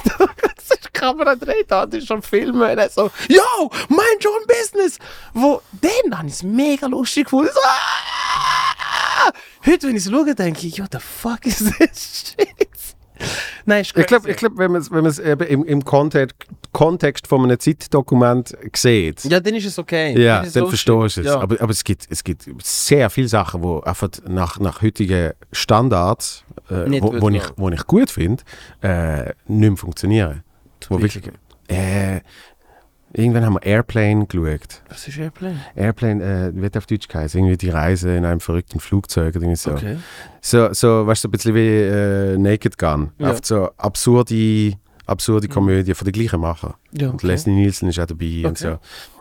Das ist die Kamera dreht, der andere ist am Filmen. Und er so, yo, mind your own business. Wo, dann habe ich es mega lustig gefunden. So, "Ah!" Heute, wenn ich es schaue, denke ich, yo, the fuck is this *laughs* shit? Nein, ist
Ich glaube,
crazy.
ich glaub, wenn man es wenn man's eben im, im Kontext, Kontext von einem Zeitdokument sieht,
Ja, dann ist es okay.
Ja,
ist es
dann
lustig.
verstehst du es.
Ja.
Aber, aber es, gibt, es gibt sehr viele Sachen, wo einfach nach, nach heutigen Standards, äh,
Nicht
wo, wo,
wirklich.
ich, wo ich gut finde, äh, nicht mehr funktionieren. Wo wirklich, äh, Irgendwann haben wir Airplane geschaut.
Was ist eh Airplane?
Airplane äh, wird auf Deutsch geheißen. Irgendwie die Reise in einem verrückten Flugzeug. Oder irgendwie so.
Okay.
So, so, weißt du, so ein bisschen wie äh, Naked Gun.
Ja. Mhm.
Oft so absurde, absurde Komödie von den gleichen Macher.
Ja,
Und
okay.
Leslie Nielsen ist auch dabei und
Okay.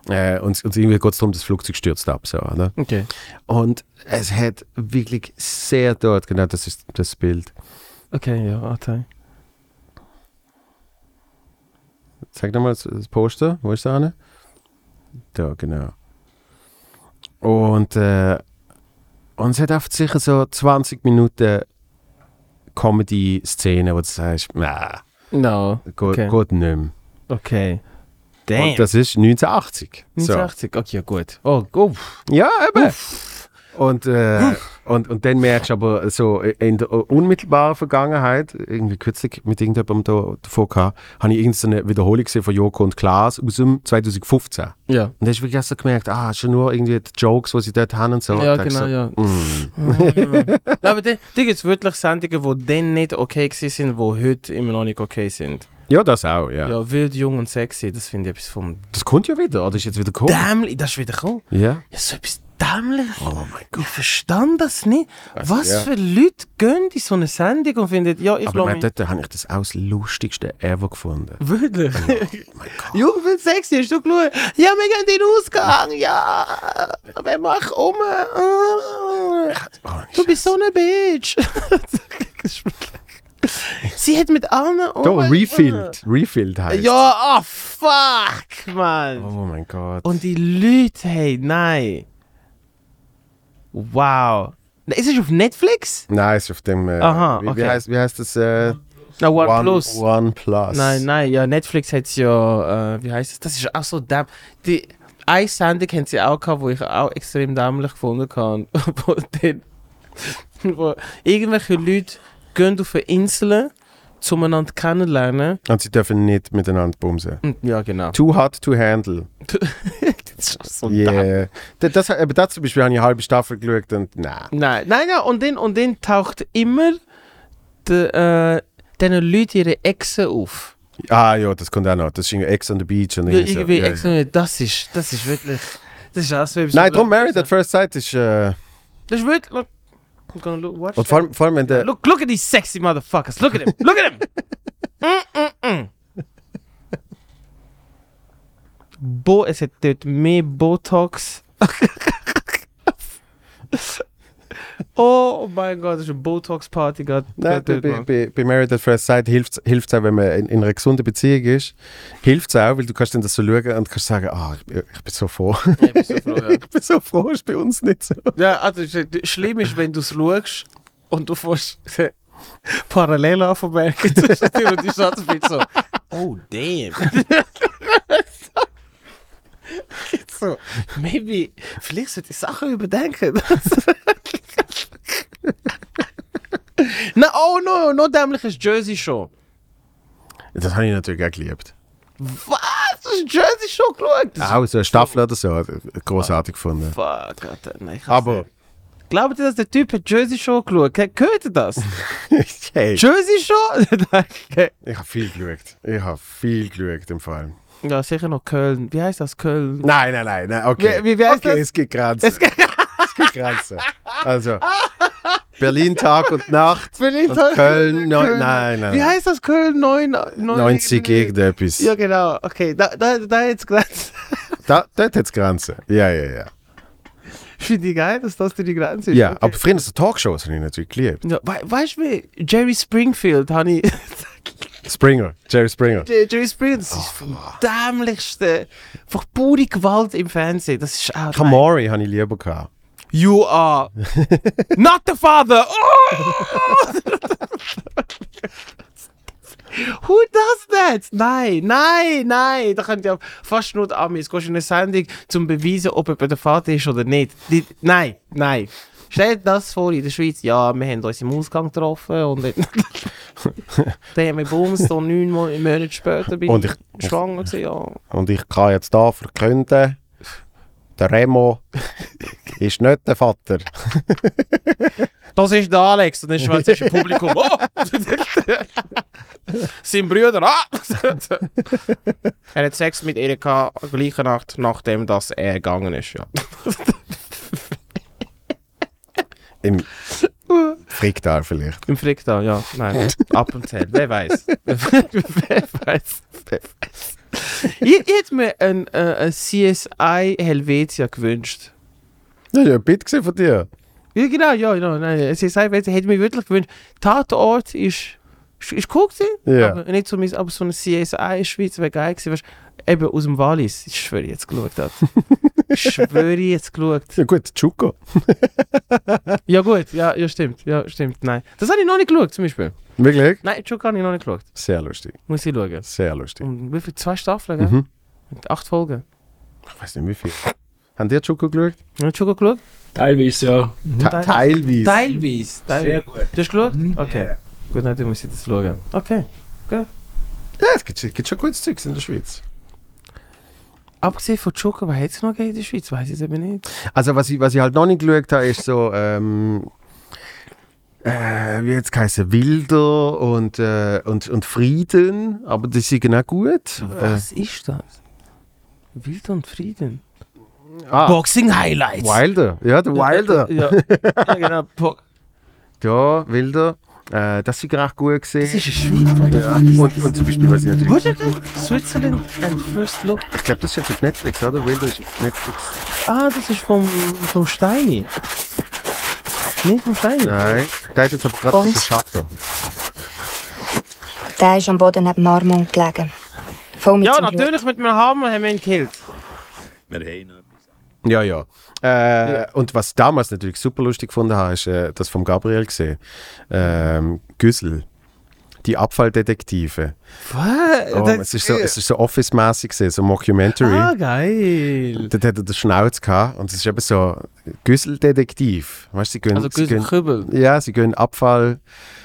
so. Äh, und, und irgendwie geht es darum, das Flugzeug stürzt ab. So, oder?
Okay.
Und es hat wirklich sehr dort, genau das ist das Bild.
Okay, ja, Anteil.
Zeig nochmal das, das Poster, wo ist da eine? Da, genau. Und, äh, und es hat oft sicher so 20 Minuten Comedy-Szenen, wo du sagst, na,
No.
geht,
Okay.
geht nicht mehr.
Okay.
Und das ist 1980. So.
1980, okay, ja gut. Oh, gut.
Ja, eben. Und, äh, und, und dann merkst du aber so in der unmittelbaren Vergangenheit, irgendwie kürzlich mit irgendjemandem da davor gehabt, habe ich irgendeine so eine Wiederholung gesehen von Joko und Klaas aus dem 2015.
Ja.
Und da hast du wirklich erst so gemerkt, ah, schon nur irgendwie die Jokes, die sie dort haben und so.
Ja,
Und denkst
genau,
so, Mm.
ja. *laughs* Ja, aber dann da gibt es wirklich Sendungen, die dann nicht okay waren, die heute immer noch nicht okay sind.
ja, das auch, ja.
Ja, wild, jung und sexy, das finde ich etwas vom
Das kommt ja wieder, oder ist jetzt wieder cool?
Dämlich. Das ist wieder cool.
Ja.
Ja, so etwas dämlich.
Oh mein Gott. Also,
Ich verstand das nicht. Was
ja.
für Leute gehen in so eine Sendung und finden, ja,
Aber
ich
ich
glaube
meine, dort habe ich das auch das Lustigste ever gefunden. Oh
Wirklich? Jung und sexy, hast du geschaut? Ja, wir gehen in den Ausgang, ja. Wer macht um?
Oh,
Du bist so eine Bitch. *laughs* Sie hat mit allen
Da,
um-
refilled. Refilled heißt.
Ja, oh, fuck, Mann.
Oh mein Gott.
Und die Leute, hey, nein. Wow. Na, Ist es auf Netflix?
Nein, ist auf dem. Äh,
Aha,
wie, wie,
okay.
heißt, wie heißt das? Äh,
Na, OnePlus.
One, Plus.
Nein, nein, ja, Netflix hat ja, äh, wie heißt es? Das ist auch so dämlich. Die eine Sendung haben sie auch gehabt, wo ich auch extrem dämlich gefunden habe. *laughs* wo, dann, wo irgendwelche Leute gehen auf eine Insel, um einander kennenlernen.
Und sie dürfen nicht miteinander bumsen.
Und, ja, genau.
Too hot to handle.
Das ist auch so dämlich.
Yeah. Das, das, aber das zum Beispiel habe ich eine halbe Staffel geschaut und nein.
Nein, nein, nein, und dann, und dann taucht immer de, äh, diesen Leuten ihre Echse auf.
Ah ja, das kommt auch noch. Das ist irgendwie Ex on the Beach und
Ja,
irgendwie so.
irgendwie
Ja,
Echse, das ist, das ist wirklich, das ist auch so
ja. Nein, drum Married at First Sight ist. Äh,
Das ist wirklich, look, I'm gonna look, watch
und vor allem, vor allem wenn der.
Look, look at these sexy motherfuckers. Look at him. Look at him. *laughs* Mm-mm-mm. Bo, es hat dort mehr Botox. *laughs* oh mein Gott, das ist eine Botox-Party gerade.
Nein, bei,
gerade dort,
bei,
Mann.
bei- bei Married at First Sight hilft es auch, wenn man in, in einer gesunden Beziehung ist. Hilft es auch, weil du kannst dann das so schauen und kannst sagen, ah, ich, bin- ich bin so froh.
Ja, ich bin so froh, ja.
*laughs* ich bin so froh, ist bei uns nicht so.
ja, also sch- schlimm ist, wenn du es schaust und du fährst äh, parallel *laughs* anvermerken zwischen dir und die Schatzbild so. Oh, damn. *laughs* so, maybe, vielleicht sollte ich Sachen überdenken. *laughs* Na, oh no, noch dämliches Jersey Show.
Das habe ich natürlich auch geliebt.
Was? Das ist Jersey Show geschaut? Das Ah.
Auch so eine Staffel oder so, hat er großartig gefunden.
Fuck, Alter. Nein, ich hab's-
Aber,
Glaubt ihr, dass der Typ hat Jersey Show geschaut? Hört ihr das?
*laughs* hey,
Jersey Show? *laughs* Nein, okay.
ich habe viel geschaut. Ich habe viel geschaut im Fall.
Ja, sicher noch Köln. Wie heißt das Köln?
Nein, nein, nein, nein okay.
Wie- wie- wie heißt
okay,
das?
es gibt Grenzen. Es gibt Grenzen. Also, Berlin Tag und Nacht.
Berlin
Und Köln, neun- nein, nein.
Wie heißt das Köln? 9, 9,
90 irgendetwas.
Ja, genau. Okay, da, da, da jetzt Grenze.
Da, dort hat es Grenzen. Ja, ja, ja.
*laughs* Finde ich geil, dass das die Grenze ist.
Ja,
okay.
aber früher so Talkshows habe ich natürlich geliebt.
Ja, we weißt du, wie Jerry Springfield, Honey? *laughs*
Springer, Jerry Springer.
Jerry Springfield, das ist
Oh,
vom dämlichsten, von pure Gewalt im Fernsehen. Das ist auch.
Kamori habe ich lieber gehabt.
You *laughs* are not the father. Oh! Who does that? Nein, nein, nein. Da könnt ihr fast nur die Amis. Gehst in eine Sendung, um beweisen, ob jemand der Vater ist oder nicht. Die, nein, nein. Stell dir das vor, in der Schweiz, ja, wir haben uns im Ausgang getroffen und *laughs* dann dann haben wir Bums, so neun Mon- Monate später bin
Und
ich
ich-
schwanger gewesen, ja.
Und ich kann jetzt da verkünden, *laughs* der Remo ist nicht der Vater.
das ist der Alex. Und dann schwätzt das *laughs* Publikum, oh! Sein Bruder, ah! *laughs* er hat Sex mit ihr gehabt, gleiche Nacht, nachdem dass er gegangen ist, ja. *laughs*
Im Fricktal vielleicht.
Im Fricktal, ja. Nein, *laughs* ab und zu. Wer weiß? *laughs* Wer weiß? Wer weiß? Ich, ich hätte mir ein, äh, ein CSI Helvetia gewünscht.
Das ist ja ein Bit gesehen von dir.
Ja, genau, ja, genau. Nein, ein CSI Helvetia hätte ich mir wirklich gewünscht. Tatort ist, ist, ist cool gewesen,
Ja.
aber nicht so mein, aber so ein CSI in Schweiz wäre geil gewesen. Weißt, du, eben aus dem Wallis. Ich schwöre, ich jetzt geschaut. hat. Ich schwöre, ich jetzt geschaut.
Ja gut, Chuko.
Ja, gut, ja, ja, stimmt. Ja, stimmt. Nein. Das habe ich noch nicht geschaut, zum Beispiel.
Wirklich?
Nein, schon gar nicht noch nicht geschaut.
Sehr lustig.
Muss ich schauen.
Sehr lustig.
Und wie viel? Zwei Staffeln, gell? Mit acht Folgen.
Ich weiß nicht wie viel. Haben die Chuko geschaut?
Hast du schon geschaut?
Teilweise, ja.
Te- Teilweise.
Teilweise.
Sehr
Teilweise.
gut. Mhm.
Du hast geschaut? Okay. Gut, nein, du musst jetzt schauen. Okay.
ja, es gibt, es gibt schon gutes Zeugs in der Schweiz.
Abgesehen von Joker, was hat es noch gegeben in der Schweiz? Weiß ich jetzt eben nicht.
Also was ich, was ich halt noch nicht geschaut habe, ist so, ähm, äh, wie jetzt heißen Wilder und, äh, und, und Frieden, aber die sind auch gut. Äh,
Was ist das? Wild und Frieden.
ah,
Boxing Highlights.
Wilder, ja, der Wilder.
Ja, ja genau. Bo
Ja, Wilder. Äh, das sind recht gut
das ist
gesehen.
ein Schweizer.
Und, und zum Beispiel, was ich natürlich.
Wurde das? Switzerland and First Look.
Ich glaube, das ist jetzt auf Netflix, oder? Wilder ist auf Netflix.
Ah, das ist vom, vom Steini. Nicht vom Steini.
Nein, der hat jetzt aber gerade
Und?
einen Schatten.
Der ist am Boden neben dem Armand gelegen. Voll mit
Ja,
seinem Blut.
natürlich mit einem Hammer haben wir ihn gekillt.
Ja, ja. Äh, Und was ich damals natürlich super lustig gefunden habe, ist äh, das vom Gabriel gesehen. Ähm, Güssel. Die Abfalldetektive.
Was?
Oh, es ist so, es ist so office-mäßig, gesehen, so Mockumentary.
ah, geil.
Dort hat er den Schnauz gehabt und es ist eben so Güsseldetektiv. Weißt du, sie gehen,
Also
sie
Güssel
gehen,
Kübel,
ja, sie gehen Abfall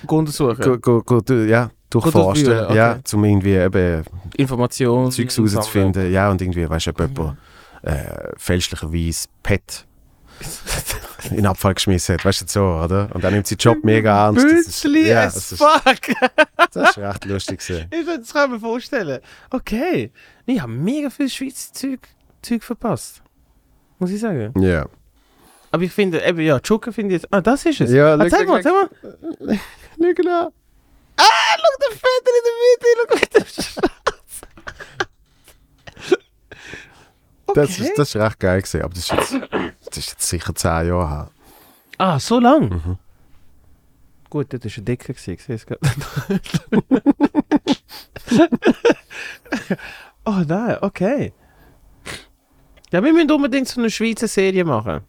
untersuchen,
go, go, go, du- ja, durchforsten,
durchwühlen, okay.
ja, um irgendwie eben
Informationen
Zeugs
sammeln.
rauszufinden. Ja, und irgendwie, weißt du, ob jemand äh, fälschlicherweise Pet in den Abfall geschmissen hat. Weißt du, so, oder? Und dann nimmt sie den Job mega ernst. Das ist-
Bünzli
ja,
as
das ist,
fuck.
das ist recht lustig. gewesen.
Ich- Das kann ich mir vorstellen. Okay. Nee, Ich habe mega viel Schweizer Zeug, Zeug verpasst. Muss ich sagen.
Ja.
Aber ich finde, eben, ja, Joker finde ich jetzt. Ah, das ist es.
Ja,
ah,
look,
zeig
look, look.
mal, zeig mal.
Ja, genau.
Ah, schau der Väter in der Mitte, schau mit dem
Das, ist, das ist recht geil gewesen, aber das ist jetzt, das ist jetzt sicher 10 Jahre her.
Ah, so lang?
Mhm.
Gut, das war ein dicker, gewesen, ich sehe es gerade. *laughs* oh nein, okay. Ja, wir müssen unbedingt so eine Schweizer Serie machen.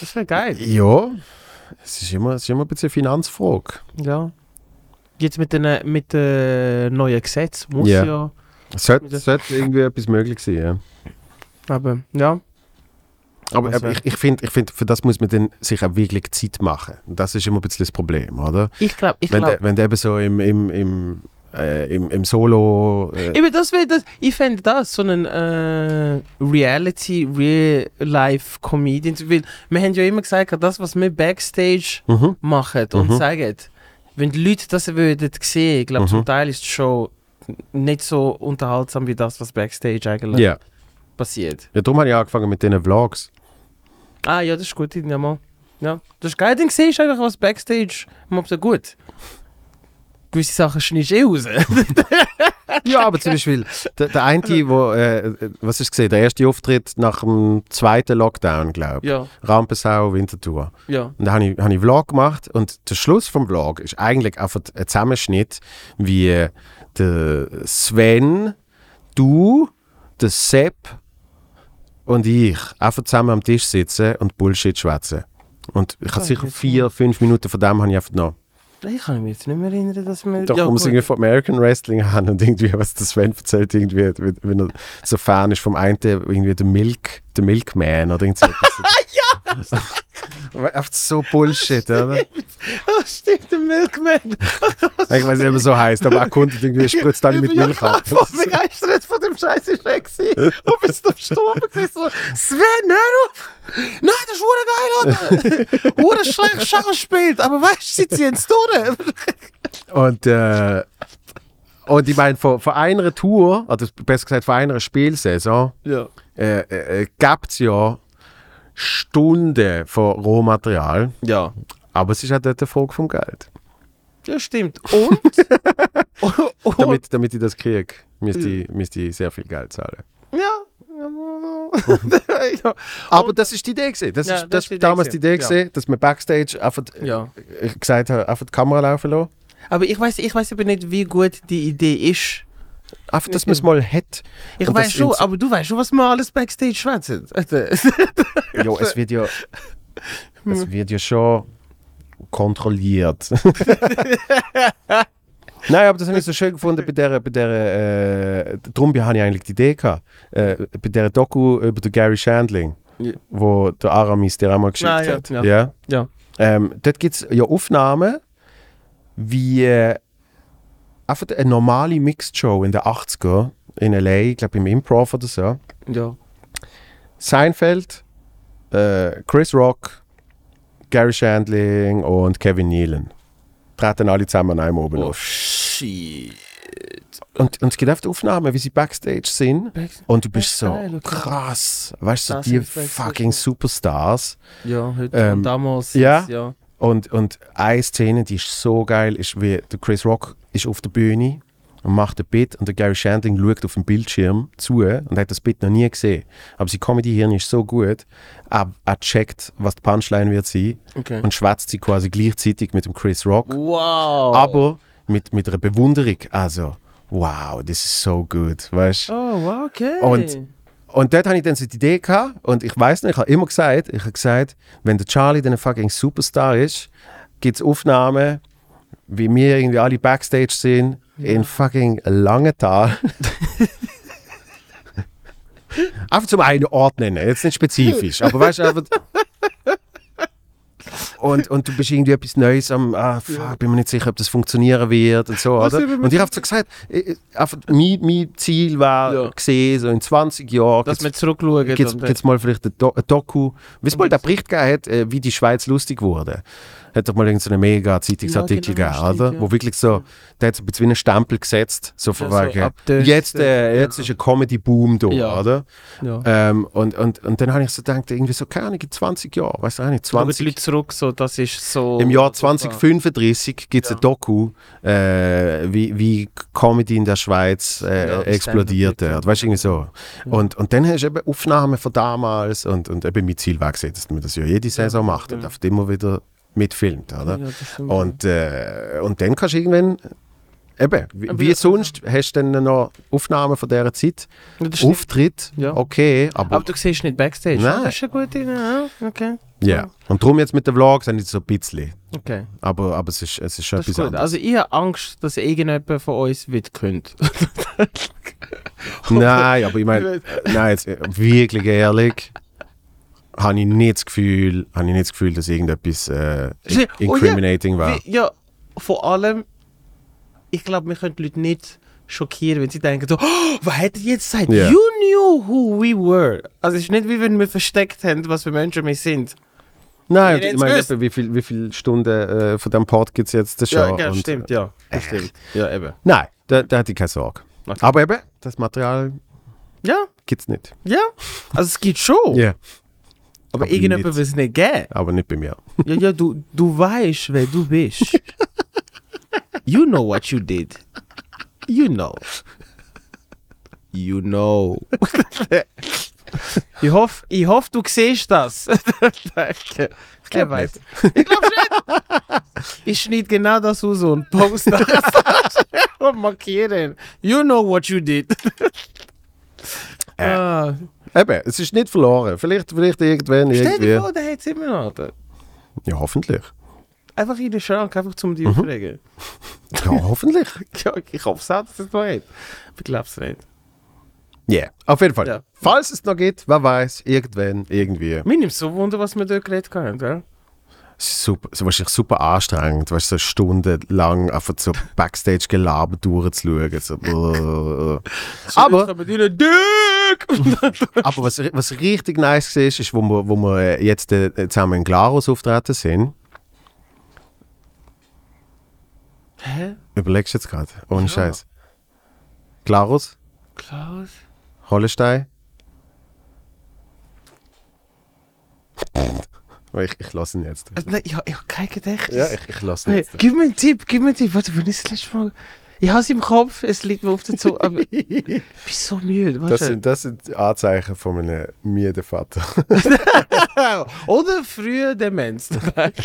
Das wäre geil.
Ja, es ist immer, es ist immer ein bisschen eine Finanzfrage.
Ja. Jetzt mit den äh, mit, äh, neuen Gesetzen muss
Ja.
ja.
Es sollte, sollte irgendwie etwas möglich sein, ja.
Aber ja.
Aber
Also-
aber ich, ich finde, ich find, für das muss man dann sich auch wirklich Zeit machen. Und das ist immer ein bisschen das Problem, oder?
Ich glaube, ich
Wenn,
glaube.
der, wenn der eben so im, im, im, äh, im, im Solo. Äh,
Eben, das wäre das. Ich fände das so einen äh, Reality, Real-Life-Comedian. Weil wir haben ja immer gesagt, das, was wir Backstage
mhm.
machen und
Mhm.
sagen, wenn die Leute das würden sehen, ich glaube, zum Teil ist die Show nicht so unterhaltsam wie das, was Backstage eigentlich
Ja.
passiert.
ja, darum habe ich angefangen mit diesen Vlogs.
Ah, ja, das ist gut, ich nehme mal. Ja, das ist geil, dann siehst du einfach, was Backstage macht. Gut. Gewisse Sachen schneidest du eh raus.
*laughs* Ja, aber zum Beispiel der, der eine, wo, äh, was ist gesehen, der erste Auftritt nach dem zweiten Lockdown, glaube ich.
ja,
Rampensau, Winterthur.
ja.
Und da habe ich, hab ich Vlog gemacht und der Schluss vom Vlog ist eigentlich einfach ein Zusammenschnitt, wie äh, der Sven, du, der Sepp und ich einfach zusammen am Tisch sitzen und Bullshit schwätzen. Und ich habe sicher vier, fünf Minuten von dem habe ich einfach noch.
Ich kann mich jetzt nicht mehr erinnern, dass wir.
Doch,
ja,
um es
gut. *laughs*
irgendwie von American Wrestling haben und irgendwie, was der Sven erzählt, irgendwie, wenn- wenn er so Fan ist vom einen, irgendwie der Milk, der Milkman oder irgend so etwas. *laughs* Einfach so Bullshit, oder?
Oh, stimmt,
*laughs*
der Milkman.
Ich weiß nicht, ob er so heißt, aber erkundet irgendwie, spritzt alle mit
Ich bin
Milch ab.
*laughs* voll begeistert von dem scheiß Schreck
*laughs*
gewesen. Und bist du gestorben gewesen. So, Sven, hör auf! Nein, das ist hure geil,
*laughs*
oder? Hure schlecht Schauspiel, aber weißt du, sie ziehen es durch.
Und, äh, und ich meine, vor, vor einer Tour, oder besser gesagt, vor einer Spielsaison,
Ja.
äh, äh, gab es ja Stunden von Rohmaterial,
Ja.
aber es ist halt dort der Folge vom Geld.
Ja, stimmt.
*laughs*
Und? *laughs* und
Damit, damit ich das kriege, müsste
Hm.
ich, müsste ich sehr viel Geld zahlen.
Ja. ja.
Aber das ist die Idee gewesen. Das
Ja,
ist,
das
das
ist die
ist damals die
Idee
Idee
gewesen.
gewesen, dass wir Backstage einfach
Ja.
äh, gesagt haben, einfach die Kamera laufen lassen.
*laughs* Aber ich weiß ich weiß aber nicht, wie gut die Idee ist.
Einfach, dass man es mal hat.
Ich
Und
weiß
das
schon,
ins-
aber du weißt schon, was wir alles backstage schwätzen. *laughs* Also,
Ja, es wird ja,
Hm.
es wird ja schon kontrolliert. *laughs* Nein, aber das habe ich so schön gefunden bei der, bei der äh, darum habe ich eigentlich die Idee gehabt, äh, bei der Doku über den Gary Shandling,
Ja.
wo der Aramis dir einmal geschickt
Ah, ja,
hat.
ja.
Ja?
Ja.
Ähm, dort gibt es ja Aufnahmen, wie äh, einfach eine normale Mixed-Show in den 80er in L.A., ich glaube im Improv oder so.
Ja.
Seinfeld, äh, Chris Rock, Gary Shandling und Kevin Nealon. Treten alle zusammen an einem oben
Oh,
auf.
shit.
Und, und es gibt oft Aufnahmen, wie sie Backstage sind. Und du bist so
Geil, okay.
krass. Weißt du, so
Das
die
ist Backstage,
fucking
ja.
Superstars.
Ja, heute
Ähm,
und damals.
ja?
ja.
Und, und eine Szene, die ist so geil, ist wie der Chris Rock ist auf der Bühne und macht ein Bit und der Gary Shandling schaut auf den Bildschirm zu und hat das Bit noch nie gesehen. Aber sein Comedy-Hirn ist so gut, er, er checkt, was die Punchline wird sein
Okay.
und schwätzt sie quasi gleichzeitig mit dem Chris Rock,
Wow.
aber mit, mit einer Bewunderung. Also, wow, this is so good, weißt du?
Oh, wow, okay.
Und, und dort hatte ich dann so die Idee gehabt, und ich weiß nicht, ich habe immer gesagt, ich habe gesagt, wenn der Charlie dann ein fucking Superstar ist, gibt es Aufnahmen, wie wir irgendwie alle Backstage sind, in fucking Langenthal. *laughs* einfach zum einen Ort nennen, jetzt nicht spezifisch, aber weißt du,
*laughs*
einfach. Und, und du bist irgendwie etwas Neues am, ah, fuck, bin mir nicht sicher, ob das funktionieren wird und so,
Was
oder?
über mich-
Und ich habe so gesagt, ich, ich- einfach, mein, mein Ziel war,
Ja.
gesehen, so in 20 Jahren.
dass wir zurückschauen.
Jetzt,
und-
jetzt mal vielleicht ein, Do ein Doku. Wisst ihr mal, der Bericht gegeben hat, äh, wie die Schweiz lustig wurde. Hat doch mal irgendeinen so einen mega Zeitungsartikel
Ja, genau,
gegeben, oder?
stimmt, ja.
Wo wirklich so, der hat so ein bisschen wie einen Stempel gesetzt, so von
Ja, so
wegen,
ab das-
jetzt, äh, jetzt ist ein Comedy-Boom da,
Ja.
oder?
ja.
Ähm, und, und, und dann habe ich so gedacht, irgendwie so, keine Ahnung, in 20 Jahren, weißt du auch nicht,
Schauen die
20
Leute zurück, so, Oh, das ist so.
im Jahr
super.
2035 gibt es ein Doku, äh, wie, wie Comedy in der Schweiz äh,
Ja,
explodiert.
Standard.
Äh, weißt du, irgendwie so. Und, und dann hast du eben Aufnahmen von damals und, und eben mein Ziel war gesehen, dass man das ja jede Saison macht und auf immer wieder mitfilmt. Oder?
Ja, das stimmt,
und, äh, und dann kannst du irgendwann. Eben, wie, wie sonst hast du dann noch Aufnahmen von dieser Zeit,
Ja, das stimmt.
Auftritt,
Ja.
okay, aber,
Aber du siehst nicht Backstage.
Nein.
Ah, Das ist eine gute Idee. ja, Okay.
ja. Und darum jetzt mit den Vlogs sind jetzt so ein bisschen,
Okay.
aber, aber es ist, es ist schon
Das ist
etwas
gut.
anderes.
Also, ich habe Angst, dass irgendjemand von uns wird könnt.
Nein, aber ich meine, nein, jetzt, äh, wirklich ehrlich, habe ich nicht das Gefühl, habe ich nicht das Gefühl, dass irgendetwas äh,
Sie- oh ja,
incriminating war.
Wie- Ja, vor allem, ich glaube, wir können die Leute nicht schockieren, wenn sie denken, so, oh, was hat er jetzt gesagt?
Ja.
You knew who we were. Also, es ist nicht wie wenn wir versteckt haben, was für Menschen wir sind.
Nein,
Wie
ich
jetzt
meine,
gewusst?
eben, wie viele wie viel Stunden äh, von dem Pod gibt es jetzt? Das
Ja,
schon,
ja
und- äh,
stimmt, ja. Das stimmt. Ja, eben.
Nein, da, da hatte ich keine Sorge.
Okay.
Aber eben, das Material
Ja,
gibt es nicht.
ja. Also, es geht schon.
Ja,
Aber
Aber
irgendjemand
nicht.
will es nicht geben.
aber nicht bei mir.
Ja, ja, du, du weißt, wer du bist. you know what you did. You know. You know. ich hoffe, ich hoff, du siehst das. Danke. Ich glaube nicht. Ich glaube nicht. Ich schneide genau das aus und poste das. *laughs* und markiere ihn. You know what you did. Ah,
Eben, es ist nicht verloren. Vielleicht, vielleicht irgendwann,
stell dir vor,
irgendwie.
der hat es immer noch. Alter.
Ja, hoffentlich.
Einfach in den Schrank, einfach zum die aufregen.
*laughs* Ja, hoffentlich.
*laughs* Ja, ich hoffe es auch, dass es noch hat. Aber ich glaube es nicht.
Yeah. Auf jeden Fall.
Ja.
Falls es noch geht, wer weiß, irgendwann, irgendwie.
Mir nimmt so Wunder, was wir dort geredet haben, gell?
Super, so wahrscheinlich super anstrengend, weißt du, so stundenlang einfach so Backstage gelaber durchzuschauen.
*laughs*
So. brrr. aber
Aber die Dick!
Aber was, was richtig nice war, ist, wo wir, wo wir äh, jetzt äh, zusammen in Glarus auftreten sind.
Hä?
Überlegst du jetzt gerade? Ohne Scheiß. Glarus,
Klaus?
Hollenstein. *laughs* Oh, Ich, ich lasse ihn jetzt.
Also, nein, ich, hab- ich habe kein Gedächtnis.
Ja, ich, ich lasse ihn
Hey,
jetzt.
gib mir einen Tipp, gib mir einen Tipp. Warte, wann ist das letzte Mal? Ich habe es im Kopf, es liegt mir auf der Zunge,
Ah,
aber ich bin so müde.
Das
Warte.
sind, das sind Anzeichen von einem müden Vater.
Oder früher Demenz.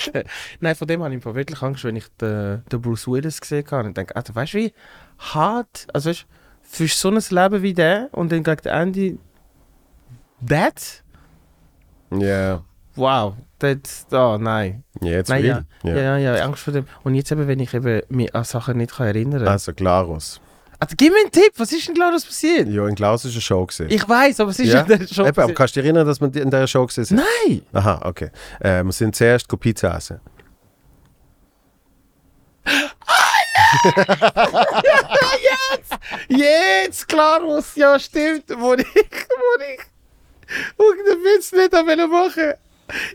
*laughs* Nein, von dem habe ich im Fall wirklich Angst, wenn ich den, den Bruce Willis gesehen habe. Und denke, Alter, weißt du, wie hart, also weißt, du, für so ein Leben wie der und dann gegen den Andy, that?
Ja, yeah.
Wow, das, oh nein.
jetzt
Nein,
will.
ja.
Ja.
Ja. ja, ja, Angst vor dem. Und jetzt eben, wenn ich eben mich an Sachen nicht kann erinnern kann.
Also Glarus.
Also, gib mir einen Tipp, was ist denn klar, was passiert?
Ja, in Glarus ist eine Show gesehen.
Ich weiß, aber es *laughs* ist
ja?
ja der schon.
Eben, aber kannst du dich erinnern, dass wir in dieser Show gesehen sind?
Nein!
Aha, okay. Äh, wir sind zuerst go Pizza essen.
Jetzt, Klarus, ja, stimmt, wo ich, wo ich, wo ich den Witz nicht machen wollte.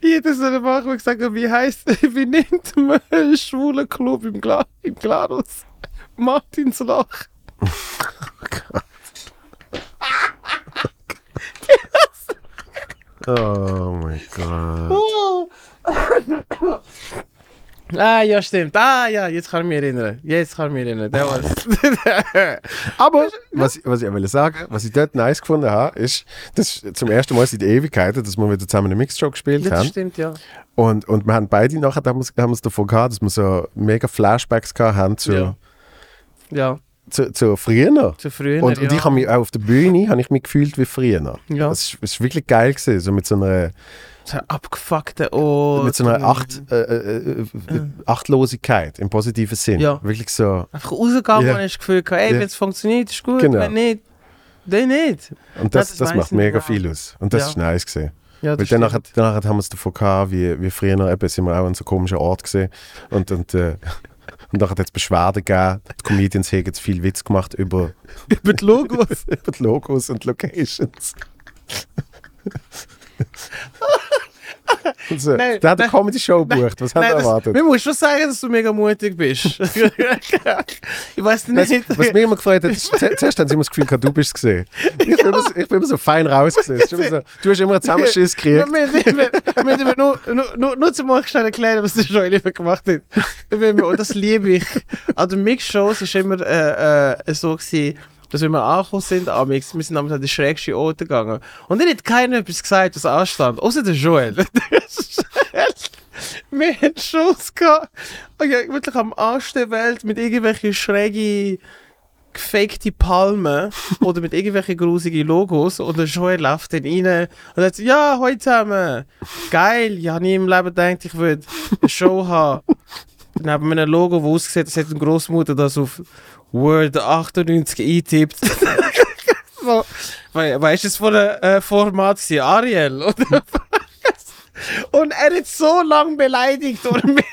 Ich hätte es nicht machen und gesagt, wie heisst, *laughs* wie nennt man einen schwulen Club im, Gla im Klarus? Martins Lach.
Oh mein
*laughs*
Gott.
Oh. *coughs* Ah, ja, stimmt. Ah, ja, jetzt kann ich mich erinnern. Jetzt kann ich mich erinnern. Der war's.
Aber was, ich- was ich auch will sagen, was ich dort nice gefunden habe, ist, das ist zum ersten Mal seit Ewigkeiten, dass wir wieder zusammen eine Mixshow gespielt
ja, das
haben.
stimmt, ja.
Und, und wir haben beide nachher haben wir es davon gehabt, dass wir so mega Flashbacks gehabt haben zu,
Ja. Ja,
zu, zu früher.
zu früher.
Und, und
ja.
ich habe mich auch auf der Bühne habe ich mich gefühlt wie früher.
Ja.
Das ist, das ist wirklich geil gewesen, so mit so einer,
So ein abgefuckter Ort.
mit so einer
und
Acht, äh, äh, äh, Achtlosigkeit im positiven Sinn.
Ah. Ja.
Wirklich so.
Einfach rausgegangen
Ja.
und hast das Gefühl gehabt, ey,
Ja.
wenn es funktioniert, ist gut,
Genau.
wenn nicht, dann nicht.
Und das,
Ja, das
das
weiss
macht
ich
mega
nicht.
viel aus. Und das
Ja.
ist nice gesehen.
Ja,
Weil
das *laughs*
danach,
stimmt.
danach haben wir es davon gehabt, wie, wie früher eben, sind wir auch an so komischen Ort gesehen. Und, und, äh, *laughs* und dann hat es Beschwerden gegeben. Die Comedians haben jetzt viel Witz gemacht über, *laughs*
über die Logos.
über die Logos und Locations. *laughs* und so.
Nein,
der hat eine
nein.
Comedy-Show gebucht. Was hat
Nein,
er
das-
erwartet?
Wir müssen schon sagen, dass du mega
*laughs*
mutig bist. *laughs* ich weiß
Was,
nicht.
was mich immer gefreut
*laughs*
hat, ist, zu- zuerst haben sie immer das Gefühl gehabt, du bist es gesehen. Ich, bin immer so, ich bin immer so fein raus gewesen. Ich bin immer So, du hast immer einen Zusammenschiss
wir
gekriegt.
wir- wir- wir müssen nur, nur, nur, nur zum Beispiel schnell erklären, was der Joel immer gemacht hat. Wenn wir- Und das liebe ich. Also, An den Mix-Shows war immer äh, äh, so, gewesen, dass wenn wir angekommen sind, am Mix, wir sind damit an die schrägsten Orte gegangen. Und dann hat keiner etwas gesagt, was anstand, außer der Joel. *laughs* Der Joel. Wir hatten Shows gehabt. Und ja, wirklich am Arsch der Welt mit irgendwelchen schrägen gefakte Palmen oder mit irgendwelchen grusigen Logos und der Joel läuft dann rein und sagt, ja, heute zusammen, geil, ich habe nie im Leben gedacht, ich würde eine Show haben. Dann haben wir ein Logo, das aussieht, als hätte eine Großmutter das auf Word 98 eingetippt. so, we weißt du, es von einem äh, Format gewesen? Ariel, oder? Und er hat so lange beleidigt und *laughs* mir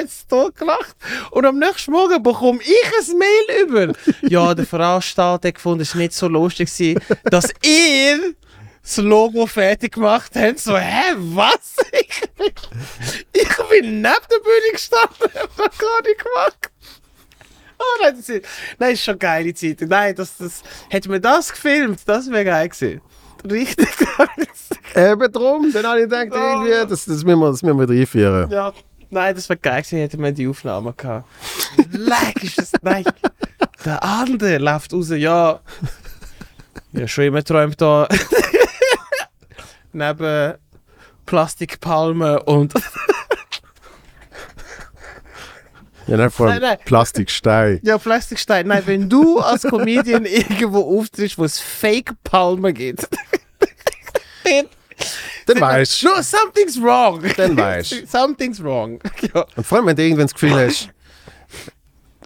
jetzt tot gelacht. Und am nächsten Morgen bekomme ich ein Mail über. Ja, der Veranstalter hat gefunden, es war nicht so lustig, gewesen, dass ihr das Logo fertig gemacht habt. So, hä, was? Ich bin, ich bin neben der Bühne gestanden, hab das gar nicht gemacht. Oh, nein, das ist, nein, ist schon eine geile Zeit. Nein, das, das, hätten wir das gefilmt, das wäre geil gewesen. Richtig geil.
Eben drum, dann habe ich gedacht, irgendwie, das, das, müssen wir, das müssen wir wieder einführen.
Ah. Ja, nein, das wäre geil gewesen, hätten wir die Aufnahme gehabt. Leck, ist das, nein. Der andere läuft raus, ja. Ja, schon immer träumt da. Neben Plastikpalmen und.
Ja, nein, vor allem
Nein, nein. *laughs*
Plastikstein.
Ja, Plastikstein. Nein, wenn du als Comedian irgendwo auftrittst, wo es Fake-Palmen gibt.
Dann weißt du.
No, something's wrong.
Dann weisst.
Something's wrong. Ja.
Und vor allem, wenn du irgendwann das Gefühl hast,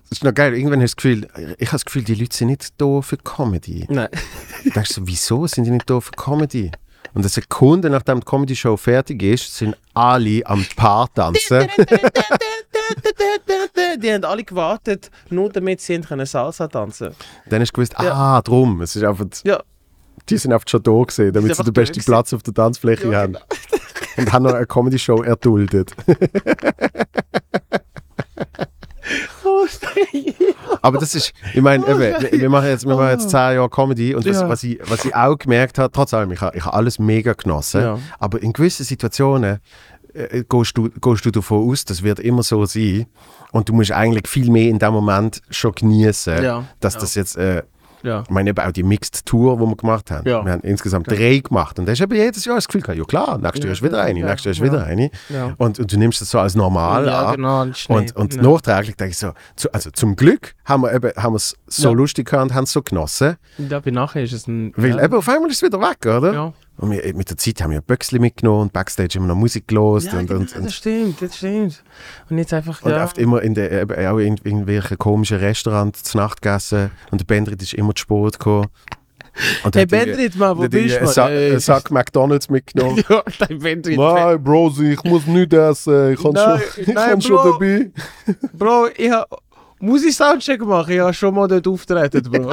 Das ist noch geil. Irgendwann hast du das Gefühl, ich habe das Gefühl, die Leute sind nicht da für Comedy.
Nein.
Du denkst so, wieso sind die nicht da für Comedy? Und eine Sekunde, nachdem die Comedy-Show fertig ist, sind alle am Paar tanzen.
*laughs* Die haben alle gewartet, nur damit sie hinten können Salsa tanzen
Dann hast du gewusst, ah, drum. Es ist einfach,
Ja,
die sind einfach schon da gewesen, damit sie
einfach
den
da
besten
gewesen. genau.
Platz auf der Tanzfläche haben.
*laughs*
Und haben noch eine Comedy-Show erduldet.
Oh,
Aber das ist, ich meine, eben, wir- wir machen jetzt, wir machen jetzt 10 Jahre Comedy und was,
Oh. Ja.
was, ich, was ich auch gemerkt habe, trotz allem, ich habe, ich habe alles mega genossen,
Ja.
aber in gewissen Situationen äh, gehst, du, gehst du davon aus, das wird immer so sein und du musst eigentlich viel mehr in dem Moment schon genießen,
Ja.
dass das jetzt, äh,
ja.
ich meine eben auch die Mixed Tour, die wir gemacht haben,
Ja.
wir haben insgesamt drei gemacht und da hast du eben jedes Jahr das Gefühl gehabt, ja klar, nächstes Jahr ist wieder eine, nächstes Jahr ist wieder eine
Ja.
Und, und du nimmst das so als normal
Ja,
an
genau, und schnell.
und, und
Ja.
nachträglich denke ich so, zu, also zum Glück haben wir, eben, haben wir es so
Ja.
lustig gehabt und haben es so genossen,
Ja, bei nachher ist es ein.
weil
ja.
eben auf einmal ist es wieder weg, oder?
Ja.
Und wir, mit der Zeit haben wir Böxli mitgenommen und Backstage haben wir noch Musik gelost
Ja,
und,
genau,
und,
das
und,
stimmt, das stimmt. Und jetzt einfach,
und
ja.
oft immer in der, eben auch in irgendwelchen komischen Restaurants zu Nacht gegessen und der Bendrit ist immer zu spät gekommen. Und
Hey,
hat irgendwie-
Bendrit, Mann, wo
hat irgendwie
bist du,
einen
Mann?
Sa-
Ey.
einen Sack McDonalds
*laughs*
mitgenommen.
*laughs* ja, dein Bendrit.
Nein, Bro, ich muss nicht essen. Ich kann
Nein,
schon, ich
nein,
kann schon
Bro.
dabei.
Bro, ich hab, muss ich Soundcheck machen? Ich habe schon mal dort auftreten, *laughs* Bro.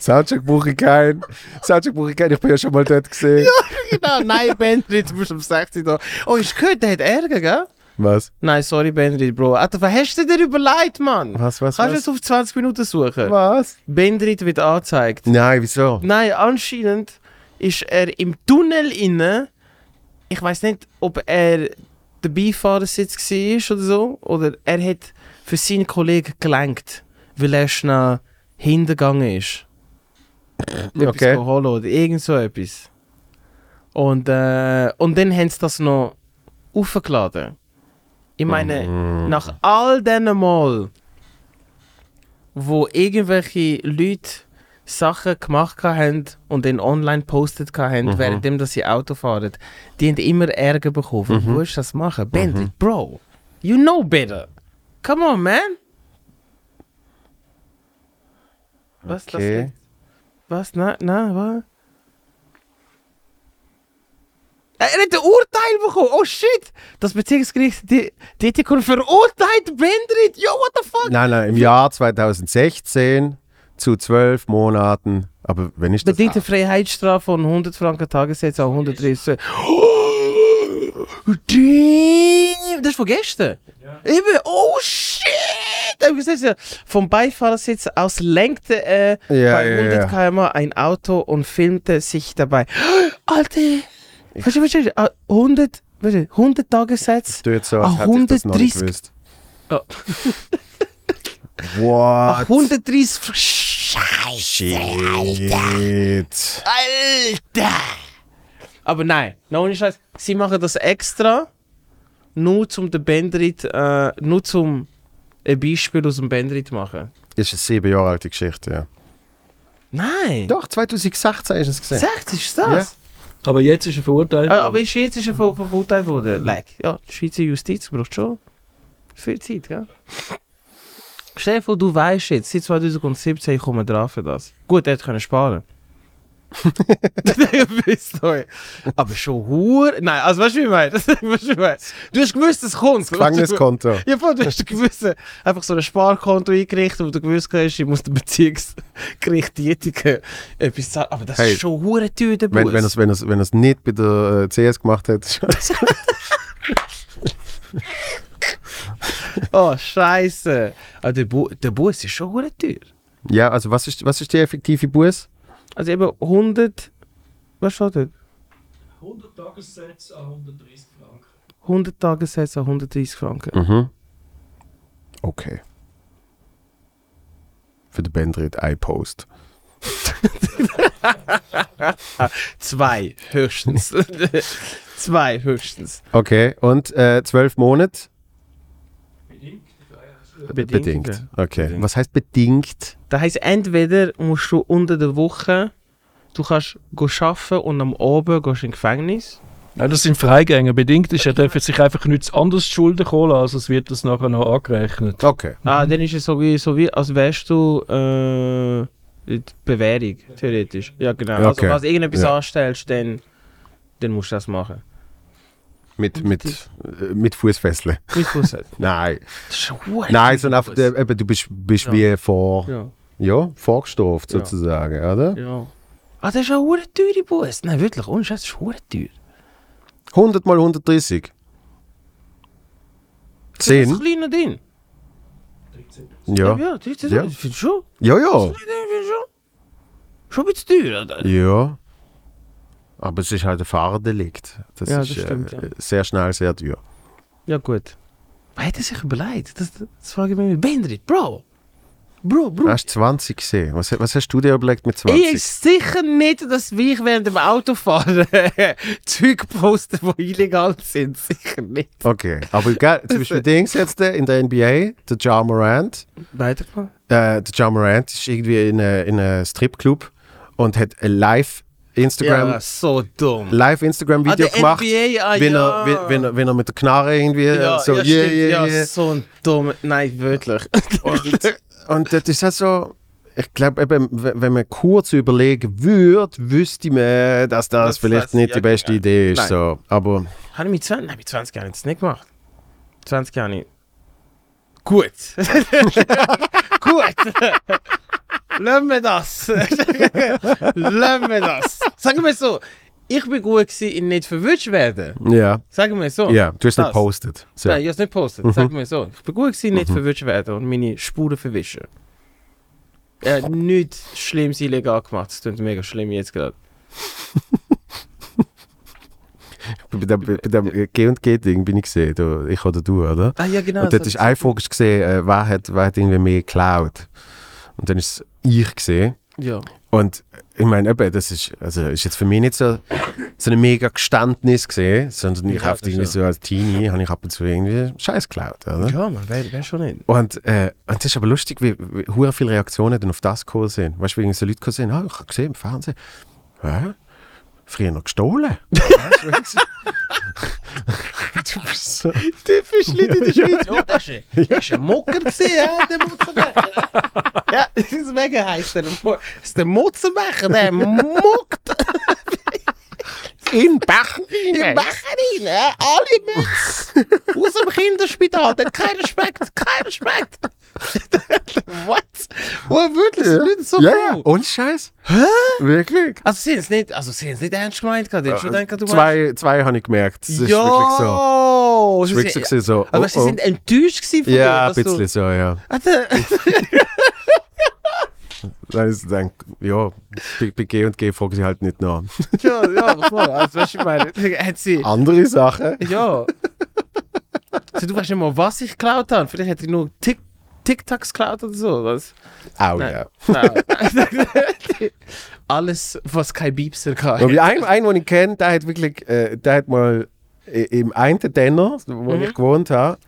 Soundcheck brauche ich keinen. Soundcheck brauche ich keinen. Ich bin ja schon mal dort gesehen.
genau, nein, Bendrit, du bist um 16 da. Oh, ich gehört, der hat Ärger, gell?
Was?
Nein, sorry, Bendrit, Bro. Alter, was hast du dir überlegt, Mann?
Was, was,
Kannst du
was?
es auf 20 Minuten suchen?
Was?
Bendrit wird angezeigt.
Nein, wieso?
Nein, anscheinend ist er im Tunnel inne. Ich weiß nicht, ob er der Beifahrersitz war oder so. Oder er hat für seinen Kollegen gelenkt, weil er schnell hingegangen ist.
Okay.
Etwas holen oder irgend so etwas. Und, äh, und dann haben sie das noch aufgeladen. Ich meine, nach all diesen Mal, wo irgendwelche Leute Sachen gemacht haben und dann online postet haben, währenddem dass sie Auto fahren, die haben immer Ärger bekommen. Wo ist das machen? Bandit, Bro, you know better. Come on, man. Was das
Okay.
jetzt? Was? Nein, nein, was? Er hat ein Urteil bekommen. Oh shit! Das Bezirksgericht die, die hat ihn verurteilt, Bendrit. Yo, what the fuck?
Nein, nein, im Jahr 2016 zu zwölf Monaten. Aber wenn ich das.
Bedingte Freiheitsstrafe von 100 Franken Tagessätze an 130. *gasps* Damn! Das ist von gestern. Eben, oh shit! Ich hab gesagt, ja, Vom Beifahrersitz aus lenkte er
Ja,
bei
ja,
100 km ein Auto und filmte sich dabei. *gasps* Alter! Verstehst du, verstehst du? Ah, 100, warte, 100 Tagessätze. Äh,
tut so,
Ah,
als hätte ich das noch nicht
130
gewusst.
Ja.
What?
130 Scheiße!
Shit.
Alter! Aber nein, noch ohne Scheiß. Sie machen das extra, nur zum den Bandrit, äh, nur zum ein Beispiel aus dem Bandrit machen.
Ist eine sieben Jahre alte Geschichte, ja.
Nein!
Doch, 2016 ist es gesehen.
Sagt ist das?
Aber jetzt ist er verurteilt.
Ah, Aber in der Schweiz ist er ver- ver- verurteilt worden. Like, ja, die Schweizer Justiz braucht schon viel Zeit, gell? Stell dir vor, du weißt jetzt, seit 2017 ich komme drauf für das. Gut, er hätte können sparen. Wisst ihr. Aber schon Hur. Nein, also weißt du, wie ich meine? Weißt du, wie ich meine? Du hast gewusst, es kommt.
*laughs* Gefängniskonto.
Ja, voll, du hast gewusst, einfach so ein Sparkonto eingerichtet, wo du gewusst hast, ich muss dem Bezirksgericht Dietigen etwas zahlen. Aber das
Hey,
ist schon hure teuer, der
Wenn,
Bus.
wenn er es wenn er's- wenn er's nicht bei der äh, CS gemacht hätte, ist alles gut.
Oh, scheiße. Aber der, Bu der Bus ist schon hure teuer.
*laughs* Ja, also was ist, was ist die effektive Buß?
Also eben 100... Was steht dort?
100 Tagessätze an 130 Franken.
100 Tagessätze an 130 Franken.
Okay. Für den Bandrit iPost.
Zwei, *laughs* höchstens. Zwei, höchstens.
Okay, und äh, zwölf Monate?
Bedingt.
Okay. Was heißt bedingt?
Das heisst, entweder musst du unter der Woche... Du kannst go arbeiten und am Abend gehst du ins Gefängnis.
Ja, das sind Freigänger. Bedingt ist, er darf sich einfach nichts anderes zu Schulden kommen lassen, sonst wird das nachher noch angerechnet.
Okay.
Ah, dann ist es so wie, so wie als wärst du äh, die Bewährung, theoretisch. Ja, genau.
Ja,
Also,
okay.
falls du irgendetwas
Ja.
anstellst, dann, dann musst du das machen.
Mit, mit, äh, mit Fußfesseln.
Mit Fuß halt.
*laughs* Nein.
Das ist schon verdammt
Nein, sondern einfach,
Fuss.
der- eben, du bist, bist
Ja.
wie vor, ja.
Ja,
vorgestuft
Ja.
sozusagen, oder?
ja. Ah, das ist ein verdammt teurer Bus. Nein, wirklich, ohne Scheiß, das ist verdammt teuer.
100 mal 130.
Das
10?
kleine Ding.
Ja.
ja das ist
Ja.
das finde ich schon.
Ja, ja.
Das finde ich schon. Schon ein bisschen teuer. oder?
Ja. Aber es ist halt ein Fahrerdelikt. Das
Ja,
ist
das stimmt,
äh,
ja.
sehr schnell, sehr teuer.
Ja, gut. Wer hat er sich überlegt? Das, das frage ich mich. Bendrit, Bro! Bro, Bro!
Hast du 20 gesehen? Was, was hast du dir überlegt mit 20?
Ich ist sicher nicht, dass ich während dem Autofahren *laughs* Zeug posten, die illegal sind. Sicher nicht.
Okay, aber gell, zum Beispiel Dings jetzt äh, in der NBA, der Ja Morant.
Weiter mal.
Äh, der Ja Morant ist irgendwie in, äh, in einem Stripclub und hat ein live Instagram,
Ja, so dumm.
live Instagram Video
Ah, der
gemacht,
NBA, ah,
wenn,
ja.
er, wenn, wenn, er, wenn er mit der Knarre irgendwie äh,
Ja,
so
ja,
yeah,
stimmt.
yeah,
ja,
yeah.
so ein dummer. Nein, wirklich. *laughs*
*laughs* Und das ist auch so. Ich glaube, eben, w- wenn man kurz überlegen würde, wüsste man, dass das,
Das
vielleicht
weiß-
nicht
ja,
die beste
genau.
Idee ist.
Nein.
So. Aber
Habe ich mit 20, nein, mit 20 Jahren jetzt nicht gemacht. 20 Jahre nicht. Gut. *laughs* Gut. Lassen wir das. *laughs* Lassen wir das. Sagen wir so, ich bin gut gewesen, in nicht verwirrt werden.
ja,
Sagen wir so.
ja du hast nicht
Oh, Das.
postet. So.
Nein, ich habe es nicht gepostet. Sagen wir so. Ich bin gut gewesen, nicht verwirrt werden und meine Spuren verwischen. Äh, nichts Schlimmes illegal gemacht. Das klingt mega schlimm jetzt gerade.
Bei dem, bei dem G&G-Ding bin ich gesehen, du, ich oder du, oder?
Ah ja, genau.
Und dort ist ein Vogel gesehen, äh, wer, hat, wer hat irgendwie mehr geklaut. Und dann ist es ich gesehen.
Ja.
Und ich meine, eben, das ist, also ist jetzt für mich nicht so, so ein mega Geständnis gesehen, sondern ich
Ja,
habe
das
irgendwie
schon.
so als Teenie, habe ich ab und zu irgendwie Scheiß geklaut, oder?
Ja, man, wer, wer schon nicht?
Und, äh, und das ist aber lustig, wie, wie hure viele Reaktionen dann auf das gekommen sind. Weißt du, wie so Leute gekommen sind, ah, ich habe gesehen im Fernsehen, hä? Früher noch gestohlen. Weißt du, du bist so.
Typisch Leute in der Schweiz. *laughs* Ja, das ist ein- das ist ein Mucker gewesen, ja, der Mutzenbecher. Ja, das ist mega heiß. Der, Mu- das ist der Mutzenbecher, der muckt
*laughs* In Bach
im Becher rein. Ja, alle Mütze aus dem Kinderspital. Der hat keinen Respekt, keinen Respekt. *laughs* What? Oh, wirklich? Das Leute so
Ja, ja,
cool.
und Scheiß. Hä? Wirklich?
Also, sie haben es nicht, also, sie haben es nicht ernst gemeint. gehabt. Ich hab schon gedacht, du
zwei zwei habe ich gemerkt. Das
meinst-
ist
Ja,
wirklich so. Das ist
sie-
wirklich so. gewesen, so.
Aber
oh,
sie
oh.
sind enttäuscht gewesen von
Ja, ein
dir. dass du-
bisschen so, ja. *laughs*
Ah, der-
Dann ist dann, ja, bei, bei G&G frage ich halt nicht
*laughs*
nach.
Ja, ja, voll. Also, weißt du, ich meine, *laughs* hat sie.
Andere Sachen.
*laughs* Ja. also, du weißt nicht mal, was ich geklaut habe. Vielleicht hätte ich nur Tic Tic-Tacs geklaut oder so. Was?
Auch,
Nein.
ja.
Nein. Alles, was kein Biebser kann.
Und wie ein, ein, den ich kenne, der hat wirklich, äh, der hat mal i- im einen Denner, wo
Mhm.
ich gewohnt habe,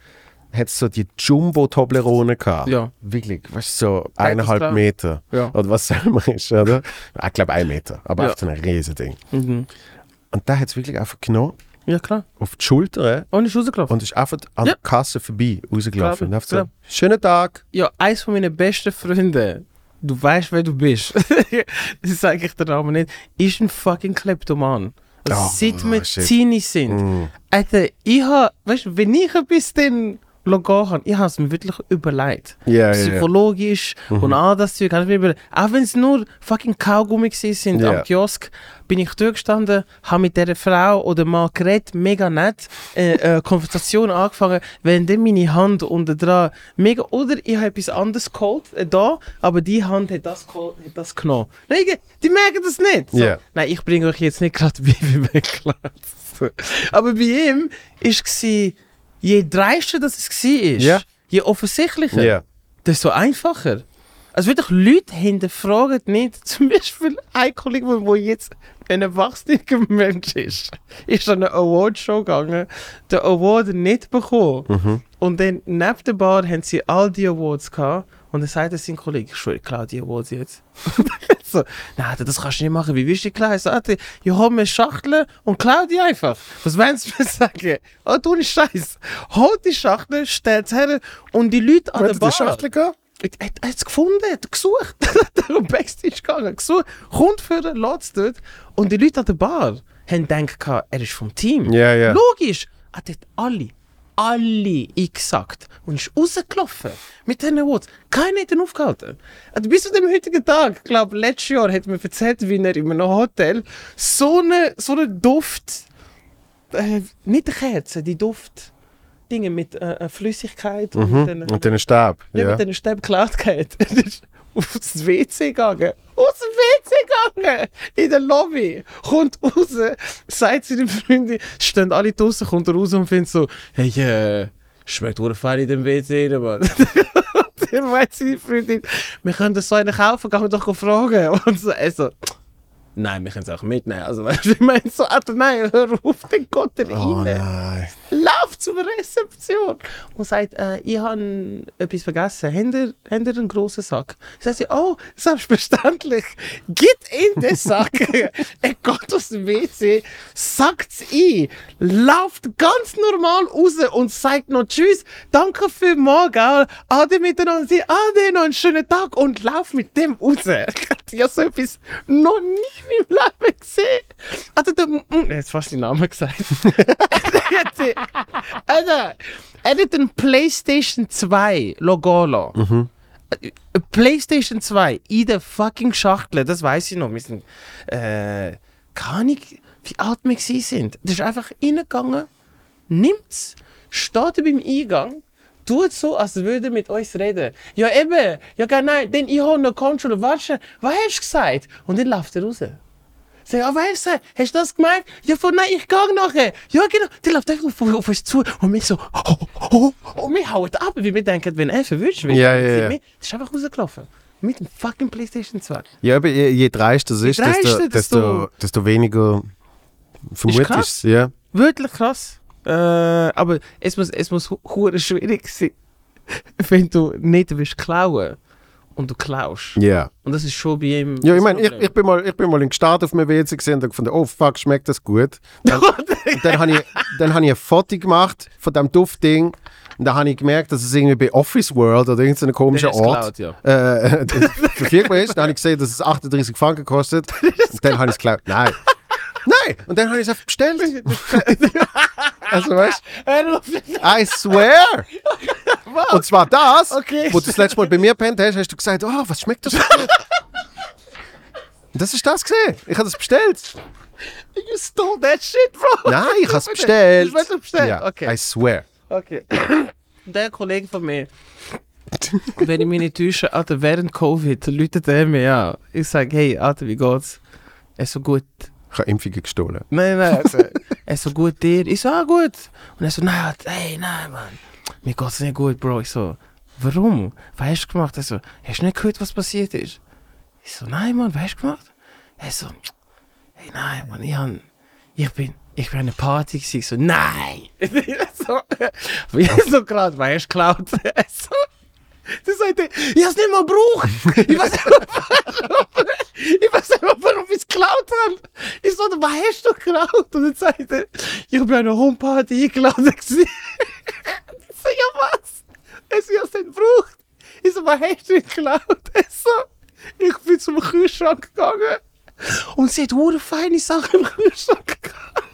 hat so die Jumbo-Toblerone gehabt.
Ja.
Wirklich, weißt du, so eineinhalb
klar.
Meter.
Ja.
Oder was auch immer ist, oder? Ich glaube, ein Meter, aber
Ja. Mhm.
auf so ein Riesending. Und da hat es wirklich einfach genommen,
Ja, klar.
auf die Schulter
Und ich rausgelaufen.
und ist einfach an
Ja.
der Kasse vorbei rausgelaufen.
Glaub ich,
Und einfach so,
glaub.
schönen Tag.
Ja, eins von meinen besten Freunden. Du weißt, wer du bist. *laughs* das sage ich dir aber nicht. Ist ein fucking Kleptoman.
Oh,
Seit wir
shit. Mm.
Teenie sind. Alter, ich habe, weißt du, wenn ich etwas dann gehen kann, ich habe es mir wirklich überlegt.
Ja, Mhm. ja, ja.
Psychologisch und all das Zeug. hab ich mir überlegt. Auch wenn es nur fucking Kaugummi gewesen sind
Ja.
am Kiosk, bin ich durchgestanden, habe mit dieser Frau oder Mann geredet, mega nett, äh, äh, Konversation angefangen, während dann meine Hand unten dran mega, oder ich habe etwas anderes geholt, äh, da, aber die Hand hat das, geholt, hat das genommen. Nein, die- die merken das nicht. So,
Ja.
Nein, ich bringe euch jetzt nicht gerade *laughs* wie wie man klaut. So. Aber bei ihm war je dreister das es war,
Ja.
je offensichtlicher,
Ja.
desto einfacher. Also wirklich, Leute hinterfragen nicht. *laughs* Zum Beispiel ein Kollege, der wo jetzt ein erwachsener Mensch ist, ist an eine Awardshow gegangen, den Award nicht bekommen. Und dann neben der Bar haben sie all die Awards gehabt. Und dann sagt er sein Kollege, ich schwöre, ich klaue die Awards jetzt. *laughs* so, nein, das kannst du nicht machen. Wie willst du die klauen? Ich sagte, ich hol mir Schachteln und klau die einfach. Was wollen sie mir sagen? Oh, du nicht Scheiß. Hol die Schachtel, stell sie her und die Leute an der Bar...
gehabt?
Er hat es gefunden, hat gesucht. *laughs* der am Backstage gegangen, gesucht. Kommt für den, lässt es dort. Und die Leute an der Bar haben gedacht, er ist vom Team.
Ja, ja.
Logisch. Er hat dort alle, alle eingesackt und ist rausgelaufen mit diesen Awards. Keiner hat ihn aufgehalten. Also bis zu dem heutigen Tag, ich glaube, letztes Jahr hat mir erzählt, wie er in einem Hotel so einen so eine Duft, äh, nicht Kerze, die Duft. Dinge mit äh, Flüssigkeit
Mhm.
und, diesen-
Und dann Stab.
ja.
Ja.
mit einem Stab geklaut gehabt. *laughs* Er ist aufs WC gegangen. Aus dem WC gegangen! In der Lobby. Kommt raus, sagt zu den Freunden, stehen alle draußen, kommt er raus und findet so, hey, äh, schmeckt urfein in dem WC, rein, Mann. *laughs* Und Dann meint seine Freundin, wir können das so einen kaufen, gehen wir doch fragen. *laughs* Und so, er so, nein, wir können es auch mitnehmen. Also, weißt du, ich meine, so, Alter, nein, hör auf, dann geht er
Oh
rein
nein.
läuft zur Rezeption und sagt, äh, ich habe etwas vergessen. Habt ihr, habt ihr einen grossen Sack? Sagt sie, oh, selbstverständlich. Geht in den Sack. er geht aus dem WC, sackt es ein, läuft ganz normal raus und sagt noch Tschüss, danke für morgen, ade miteinander, sie ade noch einen schönen Tag und läuft mit dem raus. *laughs* ich habe so etwas noch nie in meinem Leben gesehen. Also, der, mm, jetzt fast den Namen gesagt. Alter, Alter, er hat ein PlayStation 2 Logolo. Äh, PlayStation 2 in der fucking Schachtel, das weiß ich noch. Wir sind, äh, keine Ahnung, wie alt wir gewesen sind. Das ist einfach reingegangen, nimmt's, steht beim Eingang, tut so, als würde er mit uns reden. Ja, eben, ja, gar nein, denn ich habe noch Controller, warte, was hast du gesagt? Und dann läuft er raus. Sag, ah, weißt du, hast du das gemeint? Ja, von nein, ich gang nachher. Ja, genau. Die läuft einfach auf, auf uns zu und wir so, *laughs* oh, oh, oh, und wir hauen ab, weil wir denken, wenn er verwünscht wird,
Ja, ja,
sind
ja.
wir- das ist einfach rausgelaufen. Mit dem fucking PlayStation 2.
Ja, aber je, je dreister es ist, desto,
dreister,
desto,
desto-
desto weniger vermutest
krass.
du ja.
Wirklich krass. Äh, aber es muss, es muss hu- hure schwierig sein, *laughs* wenn du nicht willst klauen und du klaust.
Ja.
Und das ist schon bei ihm.
Ja, ich
das
meine, ich,
Problem.
ich bin mal, ich bin mal in Gestart auf meinem WC gesehen und hab gefunden, oh fuck, schmeckt das gut.
*laughs*
Dann, und dann habe ich, dann hab ich ein Foto gemacht von diesem Duftding und dann habe ich gemerkt, dass es irgendwie bei Office World oder irgendeinem komischen
Der ist
Ort
geklaut, ja.
äh, *laughs* verfügbar ist. Dann habe ich gesehen, dass es 38 Franken
*laughs*
kostet und dann habe ich es geklaut. Nein. Nein! Und dann habe ich es einfach bestellt.
*laughs*
also weißt
Hör auf, das
du, I
*laughs*
swear! Und zwar das,
Okay.
wo du das letzte Mal bei mir pennt hast, hast du gesagt, oh, was schmeckt
*laughs*
das? so gut? Und das ist das gesehen. Ich habe das
*laughs*
bestellt.
you stole that shit, bro.
Nein, ich habe es
Bitte.
bestellt.
Du hast es bestellt?
Ja,
Okay.
I swear.
Okay. *coughs* Der Kollege von mir, wenn ich mich nicht täusche, Alter, während Covid läutet er mir an. Ich sage, hey, Alter, wie geht's? Er so gut.
Ich habe Impfungen gestohlen.
Nein, nein, also, er so gut dir. Ich so, ah, gut. Und er so, nein, Alter, ey, nein, Mann. Mir geht's nicht gut, Bro. Ich so, warum? Was hast du gemacht? Er so, hast du nicht gehört, was passiert ist? Ich so, nein, Mann, was hast du gemacht? Er so, hey, nein, Mann, ich, han- ich bin, ich bin an einer Party gewesen. Ich so, nein! *laughs* so, wie so gerade, was hast du geklaut? *laughs* Er so, das sagt er, ich hab's nicht mal gebraucht. Ich weiß nicht, mal, warum. Ich weiß nicht, mal, warum ich es geklaut habe. Ich so, was hast du geklaut? Und dann sagt er, ich bin bei einer Homeparty eingeladen gewesen. *laughs* Ich so, ja was? Ich so, ich hab's nicht gebraucht. Ich so, was hast du geklaut? *laughs* Ich so, ich bin zum Kühlschrank gegangen. Und sie hat hure feine Sachen im Kühlschrank gehabt.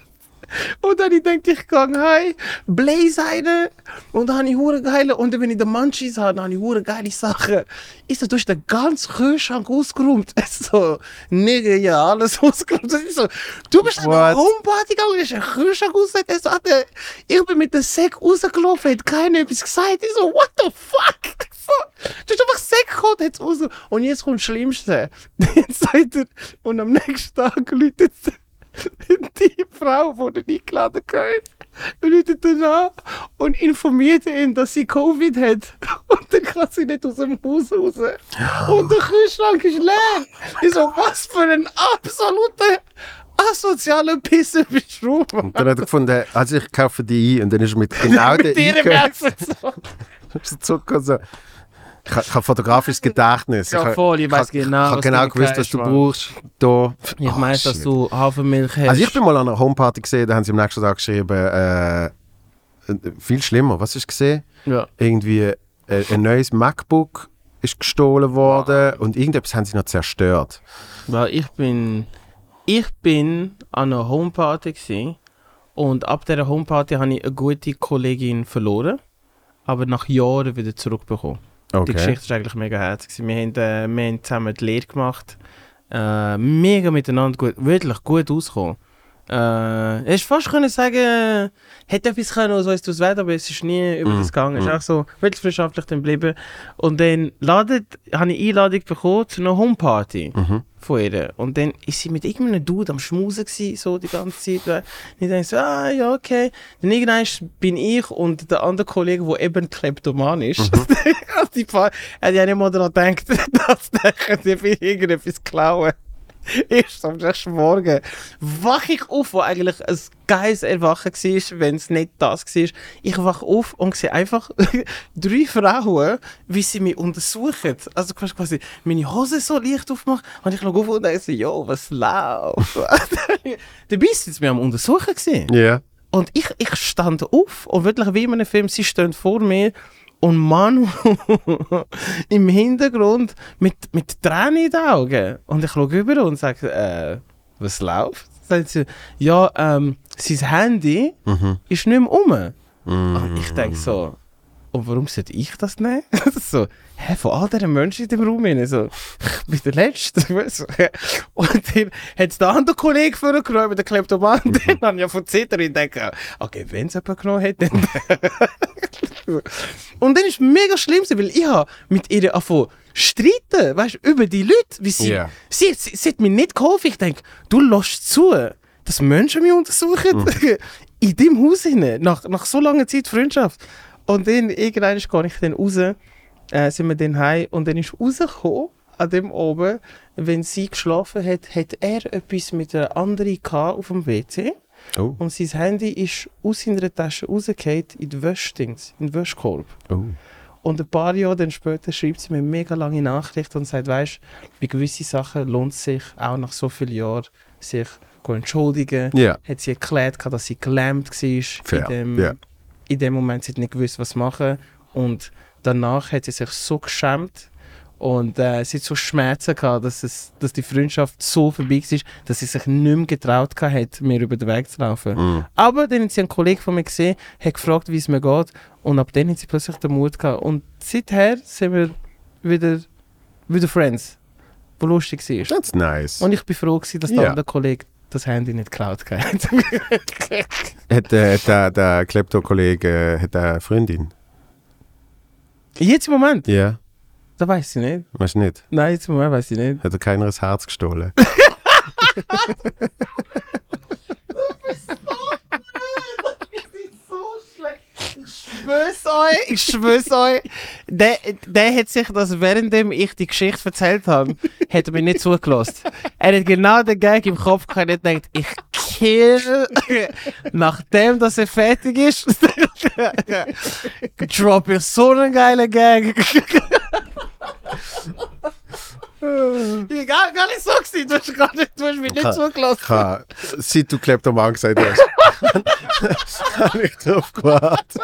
Und dann ich denke ich gang hi, Blaze eine und dann habe ich hure geile und dann, wenn ich die Munchies habe, dann habe ich hure geile Sachen. Ist das durch den ganzen Kühlschrank ausgeräumt? *laughs* So, nigga, ja, alles *laughs* ausgeräumt. Das ist so, du bist an
What?
eine Homeparty gegangen, du hast einen Kühlschrank ausgeräumt. Es hat, äh, ich bin mit dem Sack rausgelaufen, hat keiner etwas gesagt. Ich so, what the fuck? *laughs* So, du hast einfach Sack geholt, jetzt raus. Und jetzt kommt das Schlimmste. *laughs* Jetzt sagt er, *laughs* und am nächsten Tag läutet die Frau, die er eingeladen hat, Leute ihn an und informiert ihn, dass sie Covid hat. *laughs* Und dann kann sie nicht aus dem Haus raus. Und der Kühlschrank ist
Oh
leer. Ich so, was für ein absoluter asozialer Pisser bist du,
Dann
Mann.
hat er gefunden, also ich kaufe die ein und dann ist er mit
*laughs*
genau
Mit
der
dir im
eingehört. *laughs*
Herzen so.
Zucker so. Ich, ha- ich habe fotografisches Gedächtnis.
Ja,
ha-
voll, ich weiss genau,
Ich habe
was
genau
du
gewusst, was
gekauft
du
hast,
brauchst. Da.
Ich
Ah,
weiß, dass
shit.
du Hafermilch hast.
Also ich bin mal an einer Homeparty gesehen, da haben sie am nächsten Tag geschrieben, äh, äh, viel schlimmer. Was hast du gesehen?
ja.
Irgendwie äh, ein neues MacBook ist gestohlen worden und irgendetwas haben sie noch zerstört.
Weil ich bin, ich bin an einer Homeparty gsi und ab dieser Homeparty habe ich eine gute Kollegin verloren, aber nach Jahren wieder zurückbekommen. Die
Okay.
Geschichte war eigentlich mega herzig. gewesen. Wir haben, äh, wir haben zusammen die Lehre gemacht, äh, mega miteinander gut, wirklich gut ausgekommen. Äh, ich fast können sagen, hätte etwas können oder so ist das Wetter, aber es ist nie über das gegangen. Es ist auch so wirklich freundschaftlich dann geblieben. Und dann ladet, habe ich Einladung bekommen zu einer Homeparty von ihr. Und dann ist sie mit irgendeinem Dude am Schmusen gsi, so die ganze Zeit. Und ich denke so, ah ja, okay. Dann irgendwann bin ich und der andere Kollege, der eben Kleptoman ist, auf *laughs* äh, die Party, hat ja nicht mal daran gedacht, *laughs* dass der könnte mir irgendetwas klauen *laughs* Erst am nächsten Morgen wache ich auf, wo eigentlich ein geiles Erwachen war, wenn es nicht das war. Ich wache auf und sehe einfach *laughs* drei Frauen, wie sie mich untersuchen. Also quasi- quasi meine Hose so leicht aufmachen und ich schaue auf und denke so, jo, was läuft? *laughs* Dabei sind sie mir am Untersuchen. Gewesen.
Ja.
Und ich, ich stand auf und wirklich wie in einem Film, sie stehen vor mir und Manu *laughs* im Hintergrund mit, mit Tränen in den Augen. Und ich schaue über und sage, äh, was läuft? Sagen sie, ja, ähm, sein Handy ist nicht mehr rum. Und ich denke so, und warum sollte ich das nehmen? *laughs* so, hä, von all diesen Menschen in dem Raum hin, so, ich bin der Letzte. *laughs* weißt du. Und dann hat der andere Kollege vorgenommen, der Kleptoman, *laughs* den habe ich ja von Zitterin gedacht, okay, wenn es jemand genommen hat, dann... und dann ist mega schlimm, gewesen, weil ich habe mit ihr angefangen streiten, weißt du, über die Leute, wie sie...
Ja.
Sie, sie, sie hat mir nicht geholfen. Ich denke, du lässt zu, dass Menschen mich untersuchen. *laughs* In deinem Haus hinein, nach, nach so langer Zeit Freundschaft. Und dann, irgendwann gehe ich dann raus, äh, sind wir dann heim und dann ist rausgekommen, an dem oben, wenn sie geschlafen hat, hat er etwas mit einer anderen gehabt auf dem WC.
Oh.
Und sein Handy ist aus seiner Tasche rausgefallen in den Wäschdings, in den Wäschkorb.
Oh.
Und ein paar Jahre dann später schreibt sie mir eine mega lange Nachricht und sagt, weißt bei gewissen Sachen lohnt es sich, auch nach so vielen Jahren, sich zu entschuldigen.
Ja.
Hat sie erklärt, gehabt, dass sie gelähmt war.
Fair,
In dem,
ja.
in dem Moment sie hat nicht gewusst, was machen. Und danach hat sie sich so geschämt und äh, sie hat so Schmerzen gehabt, dass, es, dass die Freundschaft so vorbei war, dass sie sich nicht mehr getraut gehabt hat, mir über den Weg zu laufen.
Mm.
Aber dann hat sie einen Kollegen von mir gesehen, hat gefragt, wie es mir geht. Und ab dann hat sie plötzlich den Mut gehabt. Und seither sind wir wieder, wieder Friends, wo lustig war.
That's nice.
Und ich bin froh, gewesen, dass
Ja.
der andere Kollege das Handy nicht geklaut hat. *laughs*
Hat, äh, hat der, der Klepto-Kollege äh, hat eine Freundin?
jetzt im Moment,
Ja.
da weiß ich nicht.
Weißt du nicht?
Nein, jetzt im Moment weiß ich nicht.
Hat er keineres Herz
*laughs*
gestohlen?
schwör's euch, ich schwör's euch. Der, der hat sich das, währenddem ich die Geschichte erzählt habe, hat er mir nicht zugelassen. Er hat genau den Gag im Kopf gehabt und denkt, ich kill, nachdem dass er fertig ist, *laughs* drop ich so einen geilen Gag. *laughs* Ich gar, gar nicht so gewesen, du hast, gar nicht, du hast mich nicht zugelassen.
Ich habe, seit du Kleptoman gesagt hast, *laughs* habe ich drauf gewartet.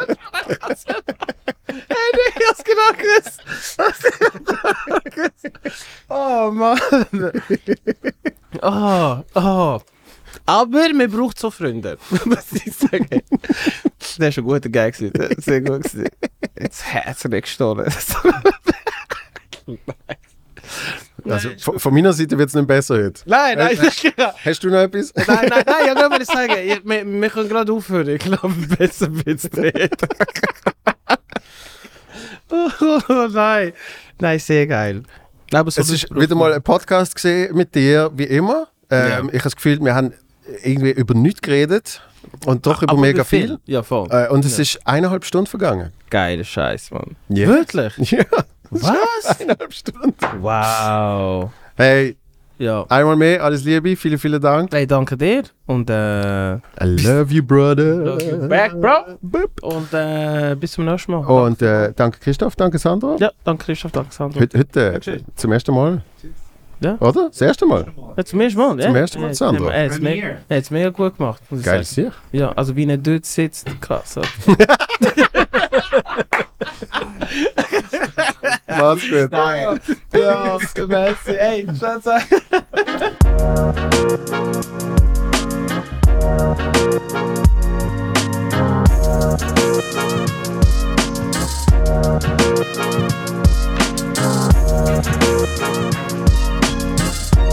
Nein, ich hab's genau gewusst. oh Mann. Oh, oh. Aber man braucht so Freunde. *laughs* Was ich sagen. Der ist ein guter Gag. gewesen. Der ist Sehr gut. gewesen. Das Herz nicht gestohlen.
Also, von, von meiner Seite wird es nicht besser heute.
Nein, nein, nein,
Hast du noch etwas?
nein, nein, nein, ich wollte sagen, ich- wir, wir können gerade aufhören. Ich glaube, besser wird's nicht. *laughs* oh nein. Nein, sehr geil. Aber so
Es ist wieder mal ein Podcast gesehen mit dir, wie immer. Ähm, Ich habe das Gefühl, wir haben irgendwie über nichts geredet und doch über
Aber
mega
über
viel.
Ja, voll.
Äh, und es ist eineinhalb Stunden vergangen.
Geiler Scheiß, Mann.
Ja.
Wirklich?
*laughs* Ja,
Was?
eineinhalb Stunden.
Wow.
Hey,
Ja.
einmal mehr, alles Liebe, vielen, vielen Dank.
Hey, danke dir. Und äh.
I love you, brother.
Love you back, bro. Und äh, bis zum nächsten Mal.
Und äh, danke Christoph, danke Sandro.
Ja, danke Christoph, danke Sandro.
Heute, heute äh, zum ersten Mal.
Ja.
Oder? Das erste Mal.
Ja, zum ersten Mal, ja.
Zum ersten Mal,
Ja,
Sandro.
Er hat es mega, er hat's mega gut gemacht. muss ich
Geil
sagen.
ist hier.
Ja, also wie er dort sitzt, krass. oder?
Mach's gut.
Ja, merci. Ey, tschüss.